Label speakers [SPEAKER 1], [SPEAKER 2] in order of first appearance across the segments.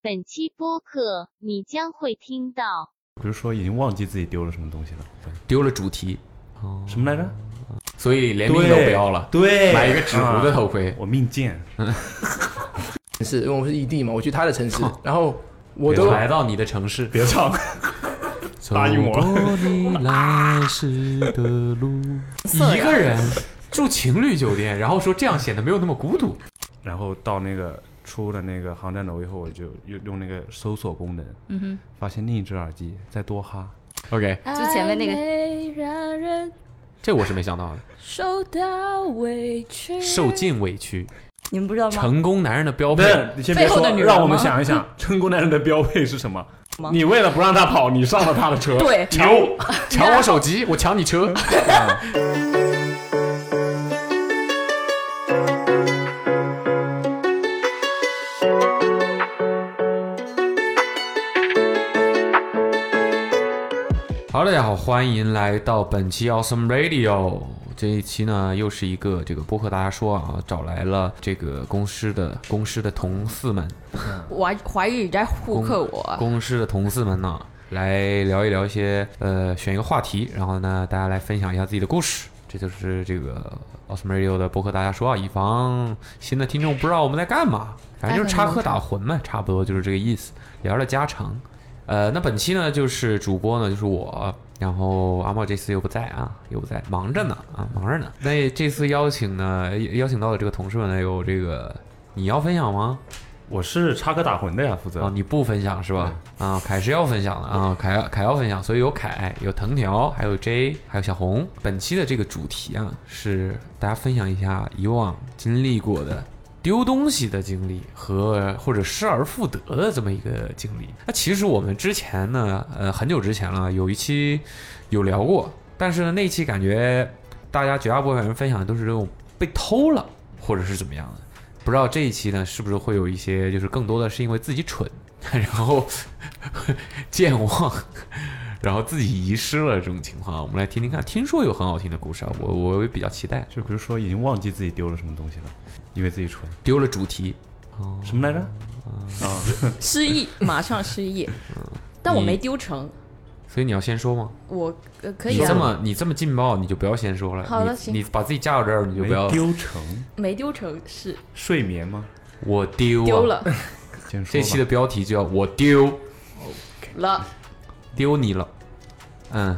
[SPEAKER 1] 本期播客你将会听到
[SPEAKER 2] 比如说已经忘记自己丢了什么东西了，
[SPEAKER 3] 丢了主题，
[SPEAKER 2] 什么来着？
[SPEAKER 3] 所以连命都不要了，
[SPEAKER 2] 对，
[SPEAKER 3] 买一个纸糊的头盔
[SPEAKER 2] 啊。我命 贱，
[SPEAKER 4] 城市，因为我们是异地嘛，我去他的城 市，
[SPEAKER 2] 啊
[SPEAKER 4] 然后我都
[SPEAKER 3] 来到你的城市，
[SPEAKER 2] 别唱， 大一模
[SPEAKER 3] 走过你来时的路，一个人住情侣酒店，然后说这样显得没有那么孤独。
[SPEAKER 2] 然后到那个出了那个航站楼以后，我就用用那个搜索功能，嗯哼，发现另一只耳机在多哈，
[SPEAKER 3] OK，
[SPEAKER 5] 就前面那个
[SPEAKER 6] 让人
[SPEAKER 3] 这我是没想到的，
[SPEAKER 6] 受到委屈。
[SPEAKER 3] 受尽委屈，
[SPEAKER 5] 你们不知道吗？
[SPEAKER 3] 成功男人的
[SPEAKER 2] 不
[SPEAKER 3] 标配。
[SPEAKER 2] 是，你先别
[SPEAKER 5] 背后
[SPEAKER 2] 说
[SPEAKER 5] 的女，人
[SPEAKER 2] 让我们
[SPEAKER 5] 吗
[SPEAKER 2] 想一 想，成功男人的标配是什么？你为了不让他跑，你上了他的车，
[SPEAKER 5] 对
[SPEAKER 2] 牛，
[SPEAKER 3] 抢我手机，我抢你车。 好，大家好，欢迎来到本期 Awesome Radio。这一期呢，又是一个这个播客，大家说啊，找来了这个公司的公司的同事们，
[SPEAKER 5] 怀怀疑你在护
[SPEAKER 3] 公
[SPEAKER 5] 克我，
[SPEAKER 3] 公司的同事们呢，来聊一聊一些呃，选一个话题，然后呢，大家来分享一下自己的故事。这就是这个 Awesome Radio 的播客，大家说啊，以防新的听众不知道我们在干嘛，反正就是插科打诨嘛，差不多就是这个意思，聊聊家常。呃，那本期呢，就是主播呢，就是我，然后阿茂这次又不在啊，又不在，忙着呢啊，忙着呢。那这次邀请呢，邀请到的这个同事们呢，有这个你要分享吗？
[SPEAKER 2] 我是插科打诨的呀，负
[SPEAKER 3] 哦，
[SPEAKER 2] 责。
[SPEAKER 3] 你不分享是吧？啊，凯是要分享的啊，凯要凯要分享，所以有凯，有藤条，还有 J，还有小红。本期的这个主题啊，是大家分享一下以往经历过的丢东西的经历和或者失而复得的这么一个经历。那其实我们之前呢，呃，很久之前了，有一期有聊过，但是呢，那期感觉大家绝大部分人分享的都是这种被偷了或者是怎么样的。不知道这一期呢，是不是会有一些，就是更多的是因为自己蠢， 然后健忘，然后自己遗失了这种情况。我们来听听看，听说有很好听的故事啊，我我也比较期待。
[SPEAKER 2] 就比如说已经忘记自己丢了什么东西了，因为自己蠢，
[SPEAKER 3] 丢了主题，
[SPEAKER 2] 什么来着？
[SPEAKER 5] 失忆，马上失忆，
[SPEAKER 3] 嗯
[SPEAKER 5] 但我没丢成，
[SPEAKER 3] 所以你要先说吗？
[SPEAKER 5] 我呃可
[SPEAKER 3] 你
[SPEAKER 5] 以
[SPEAKER 3] 这
[SPEAKER 5] 啊，
[SPEAKER 3] 么你这么劲爆，你就不要先说了。
[SPEAKER 5] 好了
[SPEAKER 3] 你
[SPEAKER 5] 行
[SPEAKER 3] 你把自己架到这儿，你就
[SPEAKER 2] 没
[SPEAKER 3] 不要。
[SPEAKER 2] 丢成
[SPEAKER 5] 没丢成是
[SPEAKER 2] 睡眠吗？
[SPEAKER 3] 我丢啊
[SPEAKER 5] 丢。了
[SPEAKER 2] 先说
[SPEAKER 3] 这期
[SPEAKER 2] 吧
[SPEAKER 3] 的标题就叫我丢
[SPEAKER 5] 了，
[SPEAKER 3] 丢你了。嗯，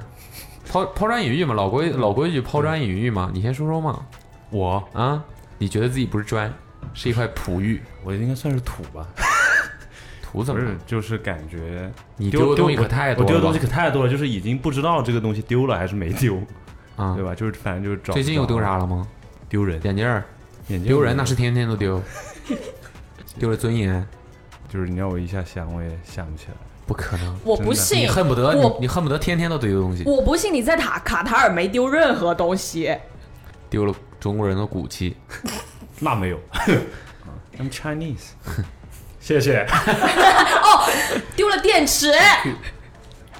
[SPEAKER 3] 抛抛砖引玉嘛，老规老规矩，抛砖引玉嘛。你先说说嘛。
[SPEAKER 2] 我
[SPEAKER 3] 啊，你觉得自己不是砖，是一块璞玉，
[SPEAKER 2] 我应该算是土吧，
[SPEAKER 3] 土怎
[SPEAKER 2] 不
[SPEAKER 3] 么
[SPEAKER 2] 是
[SPEAKER 3] 了？，
[SPEAKER 2] 就是感觉
[SPEAKER 3] 你丢的东西可太多
[SPEAKER 2] 我丢的东西
[SPEAKER 3] 了
[SPEAKER 2] 可太多了，就是已经不知道这个东西丢了还是没丢，
[SPEAKER 3] 啊
[SPEAKER 2] 对！吧？就是反正就是找。
[SPEAKER 3] 最近又丢啥？了吗？
[SPEAKER 2] 丢人，
[SPEAKER 3] 眼镜儿
[SPEAKER 2] 眼睛
[SPEAKER 3] 丢人那是天天 都丢，丢了尊严，
[SPEAKER 2] 就是你让我一下想，我也想不起来。
[SPEAKER 3] 不可 能！
[SPEAKER 5] 我不
[SPEAKER 2] 真
[SPEAKER 3] 你
[SPEAKER 5] 信，
[SPEAKER 3] 恨不得你
[SPEAKER 5] 我
[SPEAKER 3] 你恨不得天天都丢东西，
[SPEAKER 5] 我不信你在塔卡塔尔没丢任何东西，
[SPEAKER 3] 丢了中国人的骨气。
[SPEAKER 2] 那 没有啊，I'm Chinese 。谢谢。
[SPEAKER 5] 丢了电池，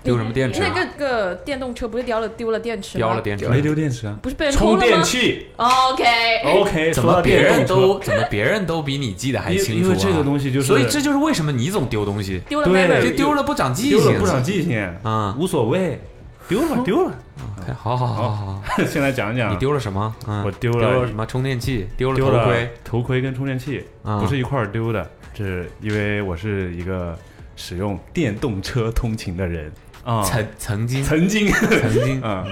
[SPEAKER 3] 丢什么电池啊？
[SPEAKER 5] 那个个电动车不是丢了丢了电池吗？
[SPEAKER 3] 丢了电池，
[SPEAKER 2] 没丢电池啊？
[SPEAKER 5] 不是被人偷
[SPEAKER 2] 充
[SPEAKER 5] 了
[SPEAKER 2] 电
[SPEAKER 5] 吗
[SPEAKER 2] 器。
[SPEAKER 5] ？OK，
[SPEAKER 2] OK，
[SPEAKER 3] 哎怎
[SPEAKER 2] 说
[SPEAKER 3] 么
[SPEAKER 2] 到
[SPEAKER 3] 别
[SPEAKER 2] 电
[SPEAKER 3] 人
[SPEAKER 2] 动
[SPEAKER 3] 都
[SPEAKER 2] 车
[SPEAKER 3] 怎么别人都比你记得还
[SPEAKER 2] 因
[SPEAKER 3] 清
[SPEAKER 2] 因
[SPEAKER 3] 楚
[SPEAKER 2] 为
[SPEAKER 3] 啊？
[SPEAKER 2] 这个东西就是
[SPEAKER 3] 所以这就是为什么你总丢东西，
[SPEAKER 5] 丢了
[SPEAKER 2] 对
[SPEAKER 5] memory，
[SPEAKER 3] 这丢了不长记
[SPEAKER 2] 丢了
[SPEAKER 3] 性
[SPEAKER 2] 不长记性
[SPEAKER 3] 啊
[SPEAKER 2] 无所谓，丢了丢了。
[SPEAKER 3] 哎好好好好好，
[SPEAKER 2] 现在讲一讲
[SPEAKER 3] 你丢了什么？嗯
[SPEAKER 2] 啊我丢了
[SPEAKER 3] 丢了什么充电器？丢了
[SPEAKER 2] 丢
[SPEAKER 3] 头盔
[SPEAKER 2] 了？头盔跟充电器，
[SPEAKER 3] 啊
[SPEAKER 2] 不是一块儿丢的，这是因为我是一个使用电动车通勤的人啊，
[SPEAKER 3] 曾曾经
[SPEAKER 2] 曾经
[SPEAKER 3] 曾经，
[SPEAKER 2] 啊，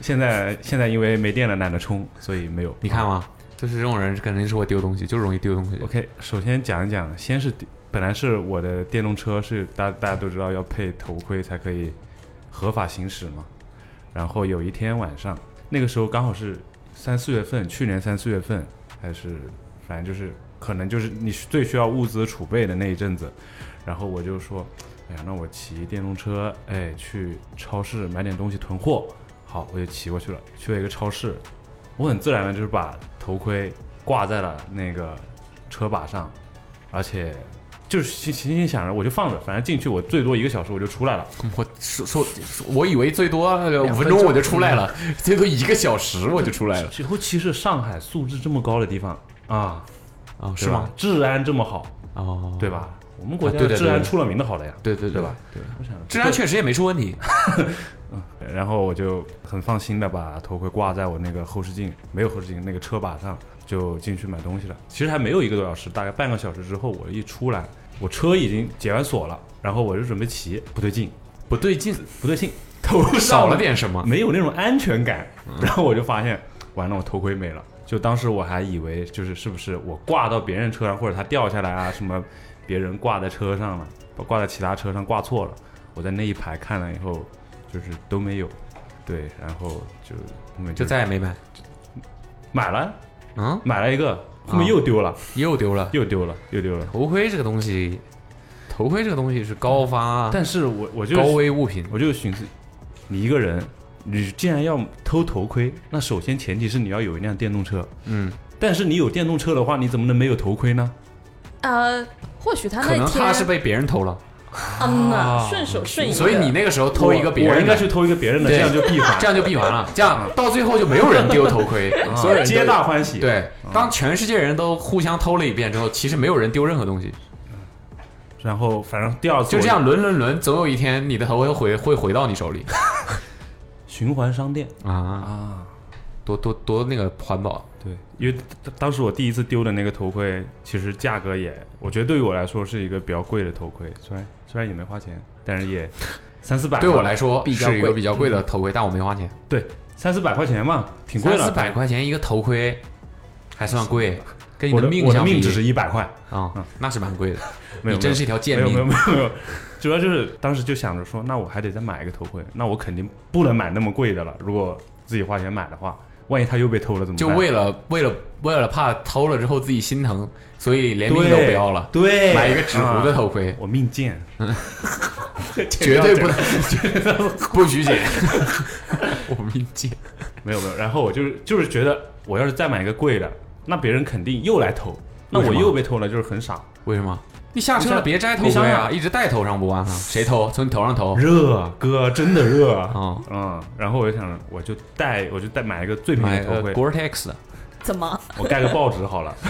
[SPEAKER 2] 现在现在因为没电了，懒得充，所以没有。
[SPEAKER 3] 你看嘛，就是这种人肯定是会丢东西，就容易丢东西。
[SPEAKER 2] ，OK，首先讲一讲，先是本来是我的电动车是大大家都知道要配头盔才可以合法行驶嘛，然后有一天晚上，那个时候刚好是三四月份，去年三四月份还是反正就是可能就是你最需要物资储备的那一阵子，然后我就说，哎呀，那我骑电动车，哎，去超市买点东西囤货。好，我就骑过去了，去了一个超市，我很自然的就是把头盔挂在了那个车把上，而且就是心心心想着我就放着，反正进去我最多一个小时我就出来了。
[SPEAKER 3] 我说说，说我以为最多呃五分钟我就出 来了，最多一个小时我就出来了
[SPEAKER 2] 尤其是上海素质这么高的地方啊，
[SPEAKER 3] 啊？
[SPEAKER 2] 对
[SPEAKER 3] 是
[SPEAKER 2] 吧
[SPEAKER 3] 吗？？
[SPEAKER 2] 治安这么好，
[SPEAKER 3] 哦，
[SPEAKER 2] 对吧？我们国家
[SPEAKER 3] 啊对对对
[SPEAKER 2] 治安出了名的好了呀。
[SPEAKER 3] 对对
[SPEAKER 2] 对
[SPEAKER 3] 对
[SPEAKER 2] 吧？
[SPEAKER 3] 对，
[SPEAKER 2] 我想
[SPEAKER 3] 治安确实也没出问题。
[SPEAKER 2] 然后我就很放心的把头盔挂在我那个后视镜没有后视镜那个车把上，就进去买东西了。其实还没有一个多小时，大概半个小时之后，我一出来，我车已经解完锁了，然后我就准备骑，不对劲，
[SPEAKER 3] 不对劲，
[SPEAKER 2] 不对劲，头上
[SPEAKER 3] 少了嗯点什么。
[SPEAKER 2] 没有那种安全感。然后我就发现，完了，我头盔没了。就当时我还以为就是是不是我挂到别人车上，或者它掉下来啊，什么别人挂在车上了，挂在其他车上挂错了。我在那一排看了以后，就是都没有，对，然后就后面
[SPEAKER 3] 就再也没买。
[SPEAKER 2] 买了
[SPEAKER 3] 嗯，
[SPEAKER 2] 买了一个，后面又丢了，
[SPEAKER 3] 又丢了。
[SPEAKER 2] 又丢了，又丢了。
[SPEAKER 3] 头盔这个东西，头盔这个东西是高发、
[SPEAKER 2] 但是我我就
[SPEAKER 3] 高危物品。
[SPEAKER 2] 我就寻思，你一个人，你既然要偷头盔，那首先前提是你要有一辆电动车。
[SPEAKER 3] 嗯，
[SPEAKER 2] 但是你有电动车的话，你怎么能没有头盔呢？
[SPEAKER 5] 呃，或许他
[SPEAKER 3] 可
[SPEAKER 5] 那
[SPEAKER 3] 能他是
[SPEAKER 5] 天
[SPEAKER 3] 被别人偷了，
[SPEAKER 5] 嗯呐，顺手顺 一
[SPEAKER 3] 所以你那个时候偷一个别
[SPEAKER 2] 我
[SPEAKER 3] 人
[SPEAKER 2] 应该
[SPEAKER 3] 的，
[SPEAKER 2] 去偷一个别人的，这
[SPEAKER 3] 对
[SPEAKER 2] 样就闭环，
[SPEAKER 3] 这样就闭环了。这样到最后就没有人丢 头盔，嗯
[SPEAKER 2] 啊
[SPEAKER 4] 所有人都
[SPEAKER 2] 皆大欢喜。，
[SPEAKER 3] 对，当全世界人都互相偷了一遍之后，其实没有人丢任何东
[SPEAKER 2] 嗯
[SPEAKER 3] 西，
[SPEAKER 2] 然后反正第二次
[SPEAKER 3] 就
[SPEAKER 2] 我
[SPEAKER 3] 这样轮轮轮，总有一天你的头盔回会回到你手里
[SPEAKER 2] 循环商店
[SPEAKER 3] 啊！
[SPEAKER 2] 啊，
[SPEAKER 3] 多多多那个环保，
[SPEAKER 2] 对，因为当当时我第一次丢的那个头盔，其实价格也，我觉得对于我来说是一个比较贵的头盔，虽然虽然也没花钱，但是 也三四百吧，
[SPEAKER 3] 对我来说
[SPEAKER 4] 比较
[SPEAKER 3] 是一个
[SPEAKER 4] 贵
[SPEAKER 3] 比较贵的头盔，但我没花钱，
[SPEAKER 2] 对三四百块钱嘛，挺嗯贵
[SPEAKER 3] 三
[SPEAKER 2] 了，
[SPEAKER 3] 四百块钱一个头盔，还算贵，跟你
[SPEAKER 2] 我的
[SPEAKER 3] 命
[SPEAKER 2] 我的
[SPEAKER 3] 相
[SPEAKER 2] 命
[SPEAKER 3] 比
[SPEAKER 2] 只是一百块，
[SPEAKER 3] 啊、那是蛮贵的，
[SPEAKER 2] 没有
[SPEAKER 3] 你真是一条贱
[SPEAKER 2] 没有没有
[SPEAKER 3] 命。
[SPEAKER 2] 没有没有，主要就是当时就想着说，那我还得再买一个头盔，那我肯定不能买那么贵的了。如果自己花钱买的话，万一他又被偷了怎么办？
[SPEAKER 3] 就为了为了为了怕偷了之后自己心疼，所以连命都不要了，
[SPEAKER 2] 对，
[SPEAKER 3] 买一个纸糊的头盔，
[SPEAKER 2] 啊我命贱，
[SPEAKER 3] 绝对不能，绝对 不许捡。我命贱。
[SPEAKER 2] 没有没有。然后我就是就是觉得，我要是再买一个贵的，那别人肯定又来偷，那
[SPEAKER 3] 为什
[SPEAKER 2] 我
[SPEAKER 3] 么
[SPEAKER 2] 又被偷了，就是很傻。
[SPEAKER 3] 为什么？你下车
[SPEAKER 2] 你
[SPEAKER 3] 了
[SPEAKER 2] 想
[SPEAKER 3] 别摘头
[SPEAKER 2] 你想
[SPEAKER 3] 盔啊，
[SPEAKER 2] 想
[SPEAKER 3] 一直戴头上不完啊？ 谁偷？从你头上偷？
[SPEAKER 2] 热哥真的热啊、
[SPEAKER 3] 哦
[SPEAKER 2] 嗯，然后我就想着，我就带我就带买一个最便宜
[SPEAKER 3] 买
[SPEAKER 2] 的头盔，
[SPEAKER 3] 个 Gore-Tex 的，
[SPEAKER 5] 怎么？
[SPEAKER 2] 我盖个报纸好了。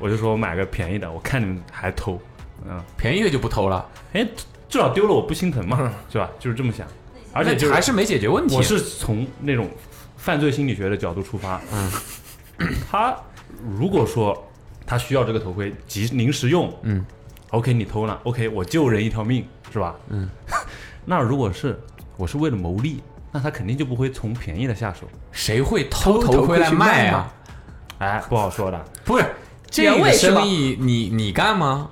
[SPEAKER 2] 我就说我买个便宜的，我看你们还偷，嗯，
[SPEAKER 3] 便宜的就不偷了，
[SPEAKER 2] 哎，至少丢了我不心疼嘛，是吧？就是这么想，而且就
[SPEAKER 3] 嗯那还是没解决问题。
[SPEAKER 2] 我是从那种犯罪心理学的角度出发，嗯， 他如果说他需要这个头盔及临时用，
[SPEAKER 3] 嗯
[SPEAKER 2] ，OK，你偷了，OK，我救人一条命，是吧？嗯， 那如果是我是为了牟利，那他肯定就不会从便宜的下手，
[SPEAKER 3] 谁会偷
[SPEAKER 4] 偷头盔
[SPEAKER 3] 头盔来
[SPEAKER 4] 去卖
[SPEAKER 3] 卖啊
[SPEAKER 4] 吗？
[SPEAKER 2] 哎，不好说的，
[SPEAKER 3] 不是这
[SPEAKER 5] 原
[SPEAKER 3] 个
[SPEAKER 5] 味是吧
[SPEAKER 3] 生意，你你干吗？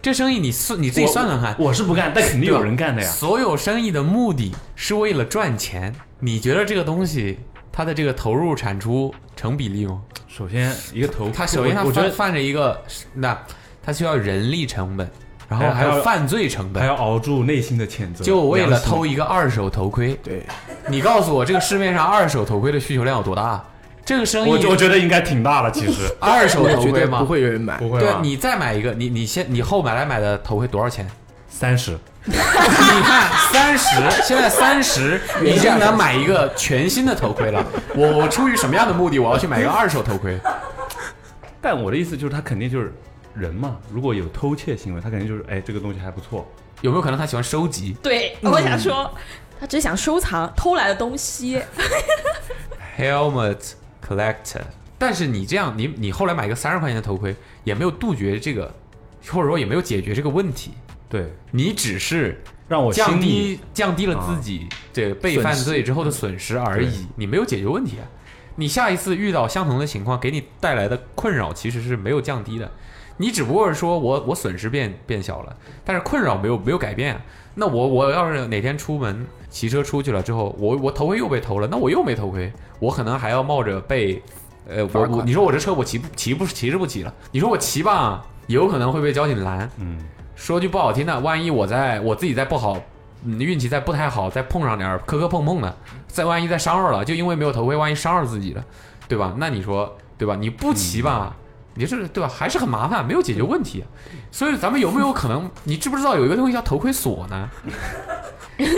[SPEAKER 3] 这生意你算你自己算算看，
[SPEAKER 2] 我是不干，但肯定
[SPEAKER 3] 对吧
[SPEAKER 2] 有人干的呀，
[SPEAKER 3] 所有生意的目的是为了赚钱，你觉得这个东西它的这个投入产出成比例吗？
[SPEAKER 2] 首先一个头，
[SPEAKER 3] 它首先它
[SPEAKER 2] 我我觉
[SPEAKER 3] 犯
[SPEAKER 2] 得
[SPEAKER 3] 犯着一个，那它需要人力成本，然后
[SPEAKER 2] 还
[SPEAKER 3] 还有
[SPEAKER 2] 要
[SPEAKER 3] 犯罪成
[SPEAKER 2] 还
[SPEAKER 3] 本，
[SPEAKER 2] 要熬住内心的谴责，
[SPEAKER 3] 就为了
[SPEAKER 2] 良心
[SPEAKER 3] 偷一个二手头盔。
[SPEAKER 4] 对，
[SPEAKER 3] 你告诉我，这个市面上二手头盔的需求量有多大？这个生
[SPEAKER 2] 我
[SPEAKER 3] 意
[SPEAKER 2] 我觉得应该挺大了，其实
[SPEAKER 3] 二手
[SPEAKER 4] 我
[SPEAKER 3] 头
[SPEAKER 4] 觉
[SPEAKER 3] 盔
[SPEAKER 4] 得不
[SPEAKER 3] 吗？
[SPEAKER 4] 会有人买。
[SPEAKER 2] 不会
[SPEAKER 3] 对
[SPEAKER 2] 吧？
[SPEAKER 3] 你再买一个，你你先你后买来买的头盔多少钱？
[SPEAKER 2] 三十，
[SPEAKER 3] 你看三十，现在三十 已经能买一个全新的头盔了。我我出于什么样的目的，我要去买一个二手头盔？
[SPEAKER 2] 但我的意思就是，他肯定就是人嘛，如果有偷窃行为，他肯定就是哎，这个东西还不错，
[SPEAKER 3] 有没有可能他喜欢收集？
[SPEAKER 5] 对，
[SPEAKER 2] 嗯
[SPEAKER 5] 我想说，他只想收藏偷来的东西。
[SPEAKER 3] helmet collector。但是你这样，你你后来买个三十块钱的头盔，也没有杜绝这个，或者说也没有解决这个问题，
[SPEAKER 2] 对，
[SPEAKER 3] 你只是
[SPEAKER 2] 让我
[SPEAKER 3] 降
[SPEAKER 2] 心里啊
[SPEAKER 3] 低降低了自己这个被犯罪之后的损失而
[SPEAKER 2] 嗯对
[SPEAKER 3] 已，你没有解决问题啊。你下一次遇到相同的情况，给你带来的困扰其实是没有降低的，你只不过是说我我损失变变小了，但是困扰没有没有改变啊。那我我要是哪天出门骑车出去了之后，我我头盔又被偷了，那我又没头盔，我可能还要冒着被，呃，我
[SPEAKER 4] 罚
[SPEAKER 3] 我
[SPEAKER 4] 款
[SPEAKER 3] 你说我这车我骑不骑不骑是不骑了？你说我骑吧，有可能会被交警拦，
[SPEAKER 2] 嗯，
[SPEAKER 3] 说句不好听的，万一我在我自己再不好，嗯，运气再不太好，再碰上点儿磕磕碰碰的，再万一再伤着了，就因为没有头盔，万一伤着自己了，对吧？那你说对吧？你不
[SPEAKER 2] 嗯
[SPEAKER 3] 骑吧，你这对吧？还是很麻烦，没有解决问题。所以咱们有没有可能，你知不知道有一个东西叫头盔锁呢？
[SPEAKER 2] 嗯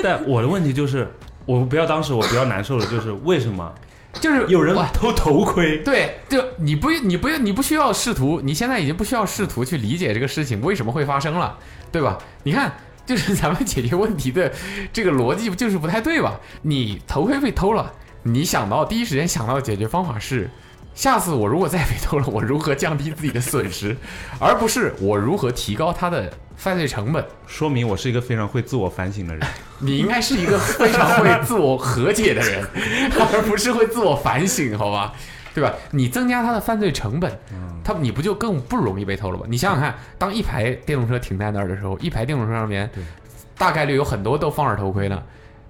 [SPEAKER 2] 但我的问题就是，我不要当时我比较难受的就是为什么
[SPEAKER 3] 就是
[SPEAKER 2] 有 人
[SPEAKER 3] 哇
[SPEAKER 2] 偷头盔，
[SPEAKER 3] 对，就你不你不你不需要试图，你现在已经不需要试图去理解这个事情为什么会发生了，对吧？你看，就是咱们解决问题的这个逻辑就是不太对吧？你头盔被偷了，你想到第一时间想到的解决方法是。下次我如果再被偷了，我如何降低自己的损失， 而不是我如何提高它的犯罪成本。
[SPEAKER 2] 说明我是一个非常会自我反省 的人。
[SPEAKER 3] 你应该是一个非常会自我和解的人， 而不是会自我反省，好吧？对吧？你增加他的犯罪成本，他你不就更不容易被偷了吗？你想想看，当一排电动车停在那儿的时候，一排电动车上面大概率有很多都放着头盔呢。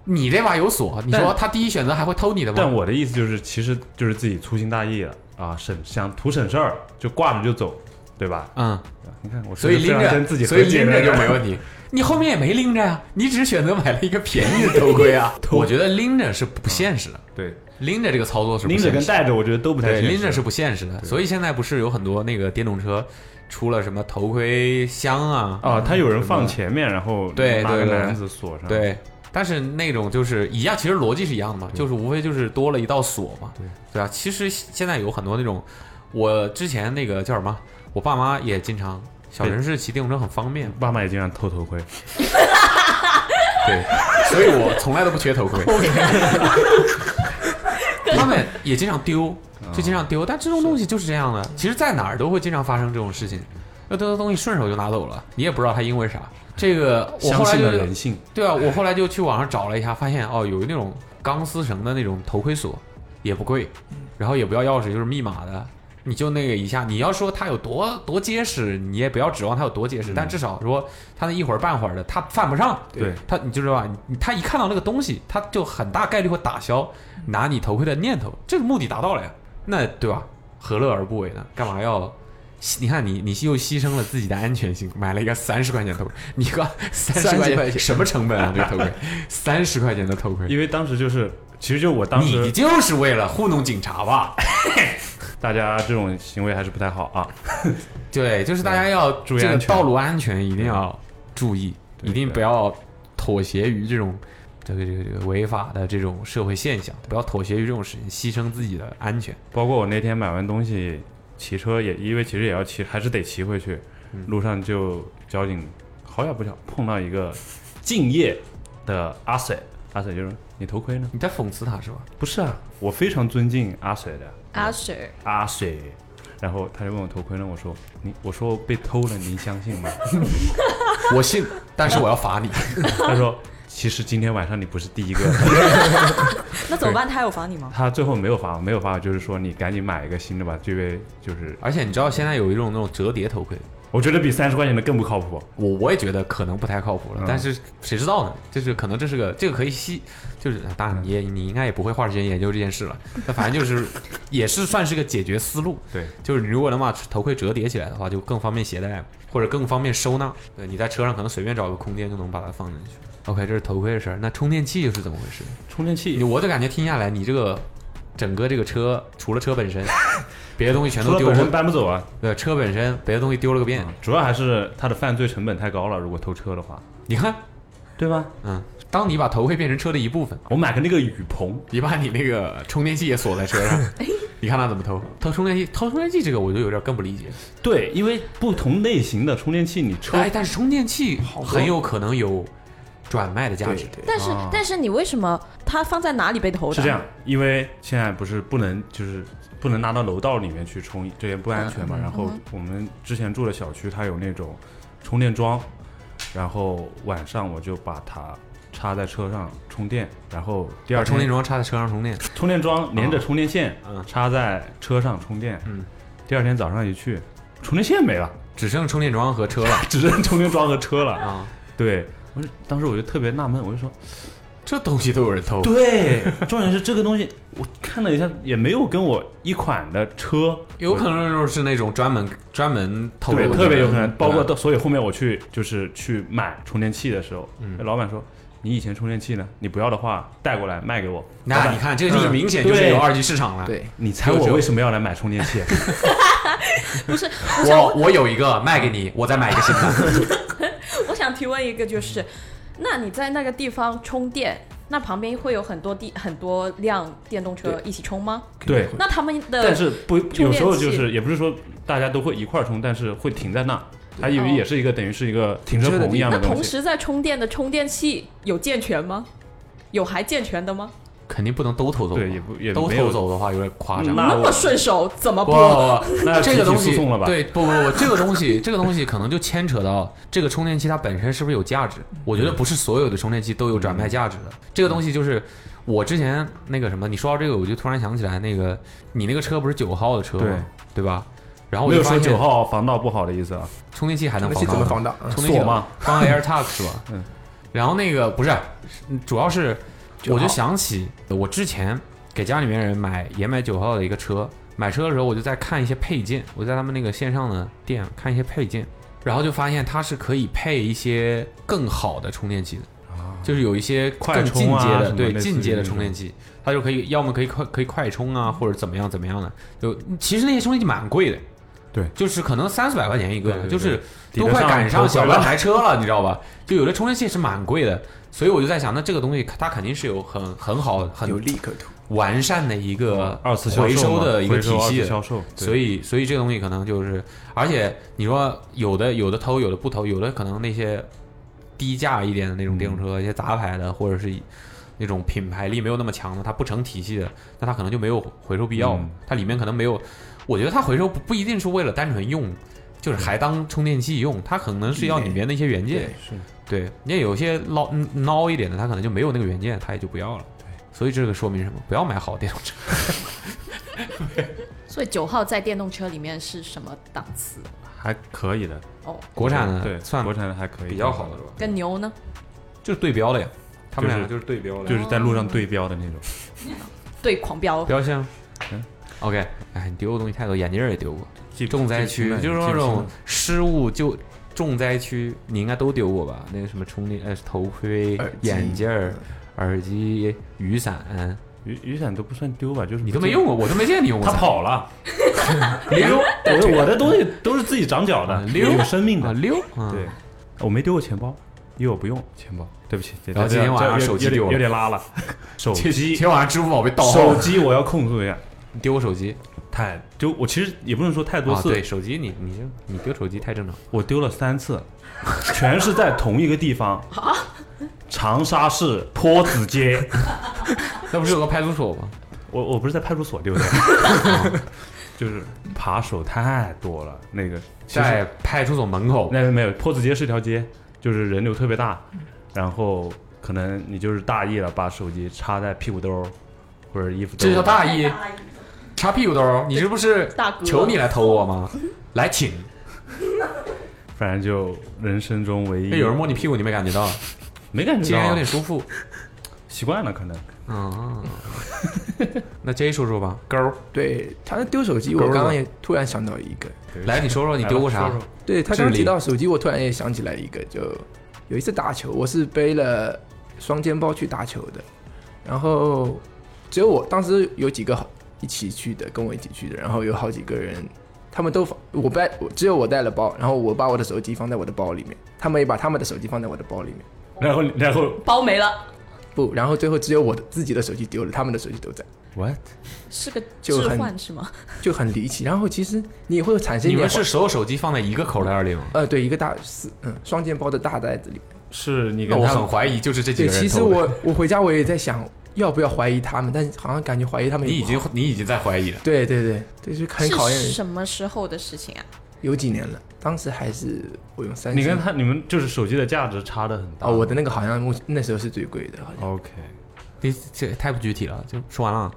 [SPEAKER 3] 你这把有锁，你说
[SPEAKER 2] 但
[SPEAKER 3] 他第一选择还会偷你的
[SPEAKER 2] 但
[SPEAKER 3] 吗？
[SPEAKER 2] 我的意思就是，其实就是自己粗心大意了啊，省想图省事儿就挂着就走，对吧？
[SPEAKER 3] 嗯，
[SPEAKER 2] 你看我是
[SPEAKER 3] 所以
[SPEAKER 2] 一个
[SPEAKER 3] 拎
[SPEAKER 2] 非常
[SPEAKER 3] 着，
[SPEAKER 2] 跟自己
[SPEAKER 3] 所以
[SPEAKER 2] 和解
[SPEAKER 3] 拎
[SPEAKER 2] 的
[SPEAKER 3] 着
[SPEAKER 2] 人
[SPEAKER 3] 就没问题。 你后面也没拎着呀、你只是选择买了一个便宜 的头盔啊。我觉得拎着是不现实的，
[SPEAKER 2] 对，
[SPEAKER 3] 拎着这个操作是
[SPEAKER 2] 嗯
[SPEAKER 3] 不
[SPEAKER 2] 拎着
[SPEAKER 3] 现
[SPEAKER 2] 跟
[SPEAKER 3] 实的
[SPEAKER 2] 带着，我觉得都不太
[SPEAKER 3] 对，
[SPEAKER 2] 现实
[SPEAKER 3] 拎着是不现实的。所以现在不是有很多那个电动车出了什么头盔箱啊？
[SPEAKER 2] 啊，他有人放前面，然后
[SPEAKER 3] 对
[SPEAKER 2] 拿个
[SPEAKER 3] 对对
[SPEAKER 2] 篮子锁上，，
[SPEAKER 3] 对，但是那种就是一样，其实逻辑是一样的嘛，就是无非就是多了一道锁嘛，对对啊。其实现在有很多那种，我之前那个叫什么，我爸妈也经常小城市骑电动车很方便，
[SPEAKER 2] 爸妈也经常偷头盔，
[SPEAKER 3] 对，所以我从来都不缺头盔。 他们也经常丢，
[SPEAKER 2] 嗯
[SPEAKER 3] 就经常丢，但这种东西就是这样的。其实，在哪儿都会经常发生这种事情，那丢的东西顺手就拿走了，你也不知道他因为啥。这个我
[SPEAKER 2] 相
[SPEAKER 3] 后来
[SPEAKER 2] 信
[SPEAKER 3] 就
[SPEAKER 2] 了人性。
[SPEAKER 3] 对啊，我后来就去网上找了一下，发现哦，有那种钢丝绳的那种头盔锁，也不贵，
[SPEAKER 2] 嗯
[SPEAKER 3] 然后也不要钥匙，就是密码的，你就那个一下。你要说它有多多结实，你也不要指望它有多结
[SPEAKER 2] 嗯
[SPEAKER 3] 实，但至少说它那一会儿半会儿的，它犯不上。
[SPEAKER 2] 对
[SPEAKER 3] 它，你就知道吧，你它一看到那个东西，它就很大概率会打消拿你头盔的念头，这个目的达到了呀，那对吧？何乐而不为呢？干嘛要？你看你，你又牺牲了自己的安全性，买了一个三十块钱头盔，你个 三十块
[SPEAKER 4] 30块
[SPEAKER 3] 钱
[SPEAKER 4] 钱
[SPEAKER 3] 什么成本啊？这个头盔，三十块钱的头盔，
[SPEAKER 2] 因为当时就是，其实就我当
[SPEAKER 3] 你
[SPEAKER 2] 时
[SPEAKER 3] 就是为了糊弄警察吧？
[SPEAKER 2] 大家这种行为还是不太好啊，
[SPEAKER 3] 对，就是大家要
[SPEAKER 2] 注意
[SPEAKER 3] 这个
[SPEAKER 2] 安全
[SPEAKER 3] 道路安全一定要注意，
[SPEAKER 2] 对
[SPEAKER 3] 一定不要妥协于这种这个这个这个违法的这种社会现象，不要妥协于这种事情，牺牲自己的安全。
[SPEAKER 2] 包括我那天买完东西，骑车也因为其实也要骑，还是得骑回去。
[SPEAKER 3] 嗯
[SPEAKER 2] 路上就交警好巧不巧碰到一个敬业的阿水，阿水就是你头盔呢？
[SPEAKER 3] 你在讽刺他是吧？
[SPEAKER 2] 不是啊，我非常尊敬阿水的
[SPEAKER 5] 阿水，
[SPEAKER 2] 阿水。然后他就问我头盔呢，我说你，我说被偷了，您相信吗？
[SPEAKER 3] 我信，但是我要罚你。
[SPEAKER 2] 他说其实今天晚上你不是第一个，
[SPEAKER 5] 那怎么办？他有罚你吗？
[SPEAKER 2] 他最后没有罚我，没有罚我，就是说你赶紧买一个新的吧，这位就是
[SPEAKER 3] 而且你知道现在有一种那种折叠头盔，
[SPEAKER 2] 我觉得比三十块钱的更不靠谱。
[SPEAKER 3] 我我也觉得可能不太靠谱了，
[SPEAKER 2] 嗯
[SPEAKER 3] 但是谁知道呢？就是可能这是个这个可以吸，就是当
[SPEAKER 2] 嗯
[SPEAKER 3] 然你也你应该也不会花时间研究这件事了，但反正就是也是算是个解决思路。
[SPEAKER 2] 对，
[SPEAKER 3] 就是你如果能把头盔折叠起来的话，就更方便携带，或者更方便收纳。对，你在车上可能随便找个空间就能把它放进去。OK，这是头盔的事儿。那充电器又是怎么回事？
[SPEAKER 2] 充电器
[SPEAKER 3] 你我就感觉听下来，你这个整个这个车除了车本身，别的东西全
[SPEAKER 2] 除
[SPEAKER 3] 都
[SPEAKER 2] 了
[SPEAKER 3] 丢
[SPEAKER 2] 本身
[SPEAKER 3] 了。
[SPEAKER 2] 搬不走啊，
[SPEAKER 3] 对，车本身别的东西丢了个遍。
[SPEAKER 2] 主要还是他的犯罪成本太高了，如果偷车的话，
[SPEAKER 3] 你看，
[SPEAKER 2] 对吧？
[SPEAKER 3] 嗯，当你把头盔变成车的一部分，
[SPEAKER 2] 我买个那个雨棚，
[SPEAKER 3] 你把你那个充电器也锁在车 上，你看他怎么偷？偷充电器，偷充电器这个我就有点更不理解。
[SPEAKER 2] 对，因为不同类型的充电器，你车
[SPEAKER 3] 哎，但是充电器很有可能有转卖的价值。
[SPEAKER 5] 但是
[SPEAKER 2] 啊
[SPEAKER 5] 但是你为什么他放在哪里被偷的？
[SPEAKER 2] 是这样，因为现在不是不能就是不能拿到楼道里面去充，这也不安全嘛。然后我们之前住的小区，它有那种充电桩，然后晚上我就把它插在车上充电，然后第
[SPEAKER 3] 把
[SPEAKER 2] 二
[SPEAKER 3] 充电
[SPEAKER 2] 天
[SPEAKER 3] 桩插在车上充电，
[SPEAKER 2] 充电桩连着充电线
[SPEAKER 3] 嗯
[SPEAKER 2] 插在车上充电
[SPEAKER 3] 嗯，
[SPEAKER 2] 第二天早上一去，充电线没了，
[SPEAKER 3] 只剩充电桩和车了
[SPEAKER 2] 只剩充电桩和车了。
[SPEAKER 3] 啊！
[SPEAKER 2] 对，我就当时我就特别纳闷，我就说，
[SPEAKER 3] 这东西都有人偷，
[SPEAKER 2] 对，重点是这个东西，我看了一下，也没有跟我一款的车
[SPEAKER 3] 有可能就是那种专门专门偷
[SPEAKER 2] 对，
[SPEAKER 3] 的
[SPEAKER 2] 特别有可能。包括
[SPEAKER 3] 对吧
[SPEAKER 2] 到，所以后面我去就是去买充电器的时候，
[SPEAKER 3] 嗯
[SPEAKER 2] 那老板说。你以前充电器呢？你不要的话，带过来卖给我。老
[SPEAKER 3] 那
[SPEAKER 2] 板
[SPEAKER 3] 你，看，这个就是
[SPEAKER 2] 嗯
[SPEAKER 3] 明显就是
[SPEAKER 2] 对
[SPEAKER 3] 有二级市场了。
[SPEAKER 4] 对，
[SPEAKER 2] 你猜我为什么要来买充电 器？
[SPEAKER 3] 我我有一个卖给你，我再买一个新的。
[SPEAKER 5] 我想提问一个，就是，那你在那个地方充电，那旁边会有很多地很多辆电动车一起冲吗？
[SPEAKER 2] 对，
[SPEAKER 5] 那他们的
[SPEAKER 2] 但是不
[SPEAKER 5] 呃充
[SPEAKER 2] 有时候
[SPEAKER 5] 电
[SPEAKER 2] 就
[SPEAKER 5] 器
[SPEAKER 2] 是也不是说大家都会一块儿冲，但是会停在那，它
[SPEAKER 5] 哦
[SPEAKER 2] 以为也是一个等于是一个停车棚一样
[SPEAKER 5] 那
[SPEAKER 2] 的东
[SPEAKER 5] 同
[SPEAKER 2] 西。
[SPEAKER 5] 时在充电的充电器有健全吗？有还健全的吗？
[SPEAKER 3] 肯定不能都偷走，
[SPEAKER 2] 对也不也
[SPEAKER 3] 都
[SPEAKER 2] 没有
[SPEAKER 3] 偷走的话有点夸张。
[SPEAKER 2] 那
[SPEAKER 5] 那么
[SPEAKER 2] 我
[SPEAKER 5] 顺手怎么
[SPEAKER 3] 不
[SPEAKER 5] 播？
[SPEAKER 3] 不不
[SPEAKER 2] 那
[SPEAKER 3] 这
[SPEAKER 2] 集
[SPEAKER 3] 个
[SPEAKER 2] 体
[SPEAKER 3] 东西
[SPEAKER 2] 诉讼了吧
[SPEAKER 3] 对，不不不，这个东西，这个东西可能就牵扯到这个充电器它本身是不是有价值。我觉得不是所有的充电器都有转卖价值的。这个东西就是我之前那个什么，你说到这个，我就突然想起来，那个你那个车不是九号的车吗？
[SPEAKER 2] 对
[SPEAKER 3] 对吧？然后我
[SPEAKER 2] 没
[SPEAKER 3] 就
[SPEAKER 2] 有
[SPEAKER 3] 发
[SPEAKER 2] 说
[SPEAKER 3] 现
[SPEAKER 2] 九号防盗不好的意思啊，
[SPEAKER 3] 充电器还能
[SPEAKER 4] 那些怎么防盗？
[SPEAKER 3] 充电
[SPEAKER 2] 锁
[SPEAKER 3] 器
[SPEAKER 2] 嘛，
[SPEAKER 3] 放 AirTag 是吧？
[SPEAKER 2] 嗯。
[SPEAKER 3] 然后那个不是，主要是
[SPEAKER 4] 九
[SPEAKER 3] 我
[SPEAKER 4] 号
[SPEAKER 3] 就想起我之前给家里面人买也买九号的一个车，买车的时候我就在看一些配件，我在他们那个线上的店看一些配件，然后就发现它是可以配一些更好的充电器的。就是有一些
[SPEAKER 2] 啊快
[SPEAKER 3] 更进
[SPEAKER 2] 充啊
[SPEAKER 3] 阶的，
[SPEAKER 2] 什么
[SPEAKER 3] 对
[SPEAKER 2] 类似于
[SPEAKER 3] 进阶的
[SPEAKER 2] 这
[SPEAKER 3] 充
[SPEAKER 2] 种
[SPEAKER 3] 电器，它就可以要么可以快可以快充啊，或者怎么样怎么样的。就其实那些充电器蛮贵的，
[SPEAKER 2] 对
[SPEAKER 3] 就是可能三四百块钱一个，
[SPEAKER 2] 对对对
[SPEAKER 3] 就是
[SPEAKER 2] 抵
[SPEAKER 3] 都
[SPEAKER 2] 得
[SPEAKER 3] 快
[SPEAKER 2] 上
[SPEAKER 3] 赶
[SPEAKER 2] 头
[SPEAKER 3] 上
[SPEAKER 2] 盔
[SPEAKER 3] 小
[SPEAKER 2] 了
[SPEAKER 3] 蓝牌车了，你知道吧？就有的充电器是蛮贵的，所以我就在想，那这个东西它肯定是有很很好、
[SPEAKER 4] 有
[SPEAKER 3] 很
[SPEAKER 4] 利可图。
[SPEAKER 3] 完善的一个
[SPEAKER 2] 二次销售嘛
[SPEAKER 3] 呃回收的一个
[SPEAKER 2] 回收
[SPEAKER 3] 体
[SPEAKER 2] 二
[SPEAKER 3] 系
[SPEAKER 2] 次
[SPEAKER 3] 的，
[SPEAKER 2] 销售，对
[SPEAKER 3] 所以所以这个东西可能就是，而且你说有的有的偷，有的不偷，有的可能那些低价一点的那种电动车，一些杂牌的或者是那种品牌力没有那么强的，它不成体系的，那它可能就没有回收必要，
[SPEAKER 2] 嗯
[SPEAKER 3] 它里面可能没有，我觉得它回收不不一定是为了单纯用。就是还当充电器用，它可能是要里面的一些元件。对，你也有些捞孬一点的，它可能就没有那个元件，它也就不要了。对，所以这个说明什么？不要买好电动车。
[SPEAKER 5] 所以九号在电动车里面是什么档次？
[SPEAKER 2] 还可以的，
[SPEAKER 5] 哦，
[SPEAKER 3] 国产的
[SPEAKER 2] 对，
[SPEAKER 3] 算
[SPEAKER 2] 国产的还可以，
[SPEAKER 3] 比较好的是吧？
[SPEAKER 5] 跟牛呢？
[SPEAKER 3] 就是对标的呀，他们
[SPEAKER 2] 就是
[SPEAKER 3] 两个就是对标的，
[SPEAKER 2] 就是在路上对标的那种。
[SPEAKER 5] 对狂飙，
[SPEAKER 3] 标像
[SPEAKER 2] 嗯
[SPEAKER 3] OK，哎，你丢的东西太多，眼镜儿也丢过。
[SPEAKER 2] 记不
[SPEAKER 3] 重灾
[SPEAKER 2] 记
[SPEAKER 3] 区
[SPEAKER 2] 不清了
[SPEAKER 3] 就是说
[SPEAKER 2] 记不
[SPEAKER 3] 这
[SPEAKER 2] 清
[SPEAKER 3] 种
[SPEAKER 2] 了
[SPEAKER 3] 失误就重灾区，你应该都丢过吧？那个什么充电呃头盔
[SPEAKER 4] 耳、机
[SPEAKER 3] 眼镜儿、耳机、雨伞，
[SPEAKER 2] 雨雨伞都不算丢吧，就是
[SPEAKER 3] 你都没用过，我都没见你用过
[SPEAKER 2] 他
[SPEAKER 3] 伞。
[SPEAKER 2] 跑 了，
[SPEAKER 3] 溜
[SPEAKER 2] 我的我的东西都是自己长脚的，
[SPEAKER 3] 溜
[SPEAKER 2] 有生命
[SPEAKER 3] 啊
[SPEAKER 2] 的。
[SPEAKER 3] 溜，啊
[SPEAKER 2] 对，，我没丢过钱包，因为我不用钱包。对不起，
[SPEAKER 3] 然后今天晚上
[SPEAKER 2] 这
[SPEAKER 3] 手机
[SPEAKER 2] 有点
[SPEAKER 3] 丢了
[SPEAKER 2] 有点 拉了。手
[SPEAKER 3] 今今
[SPEAKER 2] 机，
[SPEAKER 3] 天晚上支付宝被盗号
[SPEAKER 2] 手
[SPEAKER 3] 了，
[SPEAKER 2] 机我要控诉一下，
[SPEAKER 3] 你丢过手机
[SPEAKER 2] 太就我其实也不能说太多
[SPEAKER 3] 啊？
[SPEAKER 2] 次
[SPEAKER 3] 对，，手机你你就你丢手机太正常了。
[SPEAKER 2] 我丢了三次，全是在同一个地方， 长沙市坡子街。
[SPEAKER 3] 那不是有个派出所吗？
[SPEAKER 2] 我我不是在派出所丢的，就是扒手太多了。那个其实
[SPEAKER 3] 在派出所门口
[SPEAKER 2] 那边没有，坡子街是条街，就是人流特别大，然后可能你就是大意了，把手机插在屁股兜儿或者衣服兜儿，
[SPEAKER 3] 这叫大意，插屁股兜儿，你这不是
[SPEAKER 5] 大哥
[SPEAKER 3] 求你来偷我吗？来请，
[SPEAKER 2] 反正就人生中唯一。
[SPEAKER 3] 哎那有人摸你屁股，你没感觉 到，
[SPEAKER 2] 没感
[SPEAKER 3] 竟
[SPEAKER 2] 觉
[SPEAKER 3] 然有
[SPEAKER 2] 到
[SPEAKER 3] 点，舒服。
[SPEAKER 2] 习惯了可能。
[SPEAKER 3] 嗯，那 J 说说吧，勾儿，
[SPEAKER 4] 对他丢手机，我
[SPEAKER 3] 勾了
[SPEAKER 4] 刚刚也突然想到一个，
[SPEAKER 3] 来你说说你丢过啥
[SPEAKER 2] 来吧说？说
[SPEAKER 4] 对他刚
[SPEAKER 3] 智力
[SPEAKER 4] 提到手机，我突然也想起来一个，就有一次打球，我是背了双肩包去打球的，然后只有我当时有几个好一起去的，跟我一起去的，然后有好几个人，他们都放我带，我只有我带了包，然后我把我的手机放在我的包里面，他们也把他们的手机放在我的包里面，
[SPEAKER 2] 然后然后
[SPEAKER 5] 包没了，
[SPEAKER 4] 不，然后最后只有我的自己的手机丢了，他们的手机都在，
[SPEAKER 3] What？
[SPEAKER 5] 是个
[SPEAKER 4] 就
[SPEAKER 5] 置
[SPEAKER 4] 很
[SPEAKER 5] 换是吗？
[SPEAKER 4] 就很离奇。然后其实你也会产生一
[SPEAKER 3] 你
[SPEAKER 4] 点
[SPEAKER 3] 们是所有手机放在一个口袋里吗？
[SPEAKER 4] 呃，对，一个大四嗯双肩包的大袋子里。
[SPEAKER 2] 是你
[SPEAKER 3] 那
[SPEAKER 2] 跟
[SPEAKER 3] 我
[SPEAKER 2] 他
[SPEAKER 3] 很
[SPEAKER 2] 们
[SPEAKER 3] 怀疑，就是这几
[SPEAKER 4] 对，
[SPEAKER 3] 个人偷的。
[SPEAKER 4] 其实我我回家我也在想，要不要怀疑他们，但好像感觉怀疑他们
[SPEAKER 3] 你
[SPEAKER 4] 也
[SPEAKER 3] 已
[SPEAKER 4] 不好
[SPEAKER 3] 经你已经在怀疑了。
[SPEAKER 4] 对对对，对就是很考验
[SPEAKER 5] 是
[SPEAKER 4] 人。
[SPEAKER 5] 什么时候的事情啊？有
[SPEAKER 4] 有几年了，当时还是我用三星，
[SPEAKER 2] 你跟他你们就是手机的价值差的很大。
[SPEAKER 4] 哦，我的那个好像目那时候是最贵的，好像
[SPEAKER 2] OK，
[SPEAKER 3] 你这太不具体了，就说完了。啊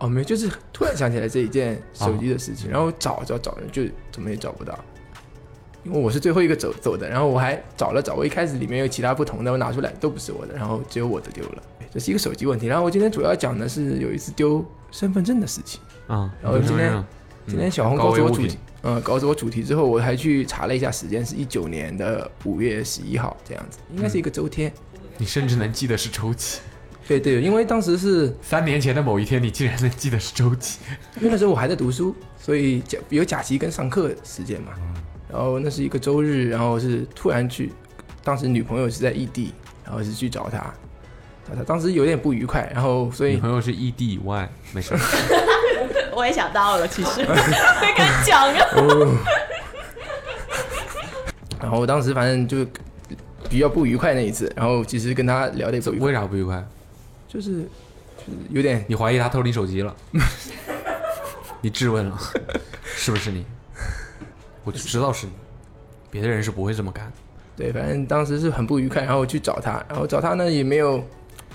[SPEAKER 4] 哦没有，就是突然想起来这一件手机的事
[SPEAKER 3] 嗯
[SPEAKER 4] 情，然后找找找就怎么也找不到，因为我是最后一个走走的，然后我还找了找，我一开始里面有其他不同的，我拿出来都不是我的，然后只有我的丢了，这是一个手机问题。然后我今天主要讲的是有一次丢身份证的事情。
[SPEAKER 3] 嗯，
[SPEAKER 4] 然后今天
[SPEAKER 3] 嗯
[SPEAKER 4] 今天小红
[SPEAKER 3] 高
[SPEAKER 4] 告
[SPEAKER 3] 危
[SPEAKER 4] 诉我
[SPEAKER 3] 物
[SPEAKER 4] 主
[SPEAKER 3] 品
[SPEAKER 4] 题，嗯，告诉我主题之后，我还去查了一下时间，是一九年的五月十一号这样子，应该是一个周天。
[SPEAKER 3] 你甚至能记得是周期。
[SPEAKER 4] 对对，因为当时是
[SPEAKER 3] 三年前的某一天，你竟然能记得是周期。
[SPEAKER 4] 因为那时候我还在读书，所以假有假期跟上课时间嘛。
[SPEAKER 3] 嗯
[SPEAKER 4] 然后那是一个周日，然后是突然去，当时女朋友是在异地，然后是去找她，他当时有点不愉快，然后所
[SPEAKER 3] 女
[SPEAKER 4] 以
[SPEAKER 3] 朋友是异地以外，没 事儿。
[SPEAKER 5] 我也想到了，其实 没敢讲啊。
[SPEAKER 4] 然后我当时反正就比较不愉快那一次，然后其实跟他聊的也不愉快，
[SPEAKER 3] 为啥不愉快？
[SPEAKER 4] 就是就是有点
[SPEAKER 3] 你怀疑他偷你手机了？ 你质问了，是不是你？我就知道是你，别的人是不会这么干。
[SPEAKER 4] 对，反正当时是很不愉快，然后我去找他，然后找他呢也没有，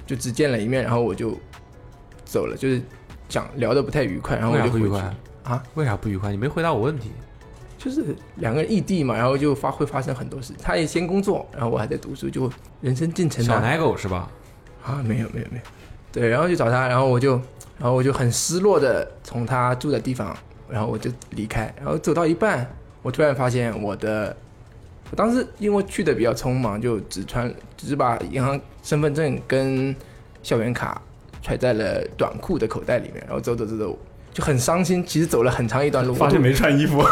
[SPEAKER 4] 就只见了一面，然后我就走了，就是讲聊的不太愉快，然后
[SPEAKER 3] 为
[SPEAKER 4] 我
[SPEAKER 3] 啥
[SPEAKER 4] 就
[SPEAKER 3] 不
[SPEAKER 4] 回
[SPEAKER 3] 愉
[SPEAKER 4] 去，
[SPEAKER 3] 快
[SPEAKER 4] 啊？
[SPEAKER 3] 为啥不愉快？你没回答我问题。
[SPEAKER 4] 就是两个人异地嘛，然后就发会发生很多事，他也先工作，然后我还在读书，就人生进程
[SPEAKER 3] 小
[SPEAKER 4] 啊
[SPEAKER 3] 奶狗是吧？
[SPEAKER 4] 啊没有没有没有，对，然后去找他，然后我就然后我就很失落的从他住的地方，然后我就离开，然后走到一半，我突然发现我的。我当时因为去的比较匆忙，就只穿只把银行身份证跟校园卡揣在了短裤的口袋里面，然后走走走走，就很伤心。其实走了很长一段路，
[SPEAKER 2] 发现没穿衣服，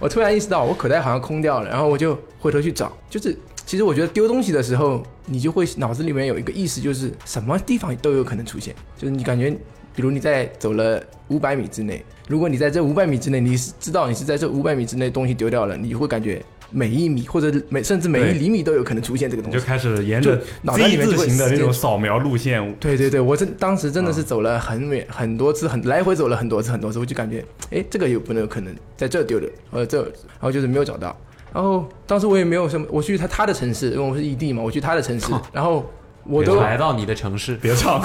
[SPEAKER 4] 我突然意识到我口袋好像空掉了，然后我就回头去找，就是其实我觉得丢东西的时候，你就会脑子里面有一个意识，就是什么地方都有可能出现，就是你感觉，比如你在走了五百米之内，如果你在这五百米之内，你是知道你是在这五百米之内东西丢掉了，你会感觉每一米或者每甚至每
[SPEAKER 2] 对
[SPEAKER 4] 一厘米都有可能出现这个
[SPEAKER 2] 你
[SPEAKER 4] 东
[SPEAKER 2] 就
[SPEAKER 4] 西。
[SPEAKER 2] 开始沿着
[SPEAKER 4] 就脑袋
[SPEAKER 2] Z
[SPEAKER 4] 里面就
[SPEAKER 2] 字
[SPEAKER 4] 会
[SPEAKER 2] 形的那
[SPEAKER 4] 直
[SPEAKER 2] 种
[SPEAKER 4] 接
[SPEAKER 2] 扫描路线，
[SPEAKER 4] 对对对，我真当时真的是走
[SPEAKER 3] 啊
[SPEAKER 4] 了很远、很多次，很来回走了很多次很多次，我就感觉，哎，这个有不能有可能在这丢的，呃这，然后就是没有找到。然后当时我也没有什么，我去他他的城市，因为我是异地嘛，我去他的城市，
[SPEAKER 3] 啊
[SPEAKER 4] 然后我都
[SPEAKER 3] 来到你的城市，
[SPEAKER 2] 别唱，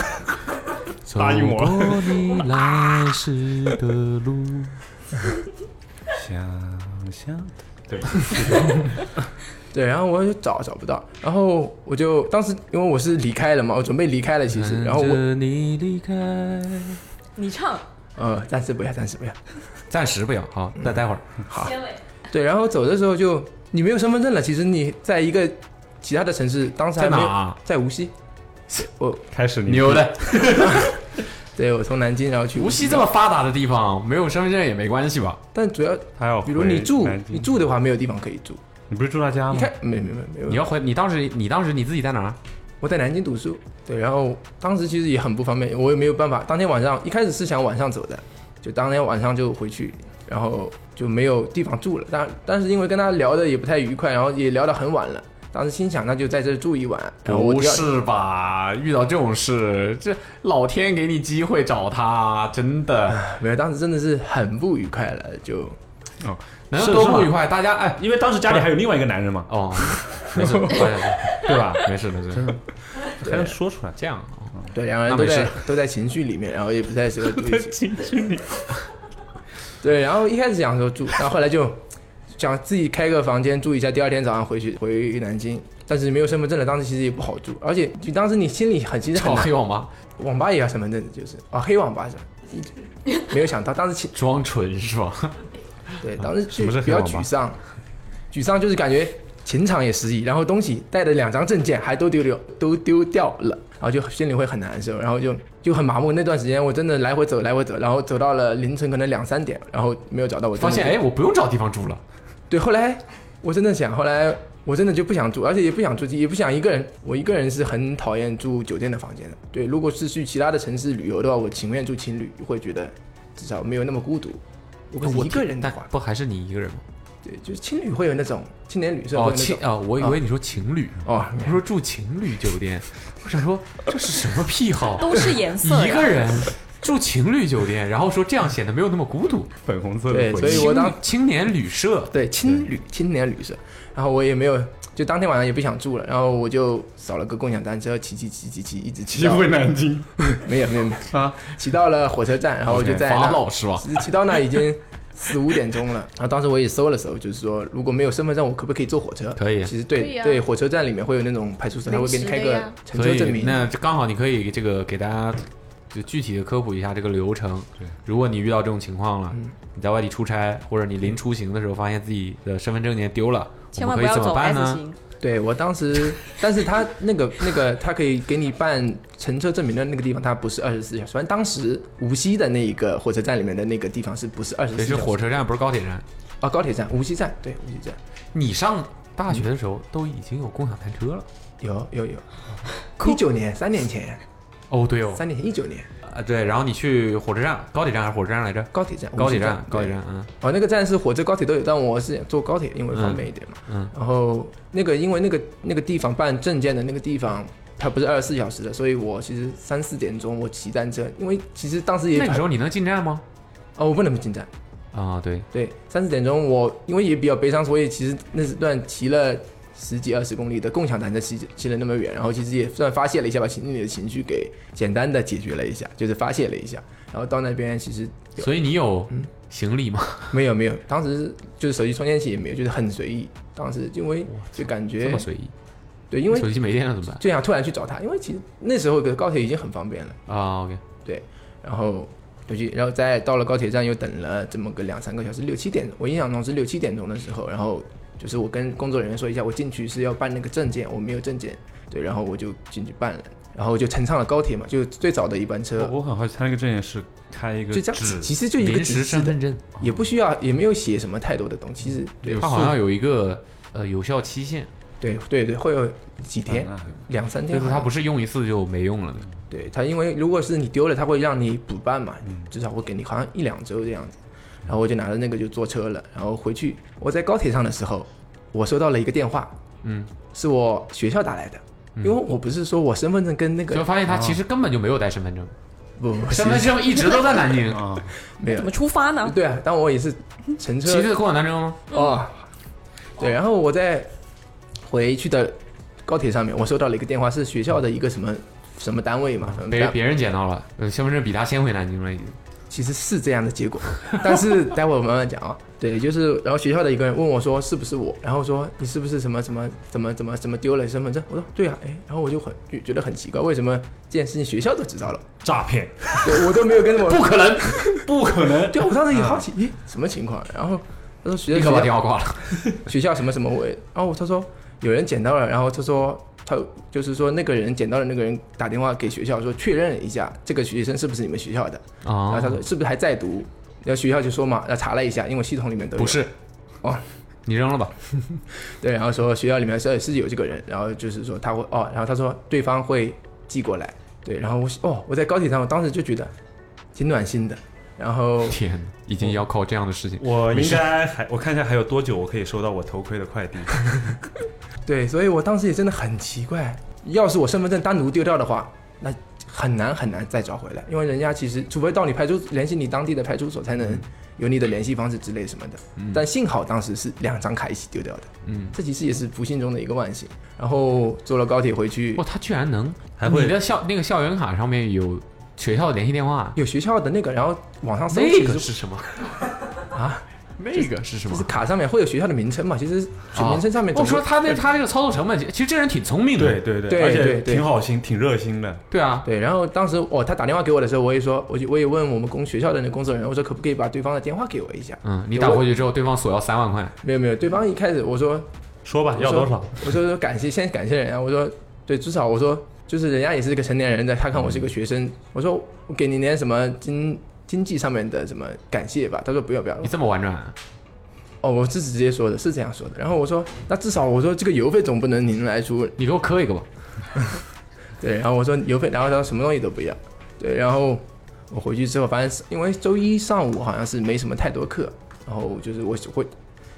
[SPEAKER 3] 走
[SPEAKER 2] 答应我
[SPEAKER 3] 过你来时的路。
[SPEAKER 2] 想想，对，
[SPEAKER 4] 对，然后我就找找不到，然后我就当时因为我是离开了嘛，我准备离开了其 实，然后
[SPEAKER 3] 等
[SPEAKER 4] 我
[SPEAKER 3] 着你离开，
[SPEAKER 5] 你唱，
[SPEAKER 4] 呃暂时不要，暂时不要，
[SPEAKER 3] 暂时不要，好，待待会儿。
[SPEAKER 4] 好，
[SPEAKER 6] 结尾
[SPEAKER 4] 对，然后走的时候就你没有身份证了，其实你在一个其他的城市，当时还
[SPEAKER 3] 在哪
[SPEAKER 4] 没有
[SPEAKER 3] 啊
[SPEAKER 4] 在无锡，我
[SPEAKER 2] 开始你
[SPEAKER 3] 的，
[SPEAKER 4] 对我从南京然后去
[SPEAKER 3] 无锡这么发达的地方，没有身份证也没关系吧？
[SPEAKER 4] 但主要
[SPEAKER 2] 他要回
[SPEAKER 4] 比如你住
[SPEAKER 2] 南，京
[SPEAKER 4] 你住的话没有地方可以住。
[SPEAKER 2] 你不是住他家
[SPEAKER 4] 你
[SPEAKER 3] 啊
[SPEAKER 2] 吗？
[SPEAKER 4] 看，没没没没
[SPEAKER 3] 你
[SPEAKER 4] 有，
[SPEAKER 3] 要回，你当时你当时你自己在哪儿？
[SPEAKER 4] 我在南京读书，对，然后当时其实也很不方便，我也没有办法。当天晚上一开始是想晚上走的，就当天晚上就回去，然后就没有地方住了。但但是因为跟他聊的也不太愉快，然后也聊到很晚了，当时心想那就在这住一晚。然后我
[SPEAKER 3] 不
[SPEAKER 4] 第二
[SPEAKER 3] 是吧？遇到这种事，这老天给你机会找他，真的，
[SPEAKER 4] 没有，当时真的是很不愉快了，就
[SPEAKER 3] 能
[SPEAKER 2] 是
[SPEAKER 3] 多
[SPEAKER 2] 是
[SPEAKER 3] 不愉
[SPEAKER 2] 吧
[SPEAKER 3] 快？大家哎，
[SPEAKER 2] 因为当时家里还有另外一个男人嘛，
[SPEAKER 3] 哦，没 事，哎
[SPEAKER 2] 对吧？
[SPEAKER 3] 没事没事，
[SPEAKER 2] 还能说出来，
[SPEAKER 3] 这样哦
[SPEAKER 4] 对两个人
[SPEAKER 3] 那
[SPEAKER 4] 都
[SPEAKER 3] 没事
[SPEAKER 4] 在都在情绪里面，然后也不太适合住一起。
[SPEAKER 2] 情绪里
[SPEAKER 4] 对，然后一开始想说住，然后后来就想自己开个房间住一下，第二天早上回去回南京，但是没有身份证了，当时其实也不好住，而且就当时你心里很其实很
[SPEAKER 2] 啊
[SPEAKER 3] 找
[SPEAKER 4] 难
[SPEAKER 3] 黑网吧
[SPEAKER 4] 网吧也要身份证的，就是啊黑网吧是吧，没有想到当时其
[SPEAKER 3] 装纯是吧？
[SPEAKER 4] 对当时
[SPEAKER 2] 什
[SPEAKER 4] 就
[SPEAKER 2] 么是
[SPEAKER 4] 比
[SPEAKER 2] 黑
[SPEAKER 4] 较
[SPEAKER 2] 网吧
[SPEAKER 4] 沮丧，沮丧就是感觉情场也失意，然后东西带的两张证件还都丢丢都丢掉了。然后就心里会很难受，然后就就很麻木。那段时间我真的来回走，来回走，然后走到了凌晨可能两三点，然后没有找到我真
[SPEAKER 3] 发
[SPEAKER 4] 的就。
[SPEAKER 3] 现哎，我不用找地方住了，
[SPEAKER 4] 对，后来我真的想，后来我真的就不想住，而且也不想住，也不想一个人。我一个人是很讨厌住酒店的房间的。对，如果是去其他的城市旅游的话，我情愿住情侣，会觉得至少没有那么孤独。如
[SPEAKER 3] 哦
[SPEAKER 4] 果是一个人
[SPEAKER 3] 但
[SPEAKER 4] 的话，
[SPEAKER 3] 不还是你一个人吗？
[SPEAKER 4] 对，就是情侣会有那种青年旅社会
[SPEAKER 3] 哦，
[SPEAKER 4] 有那
[SPEAKER 3] 情
[SPEAKER 4] 种
[SPEAKER 3] 啊，我以为你说情侣，
[SPEAKER 4] 哦，
[SPEAKER 3] 我说住情侣酒店，我想说这是什么癖好？
[SPEAKER 5] 都是颜色
[SPEAKER 3] 一
[SPEAKER 5] 呀
[SPEAKER 3] 个人住情侣酒店，然后说这样显得没有那么孤独。
[SPEAKER 2] 粉红色的
[SPEAKER 4] 对
[SPEAKER 2] 回
[SPEAKER 4] 所以
[SPEAKER 2] 忆，
[SPEAKER 4] 我当
[SPEAKER 3] 青青年旅社，
[SPEAKER 4] 对，青旅青年旅社。然后我也没有，就当天晚上也不想住了，然后我就扫了个共享单车，骑骑骑骑骑，一直骑
[SPEAKER 2] 机
[SPEAKER 4] 到
[SPEAKER 2] 会南京
[SPEAKER 4] 没有没有没
[SPEAKER 2] 啊，
[SPEAKER 4] 有，骑到了火车站，然后我就在
[SPEAKER 3] 法
[SPEAKER 4] 那
[SPEAKER 3] 老是吧？
[SPEAKER 4] 其实骑到那已经四五点钟了， 然啊后当时我也搜了搜，就是说如果没有身份证，我可不可以坐火车？
[SPEAKER 3] 可以
[SPEAKER 4] 其实
[SPEAKER 6] 可以
[SPEAKER 4] 对
[SPEAKER 6] 啊
[SPEAKER 4] 对，火车站里面会有那种派出所，他会给你开
[SPEAKER 6] 临时的
[SPEAKER 4] 个
[SPEAKER 6] 呀
[SPEAKER 4] 乘
[SPEAKER 3] 所
[SPEAKER 4] 车证
[SPEAKER 3] 以
[SPEAKER 4] 明。
[SPEAKER 3] 那就刚好你可以这个给大家就具体的科普一下这个流程。如果你遇到这种情况了，你在外地出差或者你临出行的时候发现自己的身份证件丢了，我
[SPEAKER 5] 千
[SPEAKER 3] 们
[SPEAKER 5] 万
[SPEAKER 3] 可以
[SPEAKER 5] 不要
[SPEAKER 3] 怎么
[SPEAKER 5] 走
[SPEAKER 3] 办
[SPEAKER 5] S
[SPEAKER 3] 呢？
[SPEAKER 5] 型。
[SPEAKER 4] 对我当时， 但是他那个那个他可以给你办乘车证明的那个地方，它不是二十四小时。虽然当时无锡的那一个火车站里面的那个地方是不是二十
[SPEAKER 3] 也
[SPEAKER 4] 四小
[SPEAKER 3] 是
[SPEAKER 4] 时？
[SPEAKER 3] 火车站，不是高铁站。
[SPEAKER 4] 啊，高铁站，无锡站，对，无锡站
[SPEAKER 3] 你上大学的时候都已经有共享单车了，
[SPEAKER 4] 有有有，一九年，三年前，
[SPEAKER 3] 哦，对哦，
[SPEAKER 4] 三年前，一九年
[SPEAKER 3] 啊对，然后你去火车站、高铁站还是火车站来着？
[SPEAKER 4] 高铁站，
[SPEAKER 3] 高
[SPEAKER 4] 无锡
[SPEAKER 3] 铁站，高铁。
[SPEAKER 4] 对
[SPEAKER 3] 站，嗯
[SPEAKER 4] 哦，那个站是火车、高铁都有，但我是坐高铁，因为方便一点嘛。
[SPEAKER 3] 嗯。
[SPEAKER 4] 然后那个因为那个那个地方办证件的那个地方，它不是二十四小时的，所以我其实三四点钟我骑单车，因为其实当时也
[SPEAKER 3] 那个时候你能进站吗？
[SPEAKER 4] 哦，我不能进站。
[SPEAKER 3] 啊，对，
[SPEAKER 4] 对，三四点钟我因为也比较悲伤，所以其实那段骑了十几二十公里的共享单车骑骑了那么远，然后其实也算发泄了一下，把心里的情绪给简单的解决了一下，就是发泄了一下。然后到那边其实有
[SPEAKER 3] 所以你有行李吗？
[SPEAKER 4] 没有没有，当时就是手机充电器也没有，就是很随意。当时因为就感
[SPEAKER 3] 这
[SPEAKER 4] 觉
[SPEAKER 3] 么随意，
[SPEAKER 4] 对，因为
[SPEAKER 3] 手机没电了怎么
[SPEAKER 4] 就想突然去找他，因为其实那时候的高铁已经很方便了。
[SPEAKER 3] 办？啊，OK，
[SPEAKER 4] 然后就去，然后再到了高铁站又等了这么个两三个小时，六七点，我印象中是六七点钟的时候，然后就是我跟工作人员说一下，我进去是要办那个证件，我没有证件，对，然后我就进去办了，然后就乘上了高铁嘛，就最早的一班车，
[SPEAKER 2] 我我很好奇，他那个证件是开一个
[SPEAKER 4] 就这样，
[SPEAKER 2] 纸
[SPEAKER 4] 其实就一个
[SPEAKER 3] 哦临
[SPEAKER 4] 纸
[SPEAKER 3] 时
[SPEAKER 4] 质
[SPEAKER 3] 身
[SPEAKER 4] 的，啊
[SPEAKER 3] 份证，
[SPEAKER 4] 也不需要，也没有写什么太多的东西，其实对
[SPEAKER 3] 它好像有一个呃有效期限，
[SPEAKER 4] 对对对，会有几天，
[SPEAKER 2] 啊
[SPEAKER 4] 两三
[SPEAKER 3] 就
[SPEAKER 4] 天
[SPEAKER 3] 是
[SPEAKER 4] 好
[SPEAKER 3] 它
[SPEAKER 4] 像，
[SPEAKER 3] 不是用一次就没用了的。
[SPEAKER 4] 对他，它因为如果是你丢了，他会让你补办嘛，
[SPEAKER 3] 嗯
[SPEAKER 4] 至少会给你好像一两周这样子。然后我就拿着那个就坐车了，然后回去。我在高铁上的时候，我收到了一个电话，
[SPEAKER 3] 嗯，
[SPEAKER 4] 是我学校打来的，因为我不是说我身份证跟那
[SPEAKER 3] 就
[SPEAKER 4] 个
[SPEAKER 3] 发现他其实根本就没有带身份证，
[SPEAKER 4] 不不不
[SPEAKER 3] 身份证一直都在南 京。
[SPEAKER 2] 啊，
[SPEAKER 4] 没有
[SPEAKER 5] 怎么出发呢？
[SPEAKER 4] 对啊，但我也是乘车
[SPEAKER 3] 骑着共享单车吗？
[SPEAKER 4] 哦，对，
[SPEAKER 3] 哦
[SPEAKER 4] 然后我在回去的高铁上面，我收到了一个电话，是学校的一个什么什么单位嘛，什么
[SPEAKER 3] 被
[SPEAKER 4] 单
[SPEAKER 3] 别人捡到了，呃身份证比他先回南京了已经。
[SPEAKER 4] 其实是这样的结果， 但是待会儿我慢慢讲啊。对，就是然后学校的一个人问我说是不是我，然后说你是不是什么什么怎么怎么怎么丢了身份证？我说对啊，哎，然后我就很就觉得很奇怪，为什么这件事情学校都知道了，
[SPEAKER 2] 诈骗，
[SPEAKER 4] 对我都没有跟我，嗯
[SPEAKER 3] 不可能，
[SPEAKER 2] 不可能。
[SPEAKER 4] 对，我当时也好奇，咦，什么情况？然后他说学
[SPEAKER 3] 立
[SPEAKER 4] 校
[SPEAKER 3] 刻把
[SPEAKER 4] 学
[SPEAKER 3] 电
[SPEAKER 4] 校
[SPEAKER 3] 话挂了。
[SPEAKER 4] 学校什么什么我，然后他说有人捡到了，然后他说。他就是说，那个人捡到了，那个人打电话给学校说确认一下，这个学生是不是你们学校的？然后
[SPEAKER 3] 啊
[SPEAKER 4] 他说是不是还在读？然后学校就说嘛，然后查了一下，因为系统里面都有
[SPEAKER 3] 不是，
[SPEAKER 4] 哦，
[SPEAKER 3] 你扔了吧。
[SPEAKER 4] 对，然后说学校里面是是有这个人，然后就是说他会哦，然后他说对方会寄过来，对，然后我哦我在高铁上，我当时就觉得挺暖心的，然后
[SPEAKER 3] 天，已经要靠这样的事情。
[SPEAKER 2] 我
[SPEAKER 3] 没
[SPEAKER 2] 应
[SPEAKER 3] 事
[SPEAKER 2] 该还，我看一下还有多久我可以收到我头盔的快递。
[SPEAKER 4] 对，所以我当时也真的很奇怪，要是我身份证单独丢掉的话，那很难很难再找回来，因为人家其实除非到你派出联系你当地的派出所才
[SPEAKER 3] 嗯
[SPEAKER 4] 能有你的联系方式之类什么的，但幸好当时是两张卡一起丢掉的，
[SPEAKER 3] 嗯，
[SPEAKER 4] 这其实也是不幸中的一个万幸。然后坐了高铁回去
[SPEAKER 3] 哇，，他居然能，
[SPEAKER 2] 还会
[SPEAKER 3] 你的校那个校园卡上面有学校的联系电话，啊
[SPEAKER 4] 有学校的那个，然后网上搜
[SPEAKER 3] 那
[SPEAKER 4] 其
[SPEAKER 3] 个
[SPEAKER 4] 实
[SPEAKER 3] 是什么？
[SPEAKER 4] 啊，
[SPEAKER 3] 那个是什
[SPEAKER 4] 就
[SPEAKER 3] 么
[SPEAKER 4] 是？卡上面会有学校的名称嘛，其实
[SPEAKER 3] 啊
[SPEAKER 4] 名称上面
[SPEAKER 3] 我
[SPEAKER 4] 总
[SPEAKER 3] 说
[SPEAKER 4] 说
[SPEAKER 3] 他那他这个操作成本，其实这人挺聪明的。
[SPEAKER 2] 对对
[SPEAKER 4] 对
[SPEAKER 2] 而
[SPEAKER 4] 对
[SPEAKER 2] 且
[SPEAKER 4] 对
[SPEAKER 2] 挺好心，挺热心的。
[SPEAKER 3] 对啊，
[SPEAKER 4] 对，然后当时哦，他打电话给我的时候，我也说，我就我也问我们工学校的那工作人员，我说可不可以把对方的电话给我一下？
[SPEAKER 3] 嗯，你打过去之后，对方索要三万块，
[SPEAKER 4] 没有没有，对方一开始我说
[SPEAKER 2] 说吧，要多少？？
[SPEAKER 4] 我说我说感谢，先感谢人家，我说对，至少我说就是人家也是个成年人的，他看我是个学生，我说我给你点什么经经济上面的什么感谢吧，他说不要不要
[SPEAKER 3] 你，这么婉转啊，
[SPEAKER 4] 哦，我是直接说的，是这样说的。然后我说那至少我说这个邮费总不能您来出，
[SPEAKER 3] 你给我磕一个吧。
[SPEAKER 4] 对，然后我说邮费，然后他说什么东西都不要，对，然后我回去之后，反正因为周一上午好像是没什么太多课，然后就是我会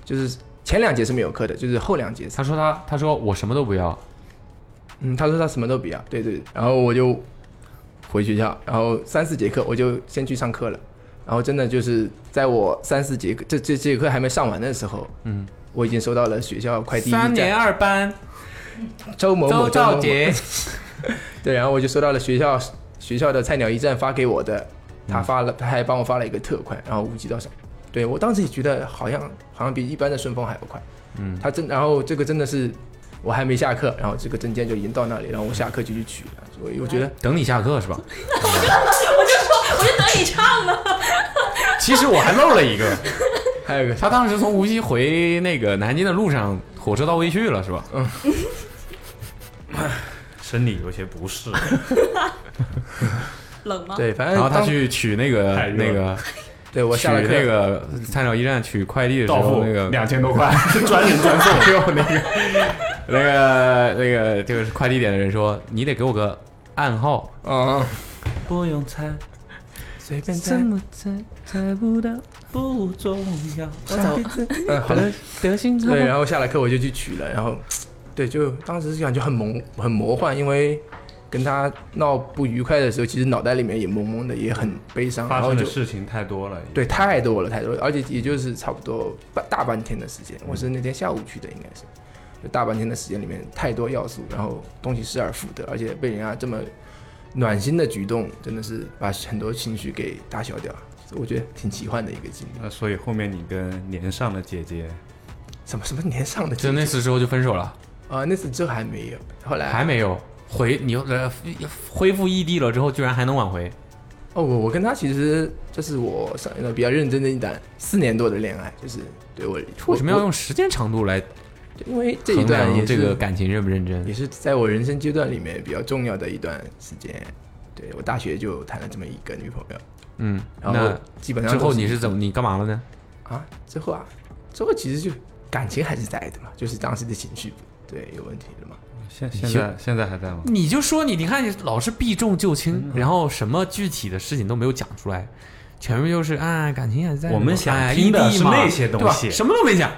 [SPEAKER 4] 就是前两节是没有课的，就是后两节才
[SPEAKER 3] 他说他他说我什么都不要，
[SPEAKER 4] 嗯，他说他什么都不要，对对。然后我就回学校，然后三四节课我就先去上课了。然后真的就是在我三四节课这这节课还没上完的时候，
[SPEAKER 3] 嗯，
[SPEAKER 4] 我已经收到了学校快递
[SPEAKER 3] 三
[SPEAKER 4] 站
[SPEAKER 3] 年二班
[SPEAKER 4] 周某某
[SPEAKER 3] 周
[SPEAKER 4] 某
[SPEAKER 3] 兆
[SPEAKER 4] 某
[SPEAKER 3] 杰，
[SPEAKER 4] 对，然后我就收到了学校学校的菜鸟驿站发给我的，他发了，他还帮我发了一个特快，然后无极到手。对我当时也觉得好像好像比一般的顺丰还要快，嗯，他真，然后这个真的是我还没下课，然后这个证件就已经到那里，然后我下课就去取了，所以我觉得
[SPEAKER 3] 等你下课是吧？
[SPEAKER 5] 我就等你唱呢。
[SPEAKER 3] 其实我还漏了一个，
[SPEAKER 4] 还有一个
[SPEAKER 3] 他当时从无锡回那个南京的路上，火车到未去了是吧？
[SPEAKER 4] 嗯
[SPEAKER 2] 生理有些不适，
[SPEAKER 5] 冷吗？
[SPEAKER 4] 对，反正
[SPEAKER 3] 然后他
[SPEAKER 4] 当
[SPEAKER 3] 去取那个
[SPEAKER 2] 太热了
[SPEAKER 3] 那个
[SPEAKER 4] 对哎我
[SPEAKER 3] 取
[SPEAKER 4] 下了课，
[SPEAKER 3] 那个菜鸟驿站取快递的时
[SPEAKER 2] 到
[SPEAKER 3] 候，
[SPEAKER 2] 付
[SPEAKER 3] 那个
[SPEAKER 2] 两千多块，专人专送。
[SPEAKER 3] 最后那个那个那个就是快递点的人说，你得给我个暗号，
[SPEAKER 4] 啊，
[SPEAKER 2] 不用猜，随便
[SPEAKER 4] 猜
[SPEAKER 2] 么猜猜不到，不重要。我
[SPEAKER 4] 嗯，好了，
[SPEAKER 3] 德行
[SPEAKER 4] 对，然后下了课我就去取了，然后，对，就当时就感觉很蒙很魔幻，因为跟他闹不愉快的时候，其实脑袋里面也懵懵的，也很悲伤，
[SPEAKER 2] 发
[SPEAKER 4] 然后
[SPEAKER 2] 生的
[SPEAKER 4] 就
[SPEAKER 2] 事情太多了，已经
[SPEAKER 4] 对，太多了太多了，而且也就是差不多半大半天的时间，我是那天下午去的，应该是，就大半天的时间里面太多要素，然后东西失而复得，而且被人家这么暖心的举动，真的是把很多情绪给打消掉，我觉得挺奇幻的一个经历。
[SPEAKER 2] 那所以后面你跟年上的姐姐，
[SPEAKER 4] 什么什么年上的
[SPEAKER 3] 就那次之后就分手了，
[SPEAKER 4] 啊、那次之后还没有，后来
[SPEAKER 3] 还没有回你又呃恢复异地了之后，居然还能挽回，
[SPEAKER 4] 哦，我我跟他其实这是我上一呃段比较认真的一段四年多的恋爱，就是对我
[SPEAKER 3] 为什么要
[SPEAKER 4] 我
[SPEAKER 3] 用时间长度来
[SPEAKER 4] 因为这一
[SPEAKER 3] 衡
[SPEAKER 4] 段也
[SPEAKER 3] 量
[SPEAKER 4] 是
[SPEAKER 3] 这个感情认不认真
[SPEAKER 4] 也？是在我人生阶段里面比较重要的一段时间。对我大学就谈了这么一个女朋友，
[SPEAKER 3] 嗯，
[SPEAKER 4] 然后
[SPEAKER 3] 那
[SPEAKER 4] 基本上
[SPEAKER 3] 之
[SPEAKER 4] 都
[SPEAKER 3] 后你是怎么你干嘛了呢？
[SPEAKER 4] 啊之后啊之后其实就感情还是在的嘛，就是当时的情绪对有问题了嘛。
[SPEAKER 2] 现现在现在还在吗？
[SPEAKER 3] 你就说你，你看你老是避重就轻，
[SPEAKER 2] 嗯
[SPEAKER 3] 然后什么具体的事情都没有讲出来，全部就是啊感情还在。
[SPEAKER 2] 我们
[SPEAKER 3] 哎
[SPEAKER 2] 想听的
[SPEAKER 3] 异
[SPEAKER 2] 是
[SPEAKER 3] 地嘛
[SPEAKER 2] 那些东
[SPEAKER 3] 对
[SPEAKER 2] 西
[SPEAKER 3] 吧，什么都没讲，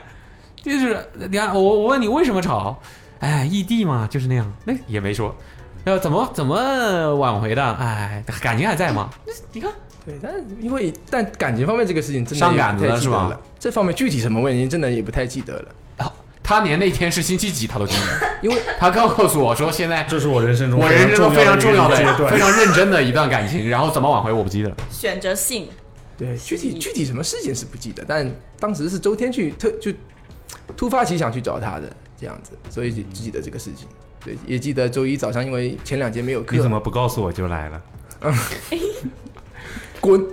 [SPEAKER 3] 就是你看我我问你为什么吵，哎异地嘛就是那样，那也没说，呃怎么怎么挽回的，哎感情还在吗？你看
[SPEAKER 4] 对，但因为但感情方面这个事情真的
[SPEAKER 3] 伤
[SPEAKER 4] 也
[SPEAKER 3] 感
[SPEAKER 4] 不
[SPEAKER 3] 子
[SPEAKER 4] 太
[SPEAKER 3] 了
[SPEAKER 4] 记
[SPEAKER 3] 是
[SPEAKER 4] 得
[SPEAKER 3] 吧
[SPEAKER 4] 了？这方面具体什么问题真的也不太记得了。
[SPEAKER 3] 哦他连那天是星期几他都记得，
[SPEAKER 4] 因为
[SPEAKER 3] 他刚告诉我说现在
[SPEAKER 2] 这是我人生中
[SPEAKER 3] 我人生中非常重要的
[SPEAKER 2] 一个阶段
[SPEAKER 3] 非常认真的一段感情，然后怎么挽回我不记得了。
[SPEAKER 5] 选择性
[SPEAKER 4] 对，具体具体什么事情是不记得，但当时是周天去特就突发奇想去找他的这样子，所以就记得这个事情。对，也记得周一早上，因为前两节没有 课，
[SPEAKER 2] 你怎么不告诉我就来了？
[SPEAKER 4] 滚？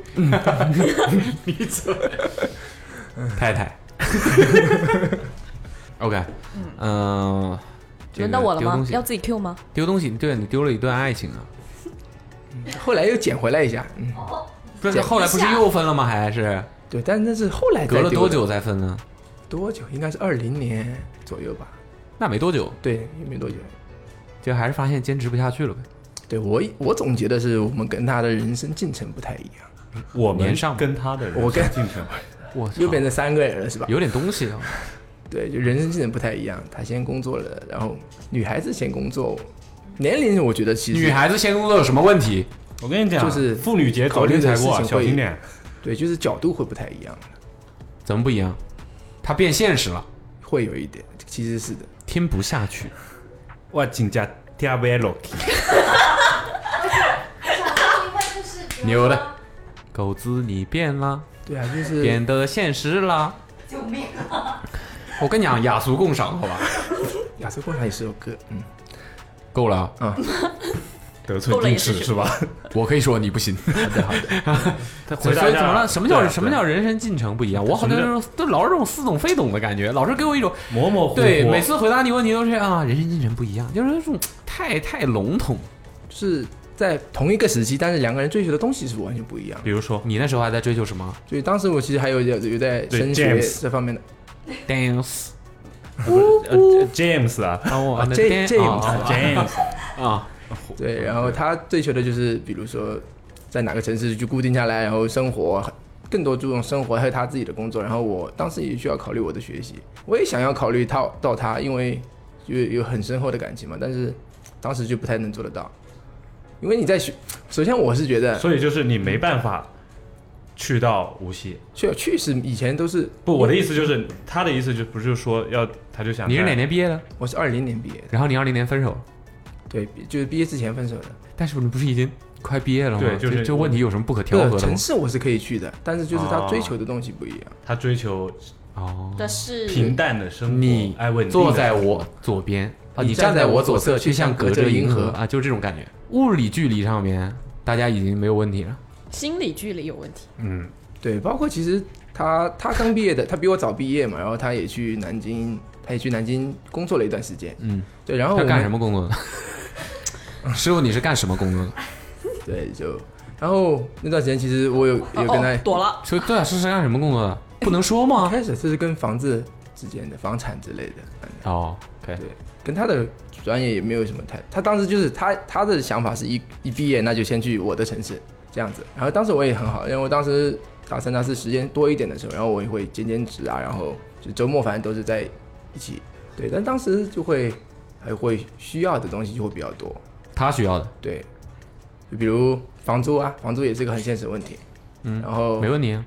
[SPEAKER 3] 太太。OK，嗯、这个
[SPEAKER 5] 轮到我了
[SPEAKER 3] 丢
[SPEAKER 5] 吗
[SPEAKER 3] 东？西
[SPEAKER 5] 要自己 Q 吗？
[SPEAKER 3] 丢东西，对你丢了一段爱情啊！
[SPEAKER 4] 后来又捡回来一下，嗯，
[SPEAKER 3] 不是后来不是又分了吗？还是
[SPEAKER 4] 对，但那是后来再
[SPEAKER 3] 隔了
[SPEAKER 4] 丢
[SPEAKER 3] 多
[SPEAKER 4] 的？
[SPEAKER 3] 久才分呢？
[SPEAKER 4] 多久？应该是二零年左右吧？
[SPEAKER 3] 那没多久，
[SPEAKER 4] 对，也没多久。
[SPEAKER 3] 就还是发现坚持不下去了呗。
[SPEAKER 4] 对我，我总结的是，我们跟他的人生进程不太一样，
[SPEAKER 2] 我
[SPEAKER 3] 年
[SPEAKER 2] 们
[SPEAKER 3] 上
[SPEAKER 2] 跟他的人
[SPEAKER 4] 我
[SPEAKER 2] 生
[SPEAKER 4] 跟
[SPEAKER 2] 进程，
[SPEAKER 3] 我操
[SPEAKER 4] 又变成三个人了，是吧？
[SPEAKER 3] 有点东西 啊！
[SPEAKER 4] 对，就人生进程不太一样。他先工作了，然后女孩子先工作，年龄我觉得其实
[SPEAKER 3] 女孩子先工作有什么问题？
[SPEAKER 2] 我跟你讲，
[SPEAKER 4] 就是
[SPEAKER 2] 妇女节
[SPEAKER 4] 考
[SPEAKER 2] 昨
[SPEAKER 4] 虑
[SPEAKER 2] 天
[SPEAKER 4] 的
[SPEAKER 2] 才
[SPEAKER 4] 事
[SPEAKER 2] 过啊，
[SPEAKER 4] 情
[SPEAKER 2] 小
[SPEAKER 4] 会
[SPEAKER 2] 心点。
[SPEAKER 4] 对，就是角度会不太一样，
[SPEAKER 3] 怎么不一样？她变现实了，
[SPEAKER 4] 会有一点，其实是的。
[SPEAKER 3] 听不下去。
[SPEAKER 2] 我请假 T R V L，
[SPEAKER 3] 牛的，狗子你变啦，
[SPEAKER 4] 对啊，就是
[SPEAKER 3] 变得现实啦！
[SPEAKER 5] 啊
[SPEAKER 3] 救命！我跟你讲，雅俗共赏，好吧？
[SPEAKER 4] 亚瑟共享也是首歌，嗯，
[SPEAKER 3] 够了啊。
[SPEAKER 2] 得寸
[SPEAKER 5] 够了也
[SPEAKER 2] 进
[SPEAKER 5] 是
[SPEAKER 2] 尺是吧？
[SPEAKER 3] 我可以说你不行。
[SPEAKER 2] 他
[SPEAKER 3] 所
[SPEAKER 2] 回
[SPEAKER 3] 以
[SPEAKER 2] 答
[SPEAKER 3] 怎
[SPEAKER 2] 一下
[SPEAKER 3] 么了？什么叫
[SPEAKER 2] 对啊
[SPEAKER 3] 什么叫人生进程不一样？我好像
[SPEAKER 2] 什
[SPEAKER 3] 就是都老是这种似懂非懂的感觉，
[SPEAKER 2] 啊
[SPEAKER 3] 老是给我一种
[SPEAKER 2] 模模糊糊？
[SPEAKER 3] 对每次回答你问题都是啊，人生进程不一样，就是这种太太笼统。
[SPEAKER 4] 就是在同一个时期，但是两个人追求的东西是完全不一样的。
[SPEAKER 2] 比如说
[SPEAKER 3] 你那时候还在追求什么
[SPEAKER 4] 所以当时我其实还有有有在
[SPEAKER 2] 对
[SPEAKER 4] 升学
[SPEAKER 2] James
[SPEAKER 4] 这方面的，
[SPEAKER 3] ？dance
[SPEAKER 2] 呃呃 James 啊
[SPEAKER 3] 啊，我
[SPEAKER 4] 这这种
[SPEAKER 2] 啊
[SPEAKER 3] 啊
[SPEAKER 2] ，James
[SPEAKER 3] 啊，
[SPEAKER 4] 对，然后他追求的就是比如说在哪个城市去固定下来，然后生活更多注重生活还有他自己的工作。然后我当时也需要考虑我的学习，我也想要考虑到到他，因为有有很深厚的感情嘛，但是当时就不太能做得到，因为你在学，首先我是觉
[SPEAKER 3] 嗯
[SPEAKER 4] 得
[SPEAKER 2] 所以就是你没办法去到无锡。
[SPEAKER 4] 去去是以前都是
[SPEAKER 2] 不，我的意思就是，他的意思就不是说要，他就想
[SPEAKER 3] 你是
[SPEAKER 2] 在
[SPEAKER 3] 哪年毕业的？
[SPEAKER 4] 我是二零年毕业的，
[SPEAKER 3] 然后你二零年分手，
[SPEAKER 4] 对，毕就是毕业之前分手的。
[SPEAKER 3] 但是你不是已经快毕业了吗？
[SPEAKER 2] 对就是
[SPEAKER 3] 这这问题有什么不可调和
[SPEAKER 4] 对
[SPEAKER 3] 的吗
[SPEAKER 4] 城？市我是可以去的，但是就是他
[SPEAKER 2] 哦
[SPEAKER 4] 追求的东西不一样。
[SPEAKER 2] 他追求
[SPEAKER 3] 哦，
[SPEAKER 5] 的是
[SPEAKER 2] 平淡的生活，
[SPEAKER 3] 你
[SPEAKER 2] 哎，稳定的
[SPEAKER 3] 坐在我左边啊，
[SPEAKER 4] 你
[SPEAKER 3] 你
[SPEAKER 4] 站
[SPEAKER 3] 站
[SPEAKER 4] 在
[SPEAKER 3] 在
[SPEAKER 4] 我
[SPEAKER 3] 我
[SPEAKER 4] 左
[SPEAKER 3] 左
[SPEAKER 4] 侧
[SPEAKER 3] 侧，
[SPEAKER 4] 就
[SPEAKER 3] 就
[SPEAKER 4] 像
[SPEAKER 3] 像
[SPEAKER 4] 隔
[SPEAKER 3] 隔
[SPEAKER 4] 着
[SPEAKER 3] 着
[SPEAKER 4] 银
[SPEAKER 3] 银
[SPEAKER 4] 河
[SPEAKER 3] 河啊，就是这种感觉。物理距离上面，大家已经没有问题了。
[SPEAKER 5] 心理距离有问题，
[SPEAKER 4] 对，包括其实他他刚毕业的，他比我早毕业嘛，然后他也去南京，他也去南京工作了一段时间。
[SPEAKER 3] 嗯，
[SPEAKER 4] 对，哦然后我
[SPEAKER 3] 他
[SPEAKER 4] 们
[SPEAKER 3] 干什么工作的？ 师傅，你是干什么工作的？
[SPEAKER 4] 对，就然后那段时间其实我有有跟他、
[SPEAKER 5] 哦躲了，
[SPEAKER 3] 说对啊，是是干什么工作的？不能说吗？
[SPEAKER 4] 开始这是跟房子之间的房产之类的，嗯
[SPEAKER 3] 哦，OK，
[SPEAKER 4] 对跟他的专业也没有什么太。他当时就是他他的想法是一一毕业那就先去我的城市这样子。然后当时我也很好，因为我当时大三大四时间多一点的时候，然后我也会兼兼职啊，然后就周末反正都是在一起。对，但当时就会还会需要的东西就会比较多。
[SPEAKER 3] 他需要的，
[SPEAKER 4] 对，就比如房租啊，房租也是个很现实的问题。嗯，然后
[SPEAKER 3] 没问题啊。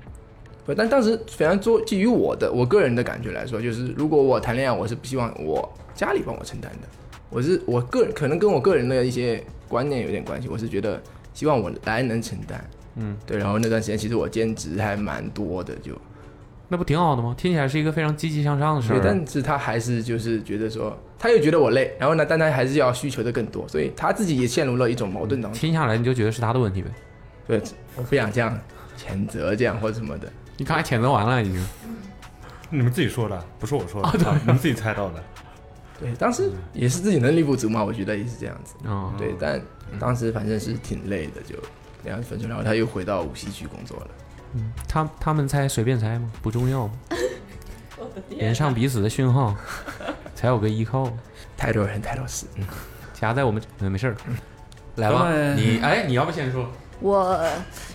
[SPEAKER 4] 不，但当时反正做基于我的我个人的感觉来说，就是如果我谈恋爱，我是不希望我家里帮我承担的。我是我个人可能跟我个人的一些观念有点关系，我是觉得希望我来能承担。嗯，对。然后那段时间其实我兼职还蛮多的，就
[SPEAKER 3] 那不挺好的吗？听起来是一个非常积极向上的事
[SPEAKER 4] 对，
[SPEAKER 3] 儿。
[SPEAKER 4] 但是他还是就是觉得说，他又觉得我累，然后呢，但他还是要需求的更多，所以他自己也陷入了一种矛盾当中。
[SPEAKER 3] 听下来你就觉得是他的问题呗？
[SPEAKER 4] 对，我不想这样谴责这样或者什么的。
[SPEAKER 3] 你刚才谴责完了已经。
[SPEAKER 2] 你们自己说的，不是我说
[SPEAKER 3] 哦
[SPEAKER 2] 的， 啊、你们自己猜 到的。
[SPEAKER 4] 对，当时也是自己能力不足嘛，我觉得也是这样子。
[SPEAKER 3] 嗯，
[SPEAKER 4] 对，但当时反正是挺累的，就那样分手，然后他又回到无锡去工作了。
[SPEAKER 3] 他他们猜随便猜吗？不重 要吗？连上彼此的讯号，才有个依靠。
[SPEAKER 4] 太多人太多事，嗯
[SPEAKER 3] 夹在我们，嗯，没事儿，来吧，
[SPEAKER 2] 嗯
[SPEAKER 3] 你哎，你要不先说？
[SPEAKER 7] 我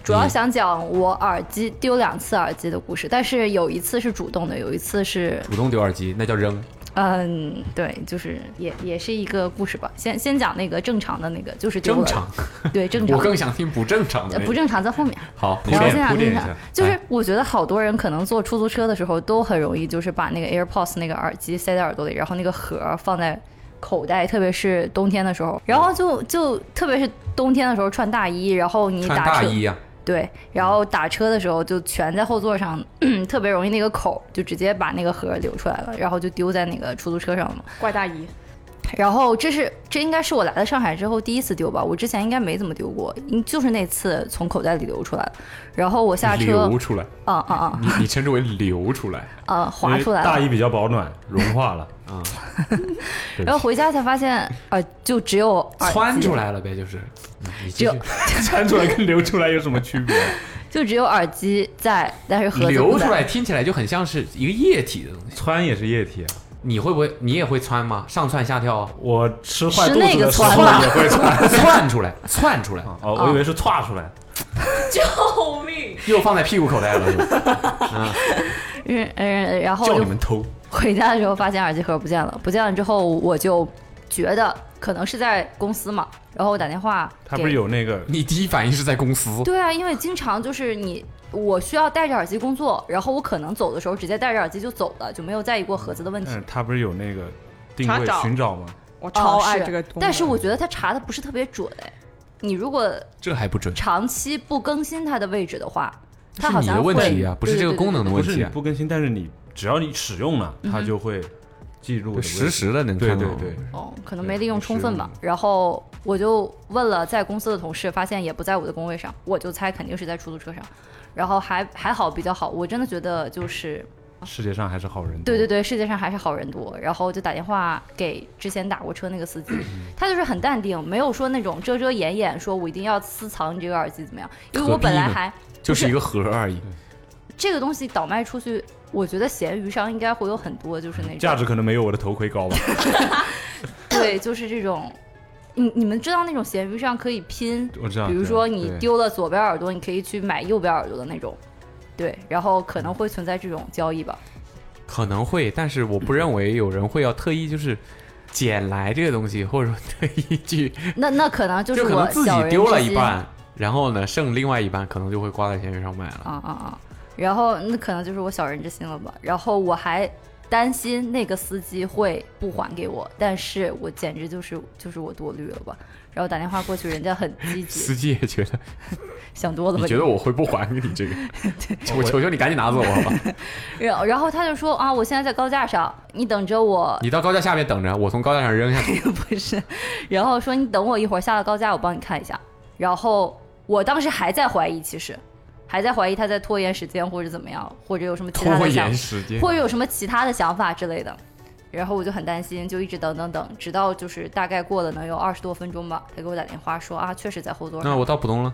[SPEAKER 7] 主
[SPEAKER 3] 嗯
[SPEAKER 7] 要想讲我耳机丢两次耳机的故事，但是有一次是主动的，有一次是
[SPEAKER 3] 主动丢耳机那叫扔，
[SPEAKER 7] 嗯，对，就是也也是一个故事吧。先先讲那个正常的那个，就是丢
[SPEAKER 3] 正
[SPEAKER 7] 了
[SPEAKER 3] 常。
[SPEAKER 7] 对正
[SPEAKER 3] 我
[SPEAKER 7] 常，
[SPEAKER 3] 更想听不正常的那
[SPEAKER 7] 呃
[SPEAKER 3] 个。
[SPEAKER 7] 不正常在后面。
[SPEAKER 3] 好，你
[SPEAKER 7] 然后
[SPEAKER 3] 说
[SPEAKER 7] 现在
[SPEAKER 2] 铺垫
[SPEAKER 7] 正
[SPEAKER 2] 一
[SPEAKER 7] 常
[SPEAKER 2] 下，
[SPEAKER 7] 就是
[SPEAKER 3] 哎
[SPEAKER 7] 我觉得好多人可能坐出租车的时候都很容易，就是把那个 AirPods 那个耳机塞在耳朵里，然后那个盒儿放在口袋，特别是冬天的时候，然后就就特别是冬天的时候穿大衣，然后你
[SPEAKER 3] 穿
[SPEAKER 7] 打
[SPEAKER 3] 大
[SPEAKER 7] 车
[SPEAKER 3] 衣啊，
[SPEAKER 7] 对，然后打车的时候就全在后座上， 特别容易那个口就直接把那个盒儿流出来了，然后就丢在那个出租车上了嘛。
[SPEAKER 5] 怪大姨，
[SPEAKER 7] 然后这是这应该是我来了上海之后第一次丢吧，我之前应该没怎么丢过，应就是那次从口袋里流出来了，然后我下车，
[SPEAKER 3] 流出来，
[SPEAKER 7] 啊啊啊
[SPEAKER 3] 你你称之为流出来，
[SPEAKER 7] 啊，滑出来
[SPEAKER 2] 因为大
[SPEAKER 7] 了。
[SPEAKER 2] 衣比较保暖，融化了。
[SPEAKER 7] 然后回家才发现，呃，就只有耳机
[SPEAKER 3] 窜出来了呗，就是。嗯你继续
[SPEAKER 7] 只有
[SPEAKER 2] 穿出来跟流出来有什么区别？
[SPEAKER 7] 就只有耳机在，但是盒子不
[SPEAKER 3] 流
[SPEAKER 7] 在
[SPEAKER 3] 出来听起来就很像是一个液体的东西，
[SPEAKER 2] 穿也是液体啊，
[SPEAKER 3] 你会不会你也会窜吗？上窜下跳，
[SPEAKER 2] 我吃坏肚子
[SPEAKER 7] 是那个
[SPEAKER 2] 的时候
[SPEAKER 7] 窜吧
[SPEAKER 2] 也 会窜。
[SPEAKER 3] 窜出来，窜出来，
[SPEAKER 2] 哦，我以为是歘出来。
[SPEAKER 5] 救命！
[SPEAKER 3] 又放在屁股口袋了，是吧
[SPEAKER 7] 嗯嗯，然后
[SPEAKER 3] 叫
[SPEAKER 7] 就
[SPEAKER 3] 你们偷。
[SPEAKER 7] 回家的时候发现耳机盒不见了，不见了之后我就觉得可能是在公司嘛，然后我打电话给，
[SPEAKER 2] 它不是有那个
[SPEAKER 3] 你第一反应是在公司，
[SPEAKER 7] 对啊，因为经常就是你，我需要戴着耳机工作，然后我可能走的时候直接戴着耳机就走了，就没有在意过盒子的问题。哦
[SPEAKER 2] 但嗯是它不是有那个定
[SPEAKER 5] 查
[SPEAKER 2] 位
[SPEAKER 5] 找
[SPEAKER 2] 寻找吗？
[SPEAKER 5] 我超
[SPEAKER 7] 啊
[SPEAKER 5] 爱
[SPEAKER 7] 是
[SPEAKER 5] 这个东西，
[SPEAKER 7] 但是我觉得他查的不是特别准哎。你如果
[SPEAKER 3] 这还不准，
[SPEAKER 7] 长期不更新它的位置的话，它
[SPEAKER 3] 是
[SPEAKER 7] 好
[SPEAKER 3] 你
[SPEAKER 7] 像
[SPEAKER 3] 的问
[SPEAKER 7] 会
[SPEAKER 3] 题啊，不是这个功。能的
[SPEAKER 2] 不
[SPEAKER 3] 问
[SPEAKER 2] 是
[SPEAKER 3] 题
[SPEAKER 2] 你
[SPEAKER 3] 啊，
[SPEAKER 2] 不更新，但是你只要你使用了，
[SPEAKER 7] 嗯
[SPEAKER 2] 它就会记录
[SPEAKER 3] 就
[SPEAKER 2] 的
[SPEAKER 3] 实时的能
[SPEAKER 2] 对
[SPEAKER 3] 看
[SPEAKER 2] 对
[SPEAKER 3] 到。
[SPEAKER 2] 对对，
[SPEAKER 7] 对对对哦，可能没利用充分吧。然后我就问了在公司的同事，发现也不在我的工位上，我就猜肯定是在出租车上。然后还还好比较好，我真的觉得就是
[SPEAKER 2] 世界上还是好人多。
[SPEAKER 7] 对对对，世界上还是好人多。然后就打电话给之前打过车那个司机，他就是很淡定，没有说那种遮遮掩掩，说我一定要私藏你这个耳机怎么样？因为
[SPEAKER 3] 何
[SPEAKER 7] 我本
[SPEAKER 3] 必
[SPEAKER 7] 来
[SPEAKER 3] 呢
[SPEAKER 7] 还
[SPEAKER 3] 就是一个盒而已。
[SPEAKER 7] 这个东西倒卖出去，我觉得闲鱼上应该会有很多，就是那种
[SPEAKER 2] 价值可能没有我的头盔高吧？
[SPEAKER 7] 对，就是这种。你你们知道那种闲鱼上可以拼，
[SPEAKER 2] 我
[SPEAKER 3] 啊
[SPEAKER 2] 知道。
[SPEAKER 7] 比如
[SPEAKER 2] 对
[SPEAKER 7] 说你
[SPEAKER 2] 对
[SPEAKER 7] 丢了左边耳朵，你可以去买右边耳朵的那种，对，然后可能会存在这种交易吧。
[SPEAKER 3] 可能会，但是我不认为有人会要特意就是捡来这个东西，或者说 特意去，
[SPEAKER 7] 那那可能就是
[SPEAKER 3] 可
[SPEAKER 7] 我
[SPEAKER 3] 能自己
[SPEAKER 7] 小人
[SPEAKER 3] 丢了
[SPEAKER 7] 之
[SPEAKER 3] 一
[SPEAKER 7] 心
[SPEAKER 3] 半，然后呢剩另外一半可能就会挂在闲鱼上卖了。
[SPEAKER 7] 啊啊啊！然后那可能就是我小人之心了吧。然后我还担心那个司机会不还给我，但是我简直就是就是我多虑了吧。然后打电话过去，人家很积
[SPEAKER 3] 司
[SPEAKER 7] 极，
[SPEAKER 3] 机也觉得，
[SPEAKER 7] 想多了吧
[SPEAKER 3] 你觉
[SPEAKER 7] 你。
[SPEAKER 3] 得我会不还给你 这个？我求求你赶紧拿走我吧！
[SPEAKER 7] 然后然后他就说啊，我现在在高架上，你等着我。
[SPEAKER 3] 你到高架下面等着，我从高架上扔下 去。
[SPEAKER 7] 不是，然后说你等我一会儿下了高架，我帮你看一下。然后我当时还在怀疑，其实还在怀疑他在拖延时间或者怎么样，或者有什么其他
[SPEAKER 3] 拖
[SPEAKER 7] 的想
[SPEAKER 3] 延时间，
[SPEAKER 7] 或者有什么其他的想法之类的。然后我就很担心，就一直等等等，直到就是大概过了能有二十多分钟吧，他给我打电话说啊，确实在后座
[SPEAKER 3] 那
[SPEAKER 7] 上。
[SPEAKER 3] 我到浦东了。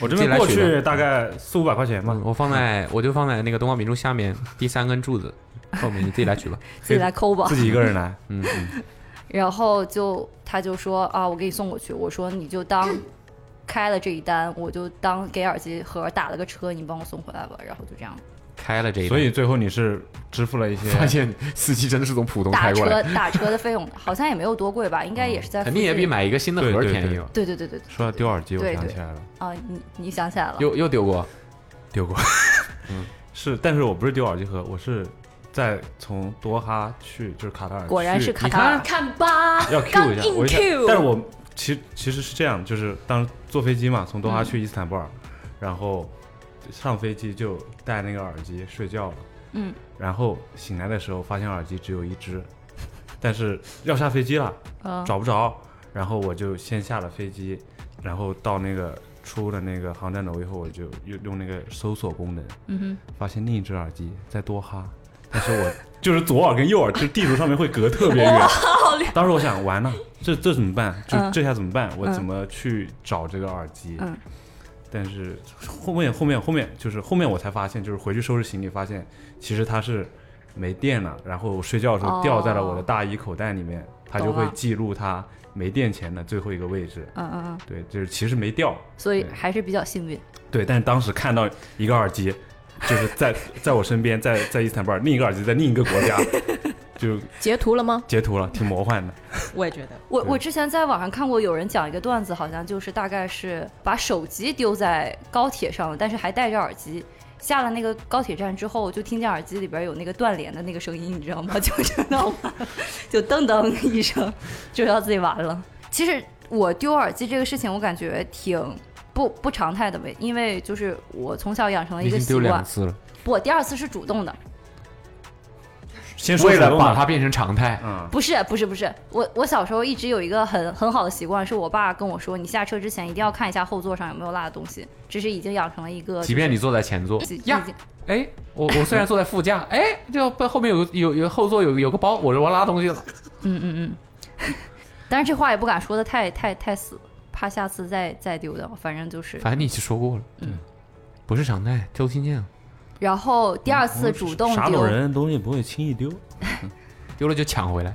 [SPEAKER 2] 我这边
[SPEAKER 3] 自己来
[SPEAKER 2] 过
[SPEAKER 3] 取
[SPEAKER 2] 去大概四五百块钱吧
[SPEAKER 3] 嗯，我放在我就放在那个东方明珠下面第三根柱子后面，你自己来取 吧。
[SPEAKER 7] 自己来抠吧。
[SPEAKER 2] 自己一个人来，
[SPEAKER 3] 嗯嗯，
[SPEAKER 7] 然后就他就说啊，我给你送过去。我说你就当开了这一单，我就当给耳机盒打了个车，你帮我送回来吧。然后就这样
[SPEAKER 3] 开了这一单，
[SPEAKER 2] 所以最后你是支付了一些，
[SPEAKER 3] 发现司机真的是从浦东
[SPEAKER 7] 打
[SPEAKER 3] 开过
[SPEAKER 7] 车
[SPEAKER 3] 来，嗯
[SPEAKER 7] 打车的费用好像也没有多贵吧，应该也是在
[SPEAKER 3] 肯定也
[SPEAKER 7] 附
[SPEAKER 3] 比
[SPEAKER 7] 近。
[SPEAKER 3] 买一个新的
[SPEAKER 2] 对
[SPEAKER 3] 盒儿
[SPEAKER 2] 对
[SPEAKER 3] 便宜
[SPEAKER 2] 对
[SPEAKER 3] 吧。
[SPEAKER 7] 对对对对
[SPEAKER 2] 说到丢耳机，我
[SPEAKER 7] 对
[SPEAKER 2] 想
[SPEAKER 7] 对
[SPEAKER 2] 起来了，
[SPEAKER 7] 啊，你你想起来了？
[SPEAKER 3] 又又丢过，
[SPEAKER 2] 丢过，是，但是我不是丢耳机盒，我是在从多哈去，就是卡塔尔去，
[SPEAKER 7] 果然是卡塔尔，
[SPEAKER 5] 看吧，
[SPEAKER 2] 要 Q 一下，
[SPEAKER 5] 啊刚硬
[SPEAKER 2] 我一下
[SPEAKER 5] Q
[SPEAKER 2] 但是我其实其实是这样，就是当坐飞机嘛，从多哈
[SPEAKER 5] 嗯
[SPEAKER 2] 去伊斯坦布尔，然后上飞机就戴那个耳机睡觉了，
[SPEAKER 7] 嗯，
[SPEAKER 2] 然后醒来的时候发现耳机只有一只，但是要下飞机了，
[SPEAKER 5] 哦
[SPEAKER 7] 嗯，
[SPEAKER 2] 找不着，然后我就先下了飞机，然后到那个出了那个航站楼以后，我就用用那个搜索功能，
[SPEAKER 7] 嗯哼，
[SPEAKER 2] 发现另一只耳机在多哈，但是我 就是左耳跟右耳，就是地图上面会隔特别 远。当时我想，完了，这这怎么办？就
[SPEAKER 7] 嗯
[SPEAKER 2] 这下怎么办？我
[SPEAKER 7] 嗯
[SPEAKER 2] 怎么去找这个耳机？
[SPEAKER 7] 嗯
[SPEAKER 2] 但是后面后面后面就是后面我才发现，就是回去收拾行李，发现其实它是没电了，然后我睡觉的时候掉在了我的大衣口袋里面，它就
[SPEAKER 7] 懂
[SPEAKER 2] 会
[SPEAKER 7] 了
[SPEAKER 2] 记录它没电前的最后一个位置。
[SPEAKER 7] 嗯嗯嗯，
[SPEAKER 2] 对，就是其实没掉，
[SPEAKER 7] 所以
[SPEAKER 2] 对
[SPEAKER 7] 还是比较幸运。
[SPEAKER 2] 对，但是当时看到一个耳机，就是在在我身边，在在伊斯坦布尔，另一个耳机在另一个国家，就
[SPEAKER 5] 截图了吗？
[SPEAKER 2] 截图了，挺魔幻的。
[SPEAKER 5] 我也觉得，
[SPEAKER 7] 我
[SPEAKER 2] 对
[SPEAKER 7] 我之前在网上看过有人讲一个段子，好像就是大概是把手机丢在高铁上了，但是还戴着耳机。下了那个高铁站之后，就听见耳机里边有那个断联的那个声音，你知道吗？就 知道吗？就噔噔一声，就知道自己完了。其实我丢耳机这个事情，我感觉挺不不常态的呗，因为就是我从小养成了
[SPEAKER 3] 已
[SPEAKER 7] 一个
[SPEAKER 3] 经
[SPEAKER 7] 习
[SPEAKER 3] 丢两
[SPEAKER 7] 惯。
[SPEAKER 3] 次了，
[SPEAKER 7] 不，我第二次是主动的，
[SPEAKER 2] 先说
[SPEAKER 3] 为
[SPEAKER 2] 主
[SPEAKER 3] 了
[SPEAKER 2] 动
[SPEAKER 3] 把
[SPEAKER 2] 吧
[SPEAKER 3] 它变成常态，
[SPEAKER 4] 啊
[SPEAKER 2] 嗯，
[SPEAKER 7] 不是不是不是，我我小时候一直有一个很很好的习惯，是我爸跟我说，你下车之前一定要看一下后座上有没有落的东西，这是已经养成了一个，
[SPEAKER 3] 即便你坐在前座
[SPEAKER 7] 已，
[SPEAKER 3] 呀
[SPEAKER 7] 经，
[SPEAKER 3] 哎，我我虽然坐在副 驾，哎，就不后面有有有后座有有个包，我我拉东西了，
[SPEAKER 7] 嗯嗯嗯，但是这话也不敢说的太太太死，怕下次再再丢掉，反正就是。
[SPEAKER 3] 反正你已经说过了，
[SPEAKER 7] 嗯，
[SPEAKER 3] 不是常态，周新建
[SPEAKER 7] 然后第二次主
[SPEAKER 2] 嗯
[SPEAKER 7] 动
[SPEAKER 2] 傻
[SPEAKER 7] 丢
[SPEAKER 2] 种，人东西不会轻易丢，
[SPEAKER 3] 丢了就抢回来，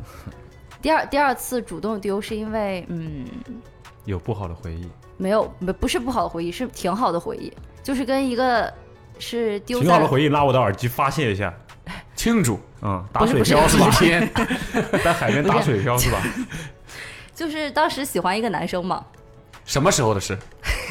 [SPEAKER 7] 第二第二次主动丢是因为嗯
[SPEAKER 2] 有不好的回忆，
[SPEAKER 7] 没有没不是不好的回忆，是挺好的回忆，就是跟一个是丢
[SPEAKER 2] 挺好
[SPEAKER 7] 在
[SPEAKER 2] 的回忆，拉我的耳机发泄一下，
[SPEAKER 3] 庆祝
[SPEAKER 2] 嗯，打
[SPEAKER 3] 打水
[SPEAKER 2] 水漂
[SPEAKER 3] 漂是
[SPEAKER 2] 是
[SPEAKER 3] 吧
[SPEAKER 2] 吧？？
[SPEAKER 3] 天，
[SPEAKER 2] 在海边打水漂是吧？
[SPEAKER 7] 就是当时喜欢一个男生嘛，
[SPEAKER 3] 什么时候的事？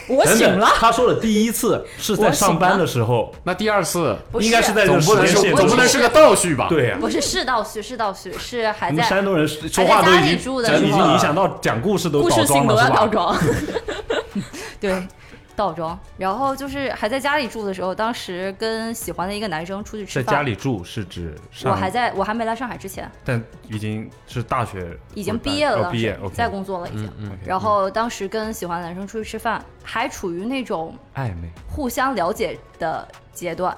[SPEAKER 5] 我
[SPEAKER 2] 等
[SPEAKER 5] 醒
[SPEAKER 2] 等
[SPEAKER 5] 了，，
[SPEAKER 2] 他说的第一次是在
[SPEAKER 5] 我醒
[SPEAKER 2] 上班
[SPEAKER 5] 了
[SPEAKER 2] 的时候，
[SPEAKER 3] 那第二次
[SPEAKER 7] 不
[SPEAKER 2] 应该是在这
[SPEAKER 3] 总
[SPEAKER 2] 个时间
[SPEAKER 3] 不能是
[SPEAKER 2] 线
[SPEAKER 3] 总不
[SPEAKER 2] 中
[SPEAKER 3] 能是个倒叙吧？，
[SPEAKER 2] 对呀、
[SPEAKER 7] 不是是倒叙，是倒叙，是还
[SPEAKER 2] 我们
[SPEAKER 7] 在
[SPEAKER 2] 山东人说话都
[SPEAKER 7] 还在家
[SPEAKER 2] 已
[SPEAKER 7] 里住
[SPEAKER 2] 经
[SPEAKER 7] 的时
[SPEAKER 2] 已
[SPEAKER 7] 候
[SPEAKER 2] 经影响到讲故事都
[SPEAKER 5] 故
[SPEAKER 2] 倒
[SPEAKER 5] 事
[SPEAKER 2] 装
[SPEAKER 5] 性格
[SPEAKER 2] 了是
[SPEAKER 5] 倒
[SPEAKER 2] 吧？
[SPEAKER 5] 装，
[SPEAKER 7] 对，倒装。然后就是还在家里住的时候，当时跟喜欢的一个男生出去吃
[SPEAKER 2] 在
[SPEAKER 7] 饭。
[SPEAKER 2] 家里住是指上
[SPEAKER 7] 我还在我还没来上海之前，
[SPEAKER 2] 但已经是大学，
[SPEAKER 7] 已经毕业了，
[SPEAKER 2] 哦
[SPEAKER 7] 当时
[SPEAKER 2] 毕业，OK，
[SPEAKER 7] 在工作了已经。
[SPEAKER 3] 嗯嗯，
[SPEAKER 7] 然后当时跟喜欢的男生出去吃饭，还处于那种
[SPEAKER 2] 暧昧，
[SPEAKER 7] 互相了解的阶段，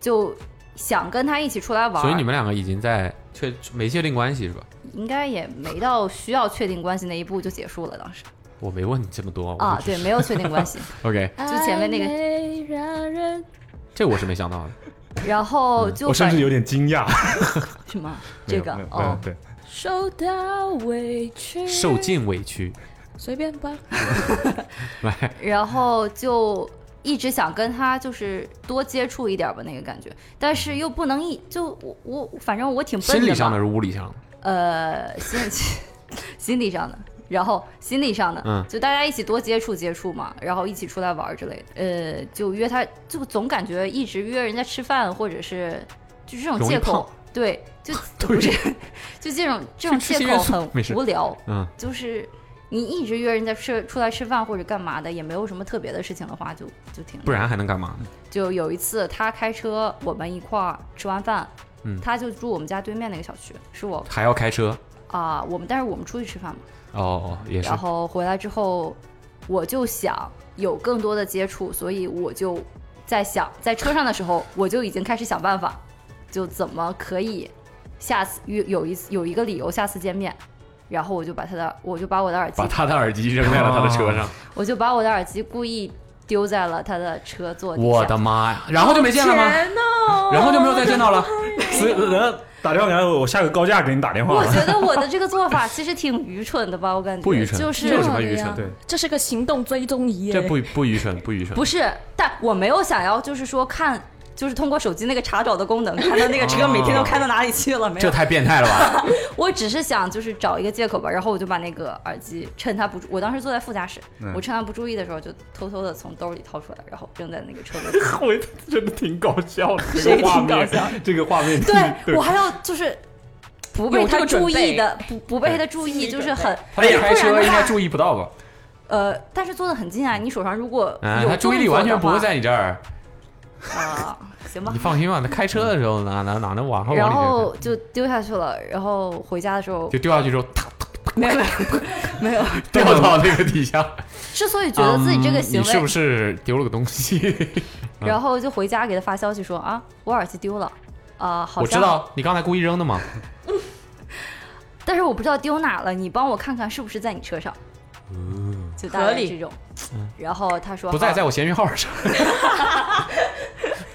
[SPEAKER 7] 就想跟他一起出来玩儿。
[SPEAKER 3] 所以你们两个已经在确没确定关系是吧？
[SPEAKER 7] 应该也没到需要确定关系那一步就结束了，当时
[SPEAKER 3] 我没问你这么
[SPEAKER 2] 哦
[SPEAKER 3] 多
[SPEAKER 7] 啊，对，没有确定 关系。
[SPEAKER 3] ，OK，
[SPEAKER 7] 就前面那个
[SPEAKER 6] 暧昧让人
[SPEAKER 3] 这我是没想到的。
[SPEAKER 7] 然后就
[SPEAKER 2] 我甚
[SPEAKER 7] 反
[SPEAKER 2] 至有点惊讶，
[SPEAKER 7] 什么
[SPEAKER 2] 没
[SPEAKER 7] 这
[SPEAKER 2] 有
[SPEAKER 7] 个
[SPEAKER 2] 没有没有
[SPEAKER 7] 哦，
[SPEAKER 2] 对，
[SPEAKER 6] 受到委
[SPEAKER 7] 嗯
[SPEAKER 6] 屈，
[SPEAKER 3] 受尽委 屈，
[SPEAKER 6] 随便吧。
[SPEAKER 3] 来，
[SPEAKER 7] 然后就一直想跟他就是多接触一点儿吧，那个感觉，但是又不能一就我我反正我挺笨
[SPEAKER 3] 心理上的
[SPEAKER 7] 嘛
[SPEAKER 3] 是物理上的，
[SPEAKER 7] 呃心心理上的，然后心理上的，
[SPEAKER 3] 嗯
[SPEAKER 7] 就大家一起多接触接触嘛，然后一起出来玩儿之类的，呃，就约他，就总感觉一直约人家吃饭或者是就这种
[SPEAKER 3] 容易
[SPEAKER 7] 借
[SPEAKER 3] 胖
[SPEAKER 7] 口，对，就不是， 就这种这种
[SPEAKER 3] 去吃
[SPEAKER 7] 借
[SPEAKER 3] 些
[SPEAKER 7] 口
[SPEAKER 3] 素没事
[SPEAKER 7] 很无聊，
[SPEAKER 3] 嗯，
[SPEAKER 7] 就是你一直约人家吃出来吃饭或者干嘛的，也没有什么特别的事情的话，就就挺
[SPEAKER 3] 不然还能干嘛？
[SPEAKER 7] 就有一次他开车，我们一块儿吃完饭，
[SPEAKER 3] 嗯
[SPEAKER 7] 他就住我们家对面那个小区，是我
[SPEAKER 3] 还要开车？
[SPEAKER 7] 啊、我们但是我们出去吃饭嘛，
[SPEAKER 3] 哦哦，也是
[SPEAKER 7] 然，后回来之后，我就想有更多的接触，所以我就在想，在车上的时候，我就已经开始想办法，就怎么可以下次约有一有一个理由下次见面，然后我就把他的我就把我的耳机
[SPEAKER 3] 把他的耳机扔在了他的车上，
[SPEAKER 7] 我就把我的耳机故意丢在了他的车座底下。
[SPEAKER 3] 我的妈呀！然后就没见了吗？
[SPEAKER 5] 钱呢？
[SPEAKER 7] 哦
[SPEAKER 3] 然后就没有再见到了。
[SPEAKER 2] 所以人家打电话给他，我下个高价给你打电话
[SPEAKER 7] 我。觉得我的这个做法其实挺愚蠢的吧，我感觉
[SPEAKER 3] 不愚蠢
[SPEAKER 7] 就
[SPEAKER 5] 这
[SPEAKER 7] 是
[SPEAKER 5] 有什么愚蠢
[SPEAKER 2] 对，
[SPEAKER 5] 这是个行动追踪仪耶，
[SPEAKER 3] 这不不愚蠢，不愚蠢。
[SPEAKER 7] 不是，但我没有想要就是说看，就是通过手机那个查找的功能看到那个车
[SPEAKER 5] 啊
[SPEAKER 7] 每天都开到哪里去了没
[SPEAKER 3] 这
[SPEAKER 7] 有？
[SPEAKER 3] 太变态了吧！
[SPEAKER 7] 我只是想就是找一个借口吧，然后我就把那个耳机趁他不注，我当时坐在副驾驶，
[SPEAKER 2] 嗯
[SPEAKER 7] 我趁他不注意的时候就偷偷的从兜里掏出来，然后扔在那个车 里。
[SPEAKER 2] 我真的挺搞笑的，这
[SPEAKER 7] 谁
[SPEAKER 2] 个画
[SPEAKER 7] 挺搞
[SPEAKER 2] 面，这个画面，
[SPEAKER 7] 对我还要就是。不被
[SPEAKER 5] 有这
[SPEAKER 7] 他
[SPEAKER 5] 个
[SPEAKER 7] 注
[SPEAKER 5] 准备
[SPEAKER 7] 意的，不不被他注
[SPEAKER 5] 心
[SPEAKER 7] 意，
[SPEAKER 5] 理
[SPEAKER 7] 就是
[SPEAKER 5] 准备
[SPEAKER 7] 很
[SPEAKER 3] 他们开
[SPEAKER 7] 不
[SPEAKER 3] 车
[SPEAKER 7] 然
[SPEAKER 3] 应
[SPEAKER 7] 的话
[SPEAKER 3] 该注意不到吧？
[SPEAKER 7] 呃，但是做的很近啊。你手上如果
[SPEAKER 3] 嗯，
[SPEAKER 7] 有
[SPEAKER 3] 他注意力完全不会在你这儿，
[SPEAKER 7] 啊、行吧
[SPEAKER 3] 你。放心吧。他开车的时候哪哪哪能往后往
[SPEAKER 7] 然
[SPEAKER 3] 里
[SPEAKER 7] 后就丢下去了，然后回家的时候
[SPEAKER 3] 就掉下去之后，啪
[SPEAKER 7] 没有没有没有，
[SPEAKER 3] 掉到那个底下。
[SPEAKER 7] 之所以觉得自己这个
[SPEAKER 3] 嗯
[SPEAKER 7] 行
[SPEAKER 3] 你是啊
[SPEAKER 7] 为，
[SPEAKER 3] 不是丢了个东西？
[SPEAKER 7] 然后就回家给他发消息说啊，我耳机丢了，啊、好
[SPEAKER 3] 我知
[SPEAKER 7] 像，
[SPEAKER 3] 道你刚才故意扔的嘛。
[SPEAKER 7] 但是我不知道丢哪了，你帮我看看是不是在你车上，就大
[SPEAKER 5] 合
[SPEAKER 7] 概
[SPEAKER 5] 理
[SPEAKER 7] 这种。然后他说
[SPEAKER 3] 嗯不在，
[SPEAKER 7] 好
[SPEAKER 3] 在我闲鱼号上。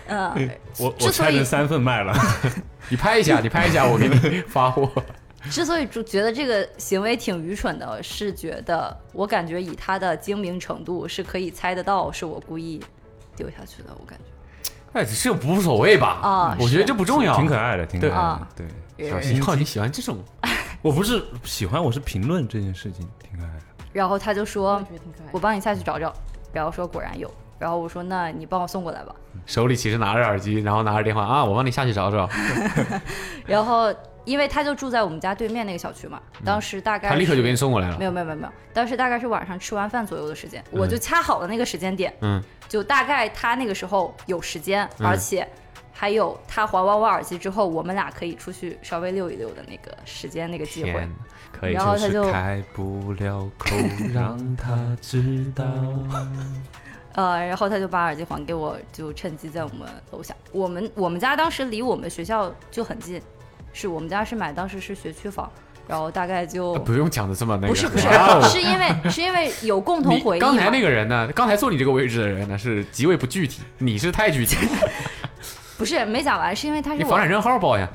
[SPEAKER 7] 嗯，
[SPEAKER 2] 我我
[SPEAKER 7] 之所
[SPEAKER 2] 拆成
[SPEAKER 7] 以
[SPEAKER 2] 三份卖了，
[SPEAKER 3] 你拍一下，你拍一下，我给你发货。
[SPEAKER 7] 之所以就觉得这个行为挺愚蠢的，是觉得我感觉以他的精明程度是可以猜得到是我故意丢下去的，我感觉。
[SPEAKER 3] 哎，这无所谓吧？
[SPEAKER 7] 啊
[SPEAKER 3] 我觉得
[SPEAKER 7] 是
[SPEAKER 3] 这不重要。
[SPEAKER 2] 挺可爱的，挺可爱的
[SPEAKER 7] 啊。
[SPEAKER 2] 对，
[SPEAKER 3] 小心，靠，你喜欢这种
[SPEAKER 2] 我不是喜欢，我是评论这件事情，挺可爱的。
[SPEAKER 7] 然后他就说
[SPEAKER 5] 我觉得挺可爱的
[SPEAKER 7] 我帮你下去找找，然后说果然有，然后我说那你帮我送过来吧，
[SPEAKER 3] 手里其实拿着耳机，然后拿着电话啊，我帮你下去找 找。
[SPEAKER 7] 然后因为他就住在我们家对面那个小区嘛，当时大概
[SPEAKER 3] 他立刻
[SPEAKER 7] 是
[SPEAKER 3] 就给你送过来了
[SPEAKER 7] 没。有没有没有没有，当时大概是晚上吃完饭左右的时间，我就掐好了那个时间点，
[SPEAKER 3] 嗯，
[SPEAKER 7] 就大概他那个时候有时间，
[SPEAKER 3] 嗯
[SPEAKER 7] 而且还有他还完我耳机之后，我们俩可以出去稍微溜一溜的那个时间那个机会
[SPEAKER 3] 天。，可以。
[SPEAKER 7] 然后他就
[SPEAKER 3] 开不了口，让他知道。
[SPEAKER 7] 呃，然后他就把耳机还给我，就趁机在我们楼下。我们我们家当时离我们学校就很近，是我们家是买当时是学区房，然后大概就、
[SPEAKER 3] 啊不用讲的这么那个。
[SPEAKER 7] 哦不是不是
[SPEAKER 3] 哇哦，
[SPEAKER 7] 是因为是因为有共同
[SPEAKER 3] 你
[SPEAKER 7] 回忆嘛。
[SPEAKER 3] 刚才那个人呢？刚才坐你这个位置的人呢，是极为不具体，你是太具 体。
[SPEAKER 7] 不是没讲完，是因为他
[SPEAKER 3] 你
[SPEAKER 7] 是
[SPEAKER 3] 房
[SPEAKER 7] 我
[SPEAKER 3] 产证号报呀，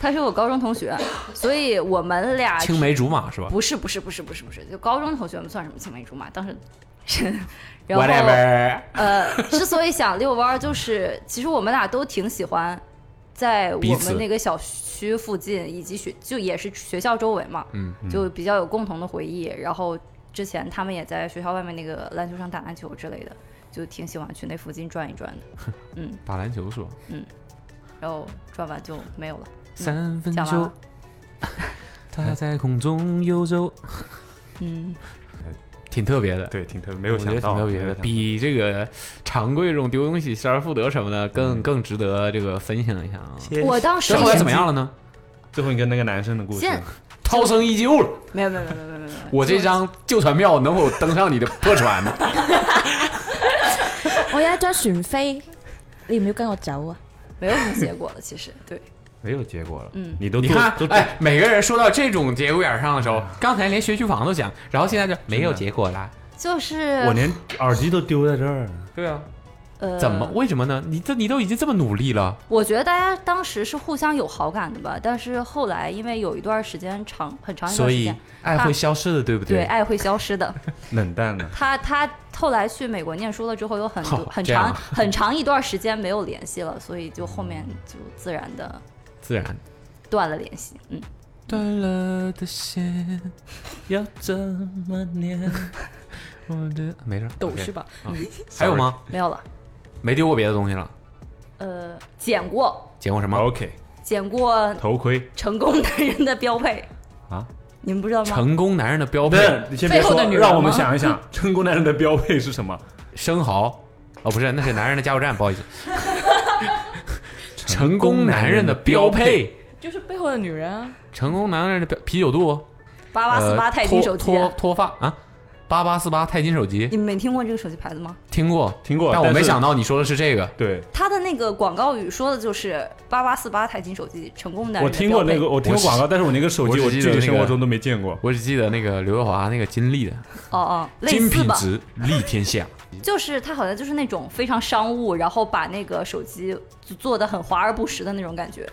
[SPEAKER 7] 他是我高中同 学，所以我们俩
[SPEAKER 3] 青梅竹马是吧
[SPEAKER 7] 不是不是不是不是不是，就高中同学们算什么青梅竹马？当时，然后
[SPEAKER 3] ？Whatever。
[SPEAKER 7] 呃，之所以想遛弯儿，就是其实我们俩都挺喜欢在
[SPEAKER 3] 彼
[SPEAKER 7] 我
[SPEAKER 3] 此
[SPEAKER 7] 们那个小区附近，以及学就也是学校周围嘛，
[SPEAKER 3] 嗯，
[SPEAKER 7] 就比较有共同的回忆。然后之前他们也在学校外面那个篮球场打篮球之类的，就挺喜欢去那附近转一转的。
[SPEAKER 3] 打篮球是
[SPEAKER 7] 嗯
[SPEAKER 3] 吧？
[SPEAKER 7] 然后转完就没有了。
[SPEAKER 3] 三分
[SPEAKER 7] 讲完
[SPEAKER 3] 球
[SPEAKER 7] 了，
[SPEAKER 3] 他在空中游走，
[SPEAKER 7] 嗯，
[SPEAKER 3] 挺特 别的。
[SPEAKER 2] 对，挺特，没
[SPEAKER 3] 没
[SPEAKER 2] 有想到，
[SPEAKER 3] 特别
[SPEAKER 2] 没
[SPEAKER 3] 的，
[SPEAKER 2] 有想到
[SPEAKER 3] 比这个常规这种丢东西、失而复得什么
[SPEAKER 2] 嗯
[SPEAKER 3] 的更更值得这个分享一下啊。
[SPEAKER 7] 我当时
[SPEAKER 3] 这后来怎么样了呢？
[SPEAKER 2] 最后你跟那个男生的故事，
[SPEAKER 7] 现
[SPEAKER 3] 涛声依旧了，
[SPEAKER 7] 没有没有没有没有没有没有，
[SPEAKER 3] 我这张旧船票能否登上你的破船？
[SPEAKER 6] 我 有一张船飞，你唔要跟我走啊？
[SPEAKER 7] 没有什么结果了。其实对，
[SPEAKER 2] 没有结果了。
[SPEAKER 7] 嗯
[SPEAKER 2] 你都
[SPEAKER 3] 你
[SPEAKER 2] 做
[SPEAKER 3] 看
[SPEAKER 2] 都，嗯
[SPEAKER 3] 哎，每个人说到这种节骨眼上的时候，刚才连学区房都讲，然后现在就没有结果啦。
[SPEAKER 7] 就是
[SPEAKER 2] 我连耳机都丢在这儿了。
[SPEAKER 3] 对啊，
[SPEAKER 7] 呃
[SPEAKER 3] 怎么？为什么呢？你这你都已经这么努力了，
[SPEAKER 7] 我觉得大家当时是互相有好感的吧，但是后来因为有一段时间长很长一段
[SPEAKER 3] 所
[SPEAKER 7] 时
[SPEAKER 3] 以
[SPEAKER 7] 间，
[SPEAKER 3] 爱会消失的，对不
[SPEAKER 7] 啊对？爱会消失的。
[SPEAKER 2] 冷淡了，
[SPEAKER 7] 他他后来去美国念书了之后，有很多
[SPEAKER 3] 哦
[SPEAKER 7] 很
[SPEAKER 3] 这样
[SPEAKER 7] 长
[SPEAKER 3] 啊
[SPEAKER 7] 很长一段时间没有联系了，所以就后面就自然的
[SPEAKER 3] 自然
[SPEAKER 7] 断了联系。嗯，
[SPEAKER 3] 断了的线要怎么念？我的没事，
[SPEAKER 5] 抖
[SPEAKER 3] OK
[SPEAKER 5] 是？吧？
[SPEAKER 3] 还有吗？
[SPEAKER 7] 没有了。
[SPEAKER 3] 没丢过别的东西了？
[SPEAKER 7] 呃，捡过
[SPEAKER 3] 捡过什么？
[SPEAKER 2] ？OK，
[SPEAKER 7] 捡过
[SPEAKER 2] 头盔
[SPEAKER 7] 成功男人的标配
[SPEAKER 2] 啊，
[SPEAKER 7] 你们不知道吗？
[SPEAKER 3] 成功男人的标配，
[SPEAKER 2] 那你先别
[SPEAKER 5] 背后
[SPEAKER 2] 说
[SPEAKER 5] 的女，人
[SPEAKER 2] 让我们
[SPEAKER 5] 吗
[SPEAKER 2] 想一 想，成功男人的标配是什么？
[SPEAKER 3] 生蚝。哦，不是，那是男人的加油站，不好 意思。成功男人的标配，
[SPEAKER 5] 就是背后的女人啊，
[SPEAKER 3] 成功男人的标啤酒肚，哦
[SPEAKER 7] 八八四八
[SPEAKER 3] 呃
[SPEAKER 7] 钛金手机
[SPEAKER 3] 脱，脱脱发啊，八八四八钛金手机
[SPEAKER 7] 你，们没听过这个手机牌子吗？
[SPEAKER 3] 听过
[SPEAKER 2] 听过
[SPEAKER 3] 但我
[SPEAKER 2] 但是
[SPEAKER 3] 没想到你说的是这个。
[SPEAKER 2] 对，
[SPEAKER 7] 他的那个广告语说的就是“八八四八钛金手机成功男
[SPEAKER 2] 我
[SPEAKER 7] 人的
[SPEAKER 2] 听过
[SPEAKER 7] 标配
[SPEAKER 2] 那个，我听过广告，但是我那个手机
[SPEAKER 3] 我
[SPEAKER 2] 我
[SPEAKER 3] 只记
[SPEAKER 2] 具
[SPEAKER 3] 得
[SPEAKER 2] 体生
[SPEAKER 3] 那
[SPEAKER 2] 活
[SPEAKER 3] 个
[SPEAKER 2] 中都没见过。
[SPEAKER 3] 我只记得那个刘德华那个金立的
[SPEAKER 7] 哦哦，类
[SPEAKER 3] 金
[SPEAKER 7] 似
[SPEAKER 3] 品
[SPEAKER 7] 吧，
[SPEAKER 3] 值立天下，
[SPEAKER 7] 就是他好像就是那种非常商务，然后把那个手机就做的很华而不实的那种感觉，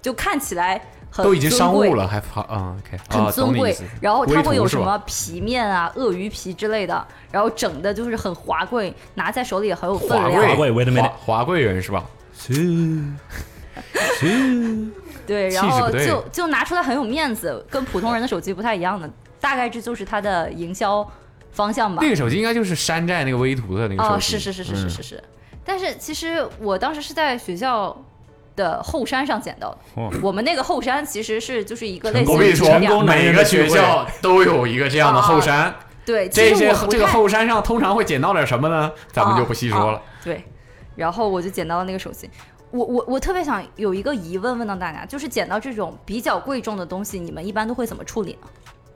[SPEAKER 7] 就看起来很
[SPEAKER 3] 都已经商
[SPEAKER 7] 尊贵
[SPEAKER 3] 务了，还跑啊？OK，
[SPEAKER 7] 很
[SPEAKER 3] 啊，
[SPEAKER 7] 尊
[SPEAKER 3] 懂你
[SPEAKER 7] 贵，
[SPEAKER 3] 意思。
[SPEAKER 7] 然后它
[SPEAKER 3] 微
[SPEAKER 7] 会有
[SPEAKER 3] 图是
[SPEAKER 7] 什
[SPEAKER 3] 吧
[SPEAKER 7] 么皮面啊、鳄鱼皮之类的，然后整的就是很华贵，拿在手里也很有分
[SPEAKER 3] 华
[SPEAKER 7] 量。
[SPEAKER 3] 贵，
[SPEAKER 8] Wait a minute
[SPEAKER 3] 华华贵人是吧？
[SPEAKER 7] 对，
[SPEAKER 3] 气
[SPEAKER 7] 然
[SPEAKER 3] 质
[SPEAKER 7] 后
[SPEAKER 3] 不对
[SPEAKER 7] 就就拿出来很有面子，跟普通人的手机不太一样的，大概这就是它的营销方向吧
[SPEAKER 3] 那。个手机应该就是山寨那个微图的那个手
[SPEAKER 7] 哦，
[SPEAKER 3] 机。
[SPEAKER 7] 是是是是
[SPEAKER 3] 嗯
[SPEAKER 7] 是是是，但是其实我当时是在学校。的后山上捡到的，
[SPEAKER 2] 哦
[SPEAKER 7] 我们那个后山其实是就是一个类似
[SPEAKER 3] 我
[SPEAKER 7] 于
[SPEAKER 3] 跟你
[SPEAKER 7] 这
[SPEAKER 3] 说，
[SPEAKER 7] 样
[SPEAKER 3] 每个学校都有一个这样的后山，
[SPEAKER 7] 对，其
[SPEAKER 3] 这
[SPEAKER 7] 实
[SPEAKER 3] 些
[SPEAKER 7] 我不
[SPEAKER 3] 这个
[SPEAKER 7] 太
[SPEAKER 3] 后山上通常会捡到点什么呢？咱们就不细说了
[SPEAKER 7] 啊。啊对，然后我就捡到了那个手机。我我我特别想有一个疑问问到大家，就是捡到这种比较贵重的东西，你们一般都会怎么处理呢？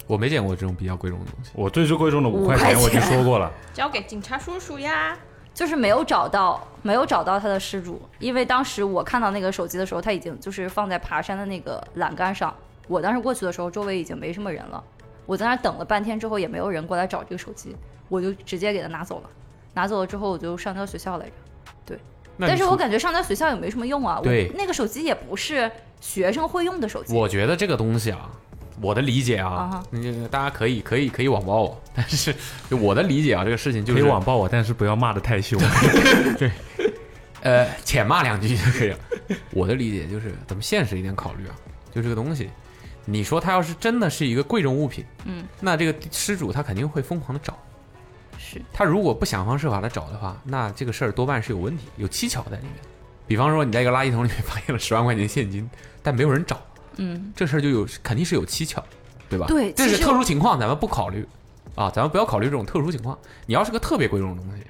[SPEAKER 3] 我没见过这种比较贵重的东西。
[SPEAKER 2] 我最最贵重的五块
[SPEAKER 7] 五块
[SPEAKER 2] 钱
[SPEAKER 7] 钱
[SPEAKER 2] 我就说过了，
[SPEAKER 5] 交给警察叔叔呀。
[SPEAKER 7] 就是没有找到，没有找到它的失主，因为当时我看到那个手机的时候，它已经就是放在爬山的那个栏杆上。我当时过去的时候，周围已经没什么人了。我在那儿等了半天之后，也没有人过来找这个手机，我就直接给它拿走了。拿走了之后，我就上交学校来着。
[SPEAKER 3] 那
[SPEAKER 7] 但
[SPEAKER 3] 你
[SPEAKER 7] 是我
[SPEAKER 3] 出
[SPEAKER 7] 感觉上交学校也没什么用啊。我
[SPEAKER 3] 对
[SPEAKER 7] 那个手机也不是学生会用的手机。
[SPEAKER 3] 我觉得这个东西啊，我的理解
[SPEAKER 7] 啊
[SPEAKER 3] 啊
[SPEAKER 7] 哈，
[SPEAKER 3] 你大家可以可以可以网暴我， 但是就我的理解啊，这个事情就
[SPEAKER 2] 可以
[SPEAKER 3] 是
[SPEAKER 2] 网暴我，但是不要骂的太 凶。
[SPEAKER 3] 呃 浅骂两句就可以了。我的理解就是咱们现实一点考虑啊，就这个东西，你说它要是真的是一个贵重物品，
[SPEAKER 7] 嗯，
[SPEAKER 3] 那这个失主他肯定会疯狂的找。
[SPEAKER 7] 是
[SPEAKER 3] 他如果不想方设法的找的话，那这个事儿多半是有问题、有蹊跷在里面。比方说，你在一个垃圾桶里面 发现了十万块钱现金，但没有人找，
[SPEAKER 7] 嗯，
[SPEAKER 3] 这事儿就有肯定是有蹊跷，对吧？
[SPEAKER 7] 对
[SPEAKER 3] 这是
[SPEAKER 7] 其实
[SPEAKER 3] 特殊情况，咱们不考虑啊，咱们不要考虑这种特殊情况。你要是个特别贵重的东西，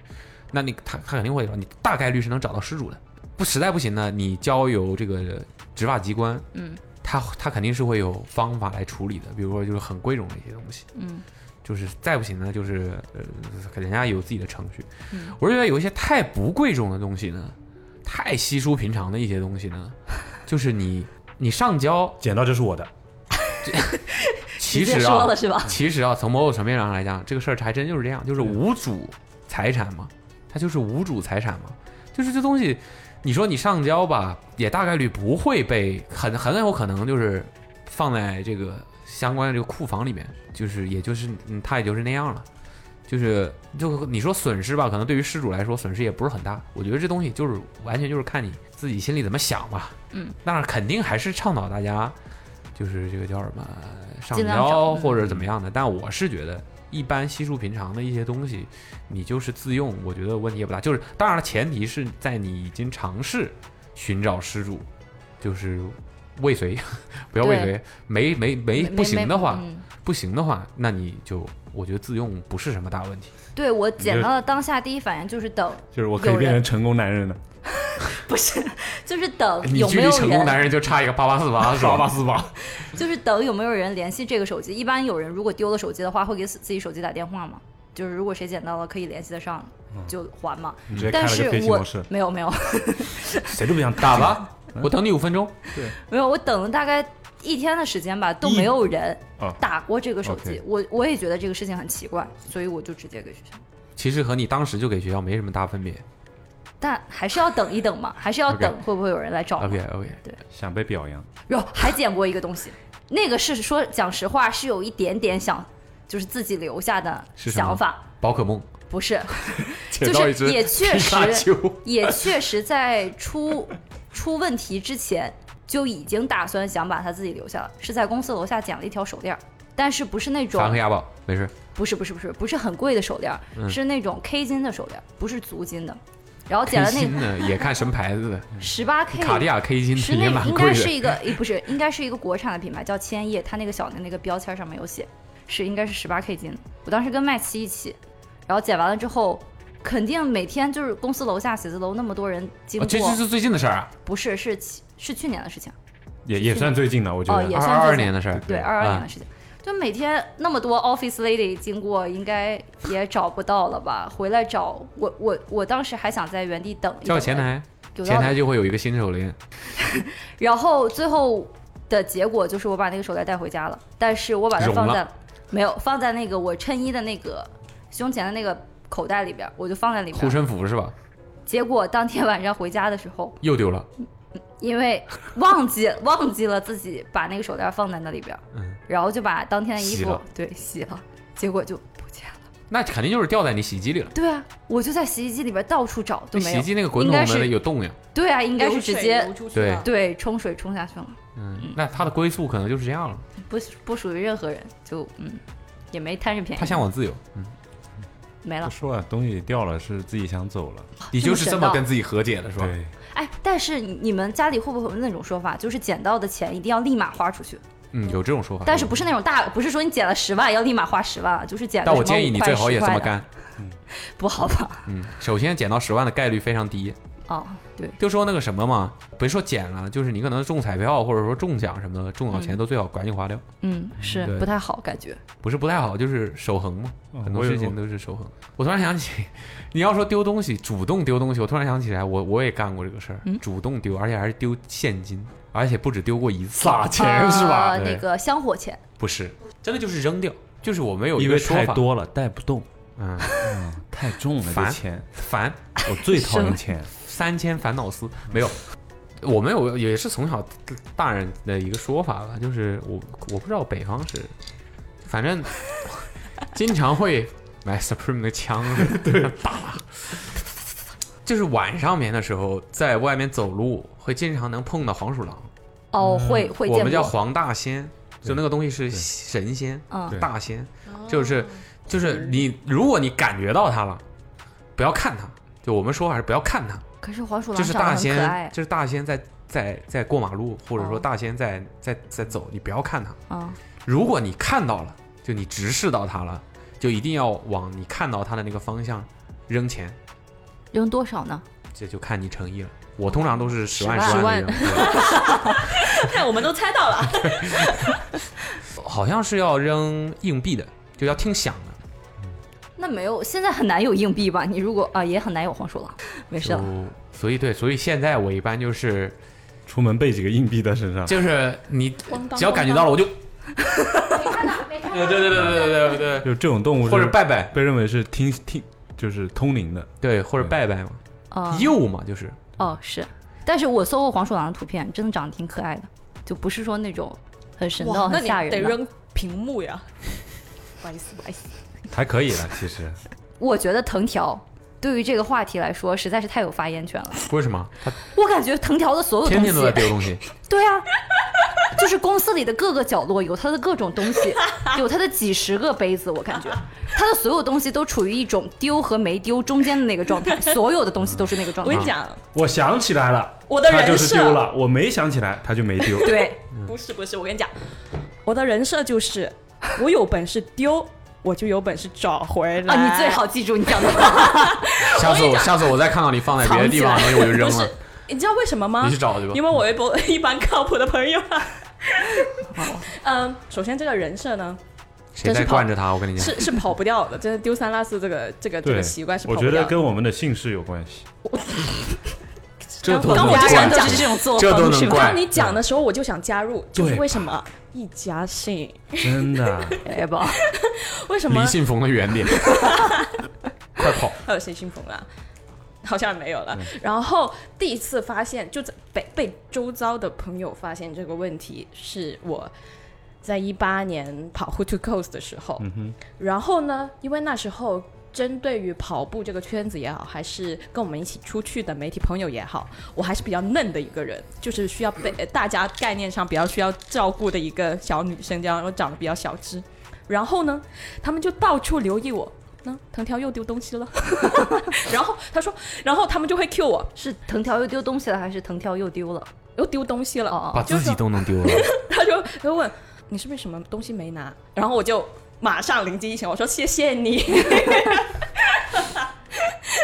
[SPEAKER 3] 那你他他肯定会找，你大概率是能找到失主的。不实在不行呢，你交由这个执法机关，
[SPEAKER 7] 嗯，
[SPEAKER 3] 他他肯定是会有方法来处理的，比如说就是很贵重的一些东西，
[SPEAKER 7] 嗯，
[SPEAKER 3] 就是再不行呢，就是呃，人家有自己的程序。
[SPEAKER 7] 嗯
[SPEAKER 3] 我就觉得有一些太不贵重的东西呢，太稀疏平常的一些东西呢，就是你你上交
[SPEAKER 2] 捡到就是我的，
[SPEAKER 3] 其实
[SPEAKER 7] 直接说
[SPEAKER 3] 啊
[SPEAKER 7] 了，是吧？嗯
[SPEAKER 3] 其实啊，从某种层面上来讲，这个事儿还真就是这样，就是无主财产嘛，它就是无主财产嘛，就是这东西，你说你上交吧，也大概率不会被很很有可能就是放在这个相关的这个库房里面，就是也就是嗯，它也就是那样了。就是就你说损失吧，可能对于失主来说损失也不是很大。我觉得这东西就是完全就是看你自己心里怎么想吧。
[SPEAKER 7] 嗯，
[SPEAKER 3] 但是肯定还是倡导大家，就是这个叫什么上
[SPEAKER 7] 尽量找
[SPEAKER 3] 交
[SPEAKER 7] 嗯
[SPEAKER 3] 或者怎么样的。但我是觉得，一般稀疏平常的一些东西，你就是自用，我觉得问题也不大。就是当然了，前提是在你已经尝试寻找失主，就是未遂， 不要未遂，没没没不行的话，
[SPEAKER 7] 嗯
[SPEAKER 3] 不行的话，那你就我觉得自用不是什么大问题。
[SPEAKER 7] 对我捡到的当下第一反应就是等，
[SPEAKER 2] 就是我可以
[SPEAKER 7] 有人
[SPEAKER 2] 变成成功男人的。
[SPEAKER 7] 不是，就是等
[SPEAKER 3] 你
[SPEAKER 7] 呃有
[SPEAKER 3] 距
[SPEAKER 7] 没
[SPEAKER 3] 离
[SPEAKER 7] 有
[SPEAKER 3] 成功
[SPEAKER 7] 人，
[SPEAKER 3] 男人就差一个八八四八，是吧？八四八。
[SPEAKER 7] 就是等有没有人联系这个手机。一般有人如果丢了手机的话，会给自自己手机打电话吗？就是如果谁捡到了可以联系得上，就还嘛。
[SPEAKER 2] 你直嗯接开
[SPEAKER 7] 但
[SPEAKER 2] 了
[SPEAKER 7] 是
[SPEAKER 2] 个飞行
[SPEAKER 7] 我
[SPEAKER 2] 模式，
[SPEAKER 7] 没有没有
[SPEAKER 2] 谁都不想
[SPEAKER 3] 打吧，我等你五分钟。
[SPEAKER 7] 没有，我等了大概一天的时间吧，都没有人
[SPEAKER 2] 哦
[SPEAKER 7] 打过这个手机
[SPEAKER 2] OK。
[SPEAKER 7] 我我也觉得这个事情很奇怪，所以我就直接给学校。
[SPEAKER 3] 其实和你当时就给学校没什么大分别。
[SPEAKER 7] 但还是要等一等嘛，还是要
[SPEAKER 3] OK
[SPEAKER 7] 等会不会有人来找嘛
[SPEAKER 3] OK OK，
[SPEAKER 2] 想被表扬，
[SPEAKER 7] 哟，还捡过一个东西，那个是说讲实话是有一点点想，就是自己留下的
[SPEAKER 3] 是什么
[SPEAKER 7] 想法，
[SPEAKER 3] 宝可梦
[SPEAKER 7] 不是，
[SPEAKER 3] 捡到一
[SPEAKER 7] 就是
[SPEAKER 3] 只
[SPEAKER 7] 也确
[SPEAKER 3] 皮卡
[SPEAKER 7] 实
[SPEAKER 3] 丘
[SPEAKER 7] 也确实在出出问题之前就已经打算想把它自己留下了，是在公司楼下捡了一条手链儿，但是不是那种
[SPEAKER 3] 三和押宝，没事。
[SPEAKER 7] 不是不是不是不是很贵的手链儿，
[SPEAKER 3] 啊嗯
[SPEAKER 7] 是那种 K 金的手链儿，不是足金的，然后捡
[SPEAKER 3] 黑
[SPEAKER 7] 了那
[SPEAKER 3] 心的也看什么牌子的，
[SPEAKER 7] 十八 K
[SPEAKER 3] 卡地亚 K 金
[SPEAKER 7] 是
[SPEAKER 3] 的
[SPEAKER 7] 那
[SPEAKER 3] 也蛮
[SPEAKER 7] 应
[SPEAKER 3] 贵
[SPEAKER 7] 该是
[SPEAKER 3] 的。
[SPEAKER 7] 一个，诶不是，应该是一个国产的品牌，叫千叶，它那个小的那个标签上面有写，是应该是十八 K 金。我当时跟麦琪一起，然后剪完了之后，肯定每天就是公司楼下写字楼那么多人经
[SPEAKER 3] 哦
[SPEAKER 7] 过，
[SPEAKER 3] 这这是最近的事儿啊，
[SPEAKER 7] 不是是其是去年的事情，
[SPEAKER 2] 也也算最近的，我觉
[SPEAKER 7] 哦
[SPEAKER 2] 得
[SPEAKER 7] 也
[SPEAKER 3] 二
[SPEAKER 7] 算
[SPEAKER 3] 二
[SPEAKER 7] 最近
[SPEAKER 3] 年的事儿。
[SPEAKER 7] 对，二二
[SPEAKER 3] 啊
[SPEAKER 7] 年的事情。就每天那么多 office lady 经过，应该也找不到了吧？回来找我，我我当时还想在原地等一
[SPEAKER 3] 叫
[SPEAKER 7] 等
[SPEAKER 3] 前
[SPEAKER 7] 的
[SPEAKER 3] 台，
[SPEAKER 7] 有
[SPEAKER 3] 前
[SPEAKER 7] 道理
[SPEAKER 3] 台就会有一个新手链。
[SPEAKER 7] 然后最后的结果就是我把那个手袋带回家了，但是我把它
[SPEAKER 3] 融
[SPEAKER 7] 放
[SPEAKER 3] 了
[SPEAKER 7] 在没有放在那个我衬衣的那个胸前的那个口袋里边，我就放在里
[SPEAKER 3] 护
[SPEAKER 7] 边。
[SPEAKER 3] 身符是吧？
[SPEAKER 7] 结果当天晚上回家的时候，
[SPEAKER 3] 又丢了，
[SPEAKER 7] 因为忘记忘记了自己把那个手袋放在那里边，
[SPEAKER 3] 嗯
[SPEAKER 7] 然后就把当天的衣
[SPEAKER 3] 洗
[SPEAKER 7] 服
[SPEAKER 3] 了
[SPEAKER 7] 对洗了，结果就不见了。
[SPEAKER 3] 那肯定就是掉在你洗衣机里了。
[SPEAKER 7] 对啊，我就在洗衣机里边到处找都
[SPEAKER 3] 那洗
[SPEAKER 7] 没
[SPEAKER 3] 衣
[SPEAKER 7] 有。
[SPEAKER 3] 机那个滚
[SPEAKER 7] 应该
[SPEAKER 3] 筒
[SPEAKER 7] 是
[SPEAKER 3] 门有洞呀。
[SPEAKER 7] 对啊，应该是直接
[SPEAKER 3] 对
[SPEAKER 5] 对
[SPEAKER 7] 对冲水冲下去了，
[SPEAKER 3] 嗯，那它的归宿可能就是这样了。
[SPEAKER 7] 不不属于任何人，就嗯也没贪着便宜，
[SPEAKER 3] 它向往自由，嗯，
[SPEAKER 7] 没了
[SPEAKER 2] 不。说啊了，东西掉了是自己想走了，
[SPEAKER 3] 你就是这么
[SPEAKER 7] 神道
[SPEAKER 3] 跟自己和解的是吧？
[SPEAKER 2] 对，
[SPEAKER 7] 哎，但是你们家里会不会有那种说法，就是捡到的钱一定要立马花出去？
[SPEAKER 3] 嗯，有这种说法。
[SPEAKER 7] 但是不是那种大，不是说你捡了十万要立马花十万，啊就是捡。
[SPEAKER 3] 但我建议你最好也这么，干。
[SPEAKER 7] 不好吧？
[SPEAKER 3] 嗯，首先捡到十万的概率非常低。
[SPEAKER 7] 哦，对，
[SPEAKER 3] 就说那个什么嘛，别说捡了，就是你可能中彩票或者说中奖什么的，中奖钱都最好赶紧花掉，
[SPEAKER 7] 嗯，是
[SPEAKER 3] 对
[SPEAKER 7] 不太好 感觉。
[SPEAKER 3] 不是不太好，就是守恒嘛，
[SPEAKER 2] 嗯
[SPEAKER 3] 很多
[SPEAKER 2] 我有
[SPEAKER 3] 事情都是守恒。我突然想起， 你要说丢东西，主动丢东西，我突然想起来，我我也干过这个事儿，
[SPEAKER 7] 嗯
[SPEAKER 3] 主动丢，而且还是丢现金，而且不止丢过一次，
[SPEAKER 2] 撒钱是吧
[SPEAKER 7] 呃？
[SPEAKER 3] 对嗯
[SPEAKER 7] 那个香火钱，
[SPEAKER 3] 不是，真的就是扔掉，就是我们有一
[SPEAKER 2] 因
[SPEAKER 3] 个
[SPEAKER 2] 为
[SPEAKER 3] 说
[SPEAKER 2] 太
[SPEAKER 3] 法，
[SPEAKER 2] 多了，带不动，
[SPEAKER 3] 嗯，
[SPEAKER 2] 太重了，
[SPEAKER 3] 烦
[SPEAKER 2] 这钱，
[SPEAKER 3] 烦
[SPEAKER 2] 我最讨厌 钱，
[SPEAKER 3] 三千烦恼丝没有。我们有也是从小大人的一个说法吧，就是我我不知道北方是，反正经常会买 Supreme 的枪， 对，打，就是晚上面的时候，在外面走路会经常能碰到黄鼠狼，
[SPEAKER 7] 哦，会会
[SPEAKER 3] 我
[SPEAKER 7] 见
[SPEAKER 3] 们叫
[SPEAKER 7] 过，
[SPEAKER 3] 黄大仙，
[SPEAKER 2] 对
[SPEAKER 3] 就那个东西是神仙
[SPEAKER 7] 嗯
[SPEAKER 2] 对
[SPEAKER 3] 大仙，就是就是你如果你感觉到它了，不要看它，就我们说法是不要看它，
[SPEAKER 7] 可是黄鼠
[SPEAKER 3] 就
[SPEAKER 7] 狼
[SPEAKER 3] 是
[SPEAKER 7] 长得
[SPEAKER 3] 大
[SPEAKER 7] 很可
[SPEAKER 3] 仙
[SPEAKER 7] 爱，哦
[SPEAKER 3] 就是大仙在在在过马路，或者说大仙在在在走，你不要看他。
[SPEAKER 7] 啊，
[SPEAKER 3] 如果你看到了，就你直视到他了，就一定要往你看到他的那个方向扔钱，
[SPEAKER 7] 扔多少呢？
[SPEAKER 3] 这就看你诚意了。我通常都是十万
[SPEAKER 5] 十
[SPEAKER 3] 万
[SPEAKER 5] 万
[SPEAKER 3] 的 扔，
[SPEAKER 5] 看我们都猜到了，
[SPEAKER 3] 好像是要扔硬币的，就要听响的。
[SPEAKER 7] 那没有，现在很难有硬币吧？你如果啊，也很难有黄鼠狼， 没事
[SPEAKER 3] 就
[SPEAKER 7] 了。
[SPEAKER 3] 所以对，所以现在我一般就是
[SPEAKER 2] 出门备几个硬币在身上，
[SPEAKER 3] 就是你
[SPEAKER 5] 咣当
[SPEAKER 3] 只要感觉到了我就，呃对对对对对对
[SPEAKER 2] 就这种动物
[SPEAKER 3] 对，
[SPEAKER 2] 是
[SPEAKER 3] 或者拜拜，
[SPEAKER 2] 被认为是听听就是通灵的，
[SPEAKER 3] 对或者拜拜嘛，
[SPEAKER 7] 啊，
[SPEAKER 3] 诱嘛就是。
[SPEAKER 7] 哦，是，但是我搜过黄鼠狼的图片，真的长得挺可爱的，就不是说那种很神道、
[SPEAKER 5] 哇，那
[SPEAKER 7] 很
[SPEAKER 5] 你
[SPEAKER 7] 吓人的。
[SPEAKER 5] 得扔屏幕呀。不好意思，不好意思，
[SPEAKER 2] 还可以 了，其实
[SPEAKER 7] 我觉得藤条对于这个话题来说，实在是太有发言权了。
[SPEAKER 3] 为什么？他
[SPEAKER 7] 我感觉藤条的所有
[SPEAKER 3] 天
[SPEAKER 7] 东西，
[SPEAKER 3] 天都在丢东西。
[SPEAKER 7] 对啊， 就是公司里的各个角落有他的各种东西，有他的几十个杯子，我感觉他的所有东西都处于一种丢和没丢中间的那个状态，所有的东西都是那个状
[SPEAKER 5] 我
[SPEAKER 7] 态。
[SPEAKER 5] 跟。你讲，
[SPEAKER 2] 我想起来了，
[SPEAKER 5] 我的人
[SPEAKER 2] 他就是
[SPEAKER 5] 设
[SPEAKER 2] 丢了，我没想起来，他就没丢
[SPEAKER 7] 对，
[SPEAKER 5] 不是不是，我跟你讲，我的人设就是，我有本事丢，我就有本事找回来。
[SPEAKER 7] 啊，你最好记住你讲的话。
[SPEAKER 5] 哎
[SPEAKER 3] 下次我下次我再看到你放在别的地方的东西，我就扔
[SPEAKER 5] 不
[SPEAKER 3] 了
[SPEAKER 5] 是。你知道为什么吗
[SPEAKER 3] 你去？找去吧
[SPEAKER 5] 因。为我有一波一般靠谱的朋友啊。嗯，首先这个人设呢
[SPEAKER 3] 谁在惯着他？我跟你讲，
[SPEAKER 5] 是是 跑不掉的，真的丢三落四这个这个这
[SPEAKER 2] 对
[SPEAKER 5] 个习惯是跑
[SPEAKER 2] 我
[SPEAKER 5] 不
[SPEAKER 2] 觉
[SPEAKER 5] 掉的。
[SPEAKER 2] 得跟我们的姓氏有关系。
[SPEAKER 3] 这都
[SPEAKER 5] 刚
[SPEAKER 3] 能
[SPEAKER 5] 我家
[SPEAKER 3] 惯
[SPEAKER 5] 人，就是
[SPEAKER 7] 这种做
[SPEAKER 3] 这都能
[SPEAKER 5] 当
[SPEAKER 3] 怪。
[SPEAKER 5] 你讲的时候，我就想加入，就是
[SPEAKER 2] 对
[SPEAKER 5] 为什么一家姓？
[SPEAKER 2] 真 的，啊
[SPEAKER 7] 哎吧，
[SPEAKER 5] 为什么
[SPEAKER 3] 离信冯的远 点，快跑！
[SPEAKER 5] 还有谁姓冯啊？好像没有了。然后第一次发现，就在被被周遭的朋友发现这个问题，是我在一八年跑 Who to Coast 的时候。然后呢，因为那时候针对于跑步这个圈子也好，还是跟我们一起出去的媒体朋友也好，我还是比较嫩的一个人，就是需要被呃大家概念上比较需要照顾的一个小女生，这样我长得比较小只。然后呢，他们就到处留意我。那藤条又丢东西了，然后他说，然后他们就会 cue 我，
[SPEAKER 7] 是藤条又丢东西了，还是藤条又丢了？
[SPEAKER 5] 又丢东西了，
[SPEAKER 7] 哦
[SPEAKER 3] 把自己都能丢了，
[SPEAKER 5] 他就他就问你是不是什么东西没拿，然后我就马上灵机一现，我说谢谢你。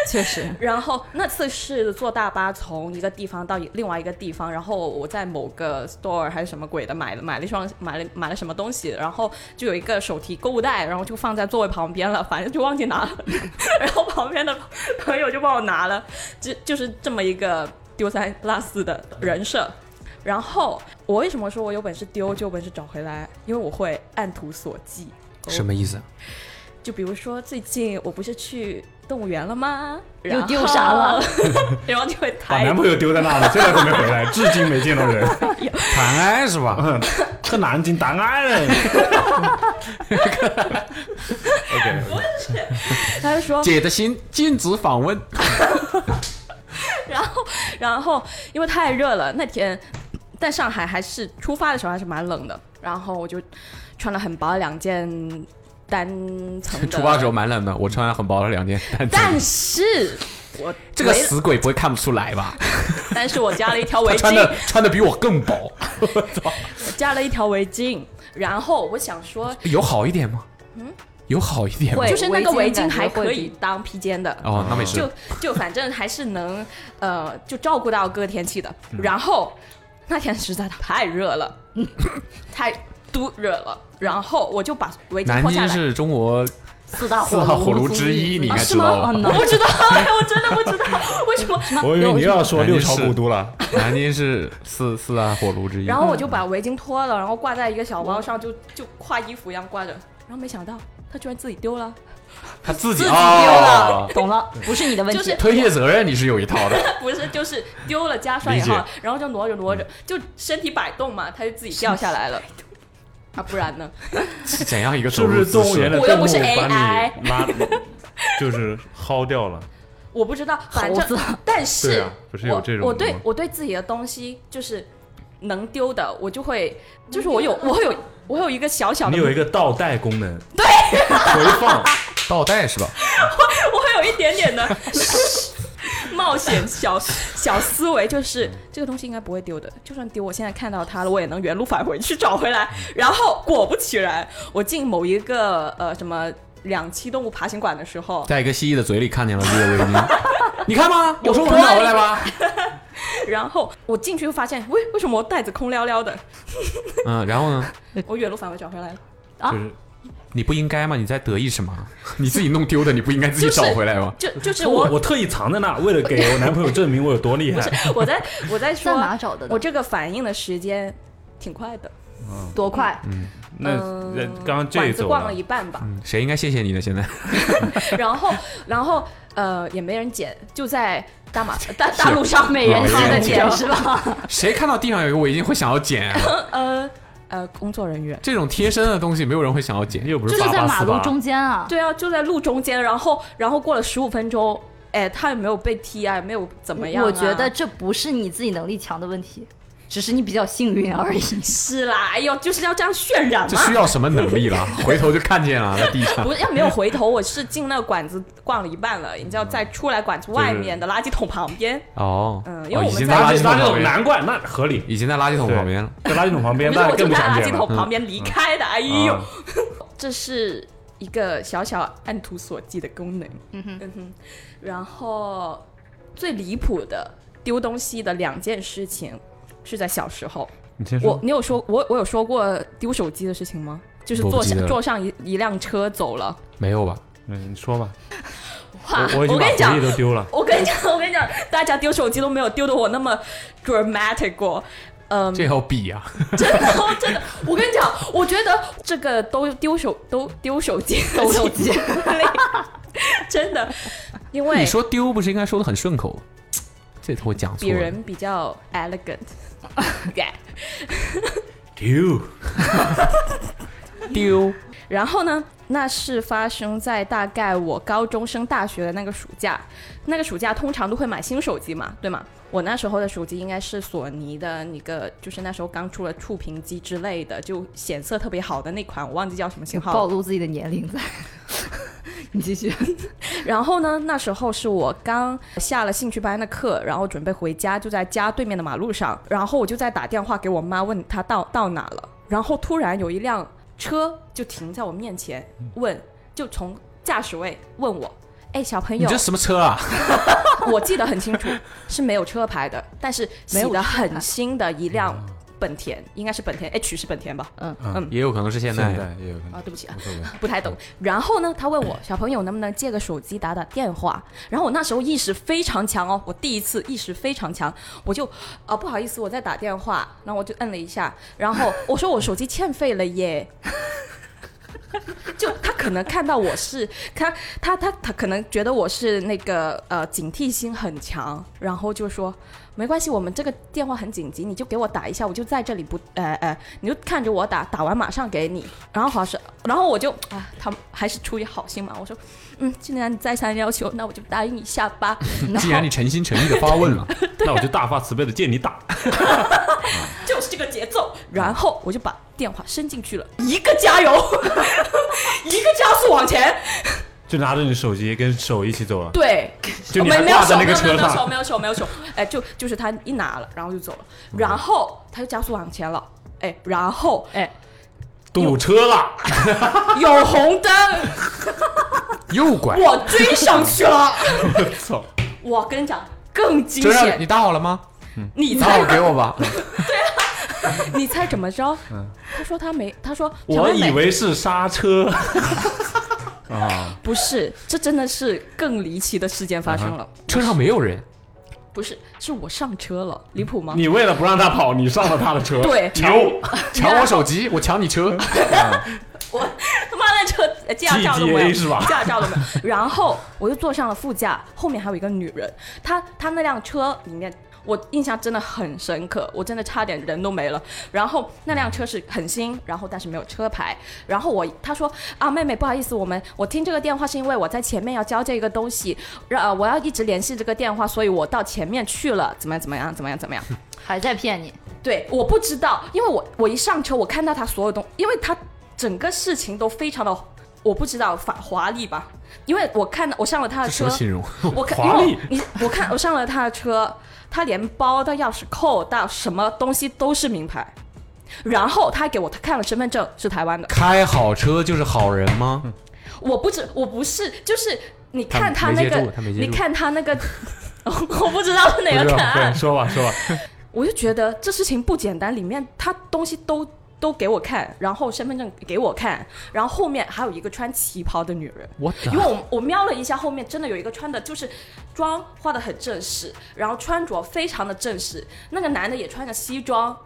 [SPEAKER 7] 确实，
[SPEAKER 5] 然后那次是坐大巴从一个地方到另外一个地方，然后我在某个 store 还是什么鬼的买了买了一双买了买了什么东西，然后就有一个手提购物袋，然后就放在座位旁边了，反正就忘记拿了， 然后旁边的朋友就帮我拿了，就就是这么一个丢三落四的人设。然后我为什么说我有本事丢就有本事找回来？因为我会按图索骥。
[SPEAKER 3] 什么意思？
[SPEAKER 5] 就比如说最近我不是去动物园了吗？
[SPEAKER 7] 又丢啥了？
[SPEAKER 5] 然后就会
[SPEAKER 2] 把
[SPEAKER 5] 抬
[SPEAKER 2] 男朋友丢在那了，这来都没回来，至今没见到 人。
[SPEAKER 3] 谈爱是吧
[SPEAKER 2] 这南京档案了。OK，
[SPEAKER 5] 他就说，
[SPEAKER 3] 姐的心禁止访问。
[SPEAKER 5] 然后然后因为太热了，那天在上海还是出发的时候还是蛮冷的，然后我就穿了很薄的两件单层的，
[SPEAKER 3] 出发的时候蛮冷的，我穿了很薄的两件单层。
[SPEAKER 5] 但是我
[SPEAKER 3] 这个
[SPEAKER 5] 围
[SPEAKER 3] 死鬼不会看不出来吧？
[SPEAKER 5] 但是我加了一条
[SPEAKER 3] 他
[SPEAKER 5] 围
[SPEAKER 3] 穿
[SPEAKER 5] 巾
[SPEAKER 3] 的，穿的比我更薄，
[SPEAKER 5] 加了一条围巾，然后我想说，
[SPEAKER 3] 有好一点吗？
[SPEAKER 5] 嗯
[SPEAKER 3] 有好一点吗？
[SPEAKER 5] 就是那个
[SPEAKER 7] 围
[SPEAKER 5] 围
[SPEAKER 7] 巾
[SPEAKER 5] 巾
[SPEAKER 7] 感觉
[SPEAKER 5] 还可
[SPEAKER 7] 会
[SPEAKER 5] 以
[SPEAKER 7] 比
[SPEAKER 5] 当披肩的，
[SPEAKER 3] 哦，那没事
[SPEAKER 5] 就。就反正还是能呃，就照顾到各个天气的。
[SPEAKER 3] 嗯
[SPEAKER 5] 然后那天实在太热了， 太嘟热了，然后我就把围巾
[SPEAKER 3] 南
[SPEAKER 5] 脱
[SPEAKER 3] 京
[SPEAKER 5] 下来。
[SPEAKER 3] 是中国
[SPEAKER 7] 四大
[SPEAKER 3] 四号火炉之一，你应
[SPEAKER 5] 啊，
[SPEAKER 3] 该
[SPEAKER 5] 是
[SPEAKER 3] 知
[SPEAKER 5] 吗？
[SPEAKER 3] 道吧？
[SPEAKER 5] 我不知道，哎我真的不知道为什么。
[SPEAKER 2] 我以为你又要 说
[SPEAKER 3] 南京
[SPEAKER 2] 六
[SPEAKER 3] 市
[SPEAKER 2] 朝古都了。
[SPEAKER 3] 南京是四四大火炉之一。
[SPEAKER 5] 然后我就把围巾脱了，然后挂在一个小包上，就就挎衣服一样挂着。然后没想到他居然自己丢了，
[SPEAKER 3] 他自己
[SPEAKER 7] 自己
[SPEAKER 3] 丢
[SPEAKER 7] 丢了，，懂了，不是你的问
[SPEAKER 5] 就是
[SPEAKER 7] 题。
[SPEAKER 3] 推卸责任你是有一套的。
[SPEAKER 5] 不是，就是丢了加帅以
[SPEAKER 3] 理
[SPEAKER 5] 后
[SPEAKER 3] 解，嗯
[SPEAKER 5] 然后就挪着挪着，就身体摆动嘛，它就自己掉下来了。啊，不然呢？
[SPEAKER 3] 是怎样一个
[SPEAKER 2] 是不是动
[SPEAKER 3] 走路
[SPEAKER 2] 物
[SPEAKER 3] 姿势
[SPEAKER 2] 园的
[SPEAKER 5] 我又
[SPEAKER 2] 动物
[SPEAKER 5] 不是
[SPEAKER 2] 把
[SPEAKER 5] AI
[SPEAKER 2] 你拉，就是薅掉了？
[SPEAKER 5] 我不知道，反
[SPEAKER 7] 猴
[SPEAKER 5] 正
[SPEAKER 7] 子
[SPEAKER 5] 但
[SPEAKER 2] 对
[SPEAKER 5] 是
[SPEAKER 2] 啊不是有
[SPEAKER 5] 我
[SPEAKER 2] 这种
[SPEAKER 5] 我对
[SPEAKER 2] 吗
[SPEAKER 5] 我对自己的东西就是能丢的，我就会就是我有我有我有一个小小的，
[SPEAKER 2] 你有一个倒带功能，对，回放。
[SPEAKER 3] 倒带是吧？
[SPEAKER 5] 我会有一点点的 冒险小小思维，就是
[SPEAKER 2] 嗯
[SPEAKER 5] 这个东西应该不会丢的，就算丢，我现在看到它了，我也能原路返回去找回来。然后果不其然，我进某一个呃什么两栖动物爬行馆的时候，
[SPEAKER 3] 在一个蜥蜴的嘴里看见了这个围 巾，你看吗？我说我能找回来吧？
[SPEAKER 5] 然后我进去就发现，喂，为什么我袋子空寥寥的？
[SPEAKER 3] 嗯，然后呢？
[SPEAKER 5] 我原路返回找回来了，啊
[SPEAKER 2] 就是
[SPEAKER 3] 你不应该吗？你在得意什么？ 你自己弄丢的，你不应该自己找回来吗？
[SPEAKER 5] 就 就是
[SPEAKER 2] 我
[SPEAKER 5] 我
[SPEAKER 2] 我特意藏在那，为了给我男朋友证明我有多厉害。
[SPEAKER 5] 我在我在
[SPEAKER 7] 在哪
[SPEAKER 5] 说，
[SPEAKER 7] 找的呢？
[SPEAKER 5] 我这个反应的时间挺快的，
[SPEAKER 7] 多快？
[SPEAKER 2] 那
[SPEAKER 5] 嗯
[SPEAKER 2] 那刚刚这
[SPEAKER 5] 馆
[SPEAKER 2] 一
[SPEAKER 5] 子
[SPEAKER 2] 走
[SPEAKER 5] 逛
[SPEAKER 2] 了
[SPEAKER 5] 了一半吧。
[SPEAKER 3] 嗯谁应该谢谢你呢？现在
[SPEAKER 5] 然后，然后，呃，也没人捡，就在大马 大大路上没
[SPEAKER 3] 人
[SPEAKER 5] 看
[SPEAKER 3] 捡
[SPEAKER 5] 得见，
[SPEAKER 7] 是吧？
[SPEAKER 3] 谁看到地上有一个围巾会想要捡啊？
[SPEAKER 5] 呃呃，工作人员。
[SPEAKER 3] 这种贴身的东西，没有人会想要 捡。
[SPEAKER 2] 又不
[SPEAKER 7] 就是是
[SPEAKER 2] 八
[SPEAKER 7] 在
[SPEAKER 2] 八
[SPEAKER 7] 马
[SPEAKER 2] 四
[SPEAKER 7] 路
[SPEAKER 2] 八，
[SPEAKER 7] 中间啊。
[SPEAKER 5] 对啊，就在路中间，然后，然后过了十五分钟，哎，他也没有被踢啊，也没有怎么样、啊。
[SPEAKER 7] 我觉得这不是你自己能力强的问题，只是你比较幸运而已。
[SPEAKER 5] 是啦，哎呦，就是要这样渲染
[SPEAKER 3] 这
[SPEAKER 5] 嘛。
[SPEAKER 3] 需要什么能力了？回头就看见了，在地上
[SPEAKER 5] 不。是要没有回头，我是进那个馆子逛了一半了，你知道，在出来馆子外面的垃圾桶旁边，
[SPEAKER 3] 哦，
[SPEAKER 5] 嗯
[SPEAKER 3] 哦
[SPEAKER 5] 因为我
[SPEAKER 3] 已
[SPEAKER 5] 们
[SPEAKER 3] 经在
[SPEAKER 5] 在
[SPEAKER 3] 垃
[SPEAKER 2] 垃
[SPEAKER 3] 圾
[SPEAKER 2] 圾垃
[SPEAKER 3] 桶
[SPEAKER 2] 圾
[SPEAKER 3] 旁
[SPEAKER 2] 桶，
[SPEAKER 3] 边，
[SPEAKER 2] 难怪那合 理。
[SPEAKER 3] 已经在垃圾桶旁边了。
[SPEAKER 2] 在垃圾桶旁边，
[SPEAKER 5] 不是
[SPEAKER 2] 那
[SPEAKER 5] 我就
[SPEAKER 2] 更不
[SPEAKER 5] 在
[SPEAKER 2] 想
[SPEAKER 5] 垃
[SPEAKER 2] 见
[SPEAKER 5] 圾
[SPEAKER 2] 了
[SPEAKER 5] 桶。旁边离开的，哎呦，
[SPEAKER 2] 啊
[SPEAKER 5] 这是一个小小按图索骥的功能。
[SPEAKER 7] 嗯哼，
[SPEAKER 5] 嗯哼，然后最离谱的丢东西的两件事情是在小时候。
[SPEAKER 2] 你先
[SPEAKER 5] 我
[SPEAKER 2] 说，
[SPEAKER 5] 你有说我我有说过丢手机的事情吗？就是
[SPEAKER 3] 我不
[SPEAKER 5] 坐
[SPEAKER 3] 记
[SPEAKER 5] 上
[SPEAKER 3] 得了
[SPEAKER 5] 坐上一一辆车走了。
[SPEAKER 3] 没有吧？
[SPEAKER 2] 嗯，你说吧。
[SPEAKER 5] 哇！
[SPEAKER 2] 我已经把
[SPEAKER 5] 跟你讲
[SPEAKER 2] 回忆，都 丢了。
[SPEAKER 5] 我跟你讲，我跟你讲，大家丢手机都没有丢的我那么 dramatic 过。嗯，
[SPEAKER 3] 这要比啊！
[SPEAKER 5] 真的真的，我跟你讲，我觉得这个都丢手都丢手机，
[SPEAKER 7] 抖手机，
[SPEAKER 5] 真的，因为
[SPEAKER 3] 你说丢不是应该说的很顺口？这我讲错
[SPEAKER 5] 比
[SPEAKER 3] 了。
[SPEAKER 5] 人比较 elegant。Yeah
[SPEAKER 2] 丢，
[SPEAKER 3] 丢
[SPEAKER 5] 然后呢，那是发生在大概我高中升大学的那个暑假。那个暑假通常都会买新手机嘛，对吗？我那时候的手机应该是索尼的那个，就是那时候刚出了触屏机之类的，就显色特别好的那款，我忘记叫什么型号
[SPEAKER 7] 暴
[SPEAKER 5] 了。
[SPEAKER 7] 露自己的年龄在。你继续，
[SPEAKER 5] 然后呢，那时候是我刚下了兴趣班的课，然后准备回家，就在家对面的马路上，然后我就在打电话给我妈，问她到到哪了。然后突然有一辆车就停在我面前，问， 就从驾驶位问我。哎，小朋
[SPEAKER 3] 你
[SPEAKER 5] 友
[SPEAKER 3] 这，什么车啊？
[SPEAKER 5] 我记得很清楚，是没有车牌的，但是洗
[SPEAKER 7] 没有
[SPEAKER 5] 的
[SPEAKER 7] 车牌
[SPEAKER 5] 很新的一辆本田，应该是本田，H 是本田吧？
[SPEAKER 3] 也有可能是现
[SPEAKER 2] 现
[SPEAKER 3] 代。
[SPEAKER 2] 在也有可能
[SPEAKER 5] 啊，对不起啊
[SPEAKER 2] 无，所谓。
[SPEAKER 5] 不太懂。然后呢，他问我小朋友能不能借个手机打打电话。然后我那时候意识非常强哦，我第一次意识非常强，我就啊、呃不好意思，我在打电话，然后我就摁了一下，然后我说我手机欠费了耶。就他可可能看到我是 他他他他可能觉得我是那个呃警惕心很强，然后就说没关系，我们这个电话很紧急，你就给我打一下，我就在这里不呃呃，你就看着我打，打完马上给你。然后好像是，然后我就啊，他们还是出于好心嘛，我说嗯，既然你再三要求，那我就答应一下吧。然后
[SPEAKER 3] 既然你诚心诚意的发问了，
[SPEAKER 2] 那我就大发慈悲的借你打。
[SPEAKER 5] 就是这个节奏。然后我就把电话伸进去了，一个加油， 一个加速往前。
[SPEAKER 2] 就拿着你手机跟手一起走了，
[SPEAKER 5] 对，
[SPEAKER 2] 就你
[SPEAKER 5] 没
[SPEAKER 2] 还
[SPEAKER 5] 没有
[SPEAKER 2] 挂
[SPEAKER 5] 手，
[SPEAKER 2] 在
[SPEAKER 5] 没
[SPEAKER 2] 那
[SPEAKER 5] 有
[SPEAKER 2] 个
[SPEAKER 5] 没
[SPEAKER 2] 车
[SPEAKER 5] 有没有手，
[SPEAKER 2] 上，
[SPEAKER 5] 没有手，没有手。哎，就就是他一拿了，然后就走了，
[SPEAKER 2] 嗯
[SPEAKER 5] 然后他就加速往前了。哎，然后哎，
[SPEAKER 2] 堵车了，
[SPEAKER 5] 有红灯，
[SPEAKER 3] 右拐，
[SPEAKER 5] 我追上去了。
[SPEAKER 2] 我操！
[SPEAKER 5] 我跟你讲，更惊
[SPEAKER 3] 车上
[SPEAKER 5] 险
[SPEAKER 3] 你。打好了吗？
[SPEAKER 5] 你
[SPEAKER 3] 打
[SPEAKER 2] 哦
[SPEAKER 5] 猜
[SPEAKER 3] 好给我吧。
[SPEAKER 5] 你猜怎么着？他说他没，他说乔
[SPEAKER 2] 嗯我
[SPEAKER 5] 妹妹
[SPEAKER 2] 以为是刹 车啊，
[SPEAKER 5] 不是，这真的是更离奇的事件发生了。
[SPEAKER 2] 嗯
[SPEAKER 3] 车上没有人，
[SPEAKER 5] 不是，是我上车了，离谱吗？
[SPEAKER 2] 你为了不让他跑，你上了他的车，
[SPEAKER 5] 对
[SPEAKER 2] 抢 我
[SPEAKER 3] 抢我手机，我抢你车。
[SPEAKER 5] 我他妈的车呃驾照都没
[SPEAKER 2] TGA
[SPEAKER 5] 有，
[SPEAKER 2] 是吧
[SPEAKER 5] 驾照都没有。然后我就坐上了副驾，后面还有一个女人，她她那辆车里面。我印象真的很深刻，我真的差点人都没了。然后那辆车是很新，然后但是没有车牌。然后我她说啊，妹妹，不好意思，我们我听这个电话是因为我在前面要交这个东西，让、呃我要一直联系这个电话，所以我到前面去了，怎么样怎么样怎么样怎么样。
[SPEAKER 7] 还在骗你，
[SPEAKER 5] 对，我不知道，因为我我一上车，我看到他所有东，因为他整个事情都非常的，我不知道华华丽吧，因为我看我上了他的
[SPEAKER 3] 这什么，
[SPEAKER 5] 车
[SPEAKER 3] 形容？
[SPEAKER 5] 我看
[SPEAKER 2] 华丽
[SPEAKER 5] 因为我你我看我上了他的车，他连包到钥匙扣到什么东西都是名牌，然后他还给我他看了身份证是台湾的，
[SPEAKER 3] 开好车就是好人吗？
[SPEAKER 5] 我不知我不是就是你
[SPEAKER 3] 他
[SPEAKER 5] 看他
[SPEAKER 3] 没
[SPEAKER 5] 那
[SPEAKER 3] 接
[SPEAKER 5] 个
[SPEAKER 3] 住他没接
[SPEAKER 5] 你
[SPEAKER 3] 住
[SPEAKER 5] 看他那个， 我不知道是哪
[SPEAKER 2] 不
[SPEAKER 5] 个
[SPEAKER 2] 知道
[SPEAKER 5] 看案
[SPEAKER 2] 对，，说吧说吧，
[SPEAKER 5] 我就觉得这事情不简单，里面他东西都都给我看，然后身份证给我看，然后后面还有一个穿旗袍的女人。
[SPEAKER 3] 我
[SPEAKER 5] 因为我我瞄了一下，后面真的有一个穿的就是妆化的很正式，然后穿着非常的正式，那个男的也穿着西装，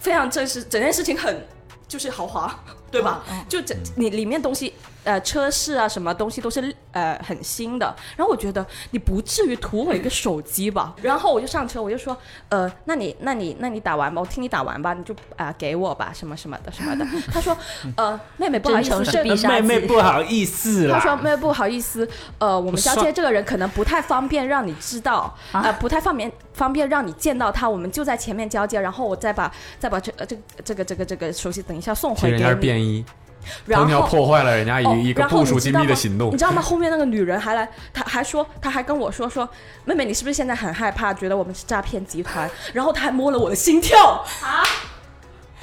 [SPEAKER 5] 非常正式，整件事情很就是豪华，对吧？就整你里面东西，呃，车饰啊什么东西都是呃很新的。然后我觉得你不至于图我一个手机吧？然后我就上车，我就说，呃，那你那你那你打完吧，我听你打完吧，你就啊、给我吧，什么什么的什么的。他说，呃，妹妹不啊好意思，
[SPEAKER 7] 真诚是
[SPEAKER 5] 这
[SPEAKER 7] 必杀技
[SPEAKER 2] 好意思
[SPEAKER 5] 他说：“妹妹，不好意思，呃，我们交接这个人可能不太方便让你知道，啊、呃，不太方便方便让你见到他，我们就在前面交接，然后我再把再把这呃这个这个这个这个手机等一下送
[SPEAKER 3] 其实
[SPEAKER 5] 回
[SPEAKER 3] 人家是
[SPEAKER 5] 给你。
[SPEAKER 3] 便衣，
[SPEAKER 5] 然
[SPEAKER 3] 头条
[SPEAKER 5] 后
[SPEAKER 3] 哎破坏了人家
[SPEAKER 5] 哦
[SPEAKER 3] 一一个
[SPEAKER 5] 然后
[SPEAKER 3] 部署
[SPEAKER 5] 你知
[SPEAKER 3] 精
[SPEAKER 5] 道
[SPEAKER 3] 密的
[SPEAKER 5] 吗
[SPEAKER 3] 行动
[SPEAKER 5] 你。知道吗？后面那个女人还来，她还说，她还跟我说说，妹妹，你是不是现在很害怕，觉得我们是诈骗集团？然后她还摸了我的心 跳，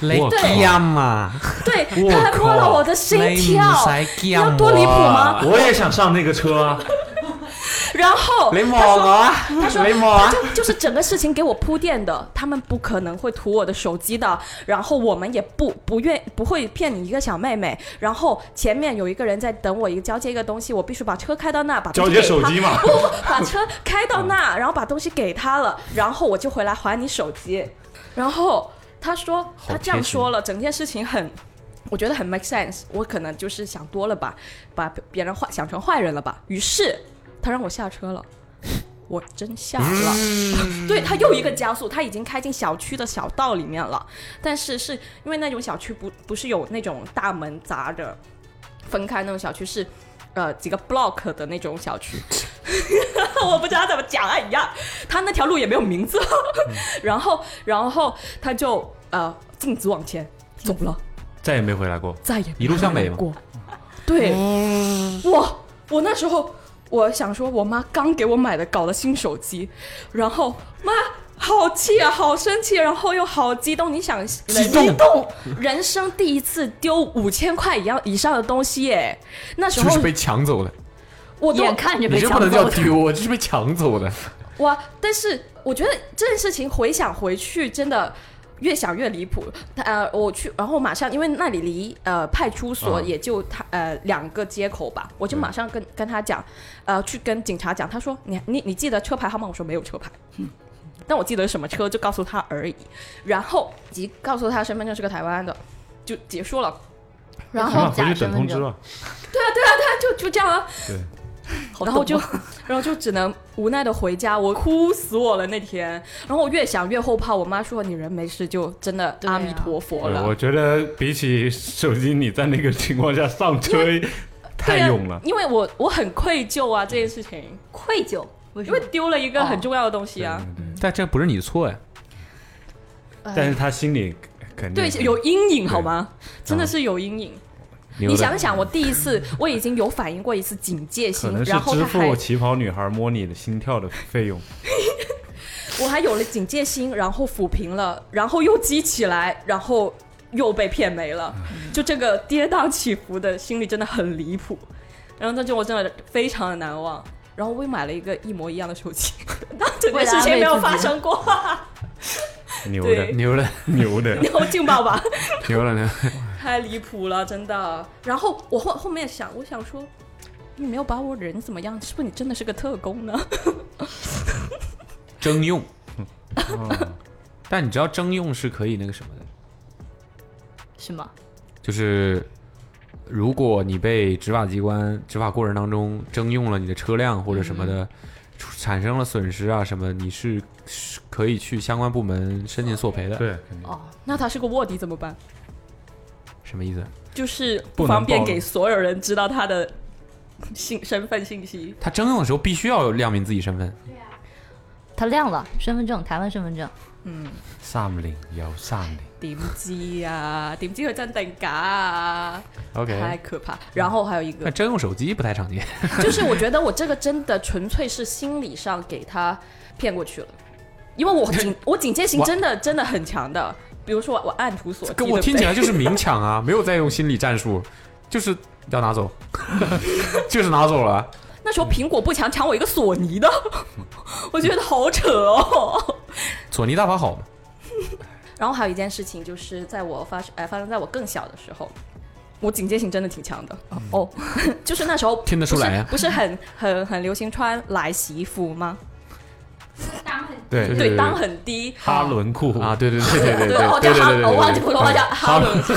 [SPEAKER 3] 雷
[SPEAKER 2] 我
[SPEAKER 5] 靠
[SPEAKER 3] 呀嘛，
[SPEAKER 5] 对，
[SPEAKER 2] 我
[SPEAKER 5] 她还摸了我的心跳，
[SPEAKER 3] 啊你
[SPEAKER 5] 你要多离谱吗？
[SPEAKER 2] 啊我也想上那个车啊，
[SPEAKER 5] 然后
[SPEAKER 3] 你
[SPEAKER 5] 她
[SPEAKER 3] 摸
[SPEAKER 5] 说
[SPEAKER 3] 我啊！
[SPEAKER 5] 他说
[SPEAKER 3] 你摸我啊
[SPEAKER 5] 他！就就是整个事情给我铺垫的，他们不可能会图我的手机的，然后我们也不不愿不会骗你一个小妹妹，然后前面有一个人在等我一个交接一个东西，我必须把车开到那，把东
[SPEAKER 2] 交
[SPEAKER 5] 西
[SPEAKER 2] 接
[SPEAKER 5] 给
[SPEAKER 2] 手
[SPEAKER 5] 他
[SPEAKER 2] 机嘛
[SPEAKER 5] 不不，把车开到那，然后把东西给他了，然后我就回来还你手机，然后他说他这样说了，整件事情很。我觉得很 make sense，我可能就是想多了吧，把别人坏想成坏人了吧。于是他让我下车了，我真下了。 对他又一个加速，他已经开进小区的小道里面了，但是是因为那种小区不不是有那种大门砸着分开那种小区是。呃，几个 block 的那种小区， 我不知道怎么讲啊，一样，他那条路也没有名字，
[SPEAKER 3] 嗯
[SPEAKER 5] 然后，然后他就呃径直往前走了，
[SPEAKER 2] 再也没回来过。
[SPEAKER 5] 再也没
[SPEAKER 3] 嗯一路嗯向北
[SPEAKER 5] 看
[SPEAKER 3] 吗
[SPEAKER 5] 过。对，我我那时候我想说，我妈刚给我买的搞了新手机，然后妈好气啊，好生气，然后又好激动。你想，人激动，人生第一次丢五千块以上以上的东西耶，那时
[SPEAKER 3] 就
[SPEAKER 5] 候
[SPEAKER 3] 是被抢走的，
[SPEAKER 5] 我都
[SPEAKER 7] 眼看着
[SPEAKER 3] 你
[SPEAKER 7] 被
[SPEAKER 3] 这
[SPEAKER 7] 抢
[SPEAKER 3] 不能叫
[SPEAKER 7] 走了。
[SPEAKER 3] 丢，我这是被抢走的。
[SPEAKER 5] 哇！但是我觉得这件事情回想回去，真的越想越离谱。他呃，我去，然后马上因为那里离呃派出所
[SPEAKER 2] 嗯
[SPEAKER 5] 也就他、呃两个街口吧，我就马上跟跟他讲，呃，去跟警察讲。他说你你你记得车牌号码？我说没有车牌。 但我记得什么车，就告诉他而已，然后即告诉他身份证是个台湾的，就结束了。然
[SPEAKER 7] 然
[SPEAKER 2] 行
[SPEAKER 7] 后
[SPEAKER 2] 了，回去等通知吧。
[SPEAKER 5] 就 就这样啊，
[SPEAKER 2] 对，
[SPEAKER 5] 然后就， 然后就只能无奈的回家，我哭死我了那天。然后我越想越后怕，我妈说你人没事就真的
[SPEAKER 6] 啊
[SPEAKER 5] 阿弥陀佛
[SPEAKER 2] 对
[SPEAKER 5] 了。啊
[SPEAKER 2] 我觉得比起手机，你在那个情况下上车
[SPEAKER 5] 对
[SPEAKER 2] 太
[SPEAKER 5] 啊
[SPEAKER 2] 勇了。
[SPEAKER 5] 因为我我很愧疚啊这件事情，
[SPEAKER 7] 愧疚，为什
[SPEAKER 5] 因
[SPEAKER 7] 么
[SPEAKER 5] 为？丢了一个很重要的东西啊。
[SPEAKER 2] 对对对
[SPEAKER 3] 嗯但这不是你的错呀。
[SPEAKER 2] 但是他心里肯定
[SPEAKER 5] 对，有阴影好吗？真
[SPEAKER 2] 嗯
[SPEAKER 5] 的是有阴影。
[SPEAKER 3] 有
[SPEAKER 5] 你
[SPEAKER 3] 的
[SPEAKER 5] 想想，我第一次我已经有反应过一次警戒
[SPEAKER 2] 可
[SPEAKER 5] 心
[SPEAKER 2] 能，是
[SPEAKER 5] 然后
[SPEAKER 2] 支
[SPEAKER 5] 他还
[SPEAKER 2] 付旗袍女孩摸你的心跳的费用。
[SPEAKER 5] 我还有了警戒心，然后抚平了，然后又激起来，然后又被骗没了，
[SPEAKER 2] 嗯
[SPEAKER 5] 就这个跌宕起伏的心理真的很离谱。然后那就我真的非常的难忘。然后我又买了一个一模一样的手机， 当整件事情没有发生过，
[SPEAKER 2] 牛的
[SPEAKER 5] 对，
[SPEAKER 3] 牛了，
[SPEAKER 2] 牛的，
[SPEAKER 5] 然后劲 爆吧，
[SPEAKER 3] 牛了呢。
[SPEAKER 5] 太离谱了，真的。然后我后后面想，我想说，你没有把我人怎么样，是不是你真的是个特 工呢？
[SPEAKER 3] 征用。哦但你知道征用是可以那个什么的，
[SPEAKER 7] 是吗？
[SPEAKER 3] 就是如果你被执法机关执法过程当中征用了你的车辆或者什么的，出产生了损失啊什么，你是是可以去相关部门申请索赔的。，
[SPEAKER 2] 对，肯定
[SPEAKER 5] 那他是个卧底怎么办？
[SPEAKER 3] 什么意思？
[SPEAKER 5] 就是
[SPEAKER 2] 不
[SPEAKER 5] 不
[SPEAKER 2] 能
[SPEAKER 5] 方便
[SPEAKER 2] 暴露
[SPEAKER 5] 给所有人知道他的信身份信息。
[SPEAKER 3] 他征用的时候必须要亮明自己身份。
[SPEAKER 7] 他亮了，身份证，台湾身份证。
[SPEAKER 2] 三零有三零，
[SPEAKER 5] 点知啊？點知佢真定假啊？太
[SPEAKER 3] OK，
[SPEAKER 5] 可怕。然后还有一
[SPEAKER 3] 那
[SPEAKER 5] 个，
[SPEAKER 3] 征用手机不太常 见。
[SPEAKER 5] 就是我觉得我这个真的纯粹是心理上给他骗过去了，因为我警 我警戒心真的真的很强的。比如说我我按图索骥，
[SPEAKER 3] 跟我
[SPEAKER 5] 对
[SPEAKER 3] 听
[SPEAKER 5] 不对
[SPEAKER 3] 起来就是明抢 啊，没有在用心理战术，就是要拿 走，就是拿走了。
[SPEAKER 5] 那时候苹果不抢抢我一个索尼的， 我觉得好扯哦。
[SPEAKER 3] 索尼大法好嘛？
[SPEAKER 5] 然后还有一件事情，就是在我发生哎发生在我更小的时候，我警戒性真的挺强的哦， 就是那时候
[SPEAKER 3] 嗯 听得出来啊
[SPEAKER 5] 不是不是很很很流行穿来媳服吗？
[SPEAKER 2] 对
[SPEAKER 3] 对
[SPEAKER 5] 对，
[SPEAKER 3] 对
[SPEAKER 5] 裆很低。
[SPEAKER 2] 哈伦裤
[SPEAKER 3] 啊，，对对对对 对
[SPEAKER 5] 我
[SPEAKER 3] 对
[SPEAKER 5] 叫
[SPEAKER 3] 对
[SPEAKER 5] 哈
[SPEAKER 3] 对，，
[SPEAKER 5] 我忘记
[SPEAKER 3] 对
[SPEAKER 5] 不是我叫哈伦裤。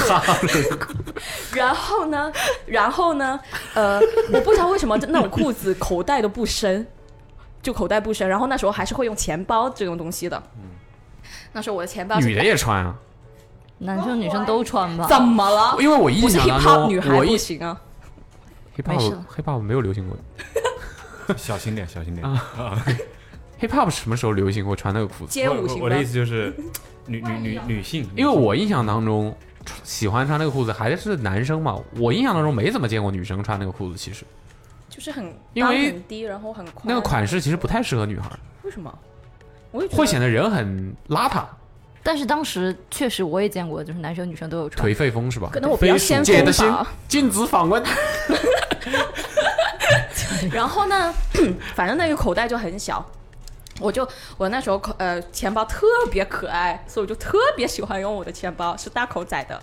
[SPEAKER 5] 然后呢，然后呢，呃，我不知道为什么那种裤子口袋都不深，就口袋不深。然后那时候还是会用钱包这种东西的。那时候我的钱包是
[SPEAKER 3] 嗯女的也穿啊，
[SPEAKER 7] 男生女生都穿吧？
[SPEAKER 5] 怎么了？
[SPEAKER 3] 因为我印
[SPEAKER 5] 我是
[SPEAKER 3] 象当
[SPEAKER 5] hip hop 女
[SPEAKER 3] 中，
[SPEAKER 5] 孩
[SPEAKER 3] 我
[SPEAKER 5] 不
[SPEAKER 3] 一
[SPEAKER 5] 行啊。
[SPEAKER 3] hip
[SPEAKER 7] 没事了
[SPEAKER 3] hop hip hop 没有流行过
[SPEAKER 2] 小心点，小心点。
[SPEAKER 3] ，hip hop 什么时候流行过穿那个裤子？
[SPEAKER 5] 街
[SPEAKER 2] 我
[SPEAKER 5] 舞啊
[SPEAKER 2] 我
[SPEAKER 5] 行
[SPEAKER 2] 我
[SPEAKER 5] 吧
[SPEAKER 2] 的意。思就是，女女女女性，
[SPEAKER 3] 因为我印象当中穿喜欢穿那个裤子还是男生嘛，我印象当中没怎么见过女生穿那个裤子，其实
[SPEAKER 5] 哦就是很
[SPEAKER 3] 因为
[SPEAKER 5] 裆很低，然后很宽。
[SPEAKER 3] 那个款式其实不太适合女孩，
[SPEAKER 5] 为什么？我也觉得
[SPEAKER 3] 会显得人很邋遢，
[SPEAKER 7] 但是当时确实我也见过，就是男生女生都有穿
[SPEAKER 3] 颓。废风是吧
[SPEAKER 5] 可？能我比较先啊
[SPEAKER 3] 姐的
[SPEAKER 5] 锋
[SPEAKER 3] 心
[SPEAKER 5] 吧。
[SPEAKER 3] 禁止访 问。
[SPEAKER 5] 然后呢， 反正那个口袋就很小，我就我那时候口呃钱包特别可爱，所以我就特别喜欢用我的钱包，是大口仔的。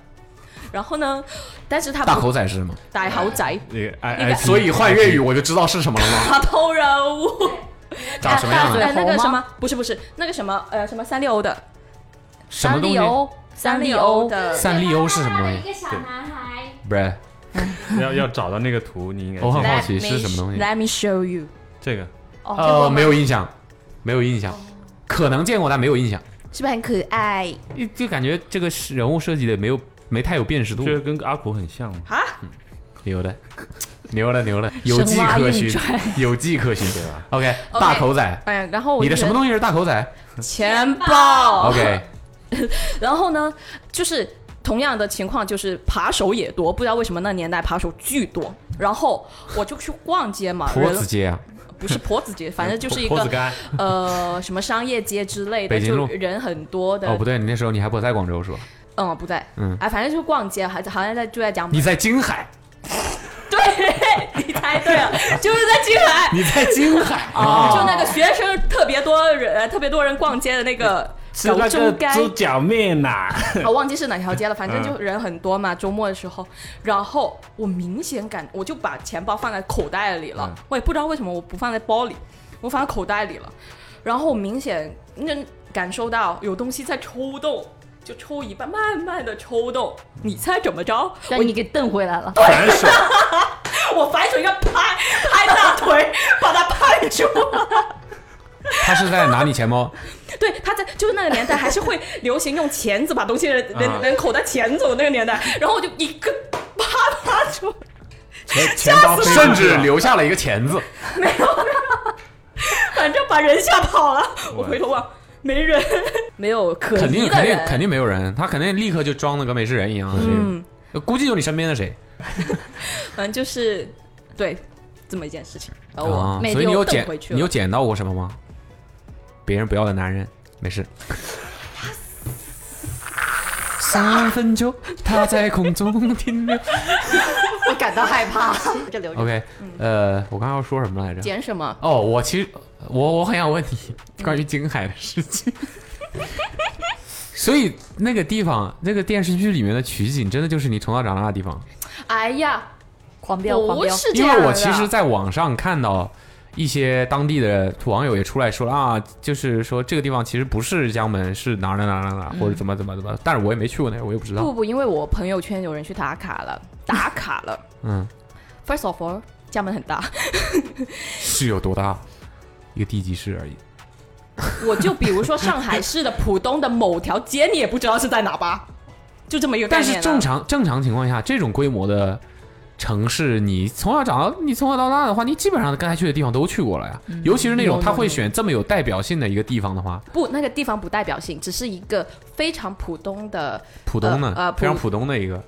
[SPEAKER 5] 然后呢，但是它不
[SPEAKER 3] 大口仔是吗？
[SPEAKER 5] 大口仔，
[SPEAKER 2] 那个 I I，
[SPEAKER 3] 所以换粤语我就知道是什么了 吗？
[SPEAKER 5] 大头人物。
[SPEAKER 3] 长什么样
[SPEAKER 7] 对
[SPEAKER 3] 啊？
[SPEAKER 5] 哎，那个
[SPEAKER 7] 猴吗
[SPEAKER 5] 什么，不是不是，那个什么呃什么三丽鸥的，
[SPEAKER 3] 什么
[SPEAKER 5] 三
[SPEAKER 3] 东
[SPEAKER 5] 丽
[SPEAKER 3] 西？
[SPEAKER 5] 鸥，三丽鸥的，
[SPEAKER 3] 三丽鸥是什么东
[SPEAKER 8] 一
[SPEAKER 3] 西
[SPEAKER 8] 个小男孩，
[SPEAKER 3] ？Bread，
[SPEAKER 2] 要要找到那个图，你应该
[SPEAKER 3] 我很
[SPEAKER 2] 记得
[SPEAKER 3] 好奇是什么东西。
[SPEAKER 5] Let me show you，
[SPEAKER 2] 这个
[SPEAKER 5] 哦
[SPEAKER 3] 呃，没有印象，没有印象，可能见过但没有印象，
[SPEAKER 5] 是不是很可爱？
[SPEAKER 3] 一就感觉这个是人物设计的没有没太有辨识度
[SPEAKER 2] 这，个跟阿苦很像嘛，
[SPEAKER 3] 牛的，牛了牛了，有迹可循，有迹可循，对吧？OK，大口仔，
[SPEAKER 5] 哎呀，然后我哦
[SPEAKER 3] 你的
[SPEAKER 5] 就
[SPEAKER 3] 什么东西是大口仔
[SPEAKER 5] 钱包
[SPEAKER 3] ？OK，
[SPEAKER 5] 然后呢，就是同样的情况，就是扒手也多，不知道为什么那年代扒手巨多。然后我就去逛街嘛，
[SPEAKER 3] 婆
[SPEAKER 5] 人
[SPEAKER 3] 子街啊，
[SPEAKER 5] 不是婆子 街，反正就是一
[SPEAKER 2] 婆子
[SPEAKER 5] 个
[SPEAKER 2] 干，
[SPEAKER 5] 呃什么商业街之类的，
[SPEAKER 3] 北京
[SPEAKER 5] 就
[SPEAKER 3] 路
[SPEAKER 5] 人很多的。
[SPEAKER 3] 哦不对，你那时候你还不在广州是吧？
[SPEAKER 5] 嗯，不对，
[SPEAKER 3] 嗯
[SPEAKER 5] 哎，反正就是逛街，还好像在就在讲，
[SPEAKER 3] 你在京海，
[SPEAKER 5] 对，你猜对了，就是在金海，哦
[SPEAKER 3] 你在京 海哦
[SPEAKER 5] 就那个学生特别多人，呃特别多人逛街的那个。狗中街。
[SPEAKER 2] 脚面呐，
[SPEAKER 5] 我忘记是哪条街了，反正就人很多嘛。周末的时候，然后我明显感，我就把钱包放在口袋里了，
[SPEAKER 2] 嗯
[SPEAKER 5] 我也不知道为什么我不放在包里，我放在口袋里了。然后我明显那感受到有东西在抽动，就抽一半，慢慢的抽动。你猜怎么着？
[SPEAKER 3] 哦
[SPEAKER 7] 但你给蹬回来了，
[SPEAKER 2] 反手
[SPEAKER 3] 是在拿你钱包，
[SPEAKER 5] 对，他在就是那个年代还是会流行用钳子把东西人人人口袋钳走那个年代，然后我就一个啪啪出，
[SPEAKER 4] 钱钱包飞出去
[SPEAKER 3] 甚
[SPEAKER 4] 了
[SPEAKER 3] 至留下了一个钱字。
[SPEAKER 5] 反正把人吓跑了。
[SPEAKER 2] 我
[SPEAKER 5] 我回头望，没人， 没有可
[SPEAKER 3] 肯定
[SPEAKER 5] 疑的
[SPEAKER 3] 肯定
[SPEAKER 5] 人。
[SPEAKER 3] 肯定没有人，他肯定立刻就装的跟没事人一样。
[SPEAKER 5] 嗯，
[SPEAKER 3] 嗯，估计就是你身边的谁
[SPEAKER 5] 反正就是对这么一件事情，把
[SPEAKER 3] 啊
[SPEAKER 7] 哦
[SPEAKER 5] 我？
[SPEAKER 3] 所以你有
[SPEAKER 5] 瞪
[SPEAKER 3] 捡
[SPEAKER 5] 回去
[SPEAKER 3] 你有
[SPEAKER 5] 了。
[SPEAKER 3] 捡到过什么吗？别人不要的男人，没事。三分钟，他在空中停留。
[SPEAKER 7] 我感到害怕，这留着。嗯
[SPEAKER 3] OK，呃，我刚刚要说什么来着？
[SPEAKER 5] 捡什么？
[SPEAKER 3] 哦，我其实我我很想问你 关于金海的事情。 所以那个地方，那个电视剧里面的取景，真的就是你从小长大的地方。
[SPEAKER 5] 哎呀，
[SPEAKER 7] 狂飙狂
[SPEAKER 5] 不
[SPEAKER 7] 飙，
[SPEAKER 5] 是这
[SPEAKER 3] 因
[SPEAKER 5] 样的。
[SPEAKER 3] 为我其实在网上看到一些当地的网友也出来说啊，就是说这个地方其实不是江门，是哪儿哪儿哪儿哪儿哪儿，或者怎么怎么怎么，但是我也没去过那儿，我也不知
[SPEAKER 5] 嗯不
[SPEAKER 3] 道。
[SPEAKER 5] 不，因为我朋友圈有人去打卡 了，打卡了。
[SPEAKER 3] 嗯，
[SPEAKER 5] First of all，家门很大，
[SPEAKER 3] 是有多大？一个地级市而已。
[SPEAKER 5] 我就比如说上海市的浦东的某条街，你也不知道是在哪吧？就这么一个概
[SPEAKER 3] 但
[SPEAKER 5] 念
[SPEAKER 3] 是
[SPEAKER 5] 啊。
[SPEAKER 3] 正常正常情况下，这种规模的城市，你从小长到你从小到大的话，你基本上该去的地方都去过了呀。
[SPEAKER 5] 嗯
[SPEAKER 3] 尤其是那种他会选这么有代表性的一个地方的话，
[SPEAKER 5] 不，那个地方不代表性，只是一个非常浦东的、
[SPEAKER 3] 浦东呢，
[SPEAKER 5] 呃呃
[SPEAKER 3] 非常
[SPEAKER 5] 浦
[SPEAKER 3] 浦东的一个，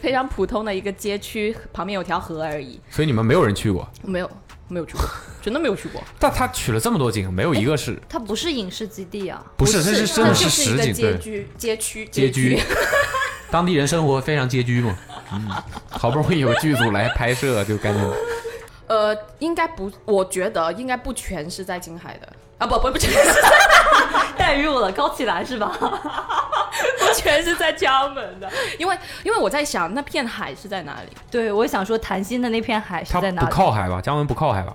[SPEAKER 5] 非常普通的一个街区，旁边有条河而已，
[SPEAKER 3] 所以你们没有人去过。
[SPEAKER 5] 没有没有去过，真的没有去过。
[SPEAKER 3] 但他取了这么多景，
[SPEAKER 5] 哎
[SPEAKER 3] 没有一个是
[SPEAKER 7] 它不是影视基地啊，
[SPEAKER 3] 不是，这是真的
[SPEAKER 5] 它
[SPEAKER 3] 是
[SPEAKER 5] 就是一
[SPEAKER 3] 实
[SPEAKER 5] 个
[SPEAKER 3] 景，
[SPEAKER 5] 街
[SPEAKER 3] 对，
[SPEAKER 5] 区，街区，
[SPEAKER 3] 拮据
[SPEAKER 5] 区。，
[SPEAKER 3] 当地人生活非常拮据嘛。嗯，好不容易有剧组来拍摄，就赶紧
[SPEAKER 5] 呃，应该不，我觉得应该不全是在金海的啊，不不不全是在，
[SPEAKER 7] 代入了高启兰是吧？
[SPEAKER 5] 不全是在江门的，因为因为我在想那片海是在哪里，
[SPEAKER 7] 对，我想说谭鑫的那片海是
[SPEAKER 3] 他
[SPEAKER 7] 在哪
[SPEAKER 3] 不
[SPEAKER 7] 里？
[SPEAKER 3] 靠海吧？江门不靠海吧？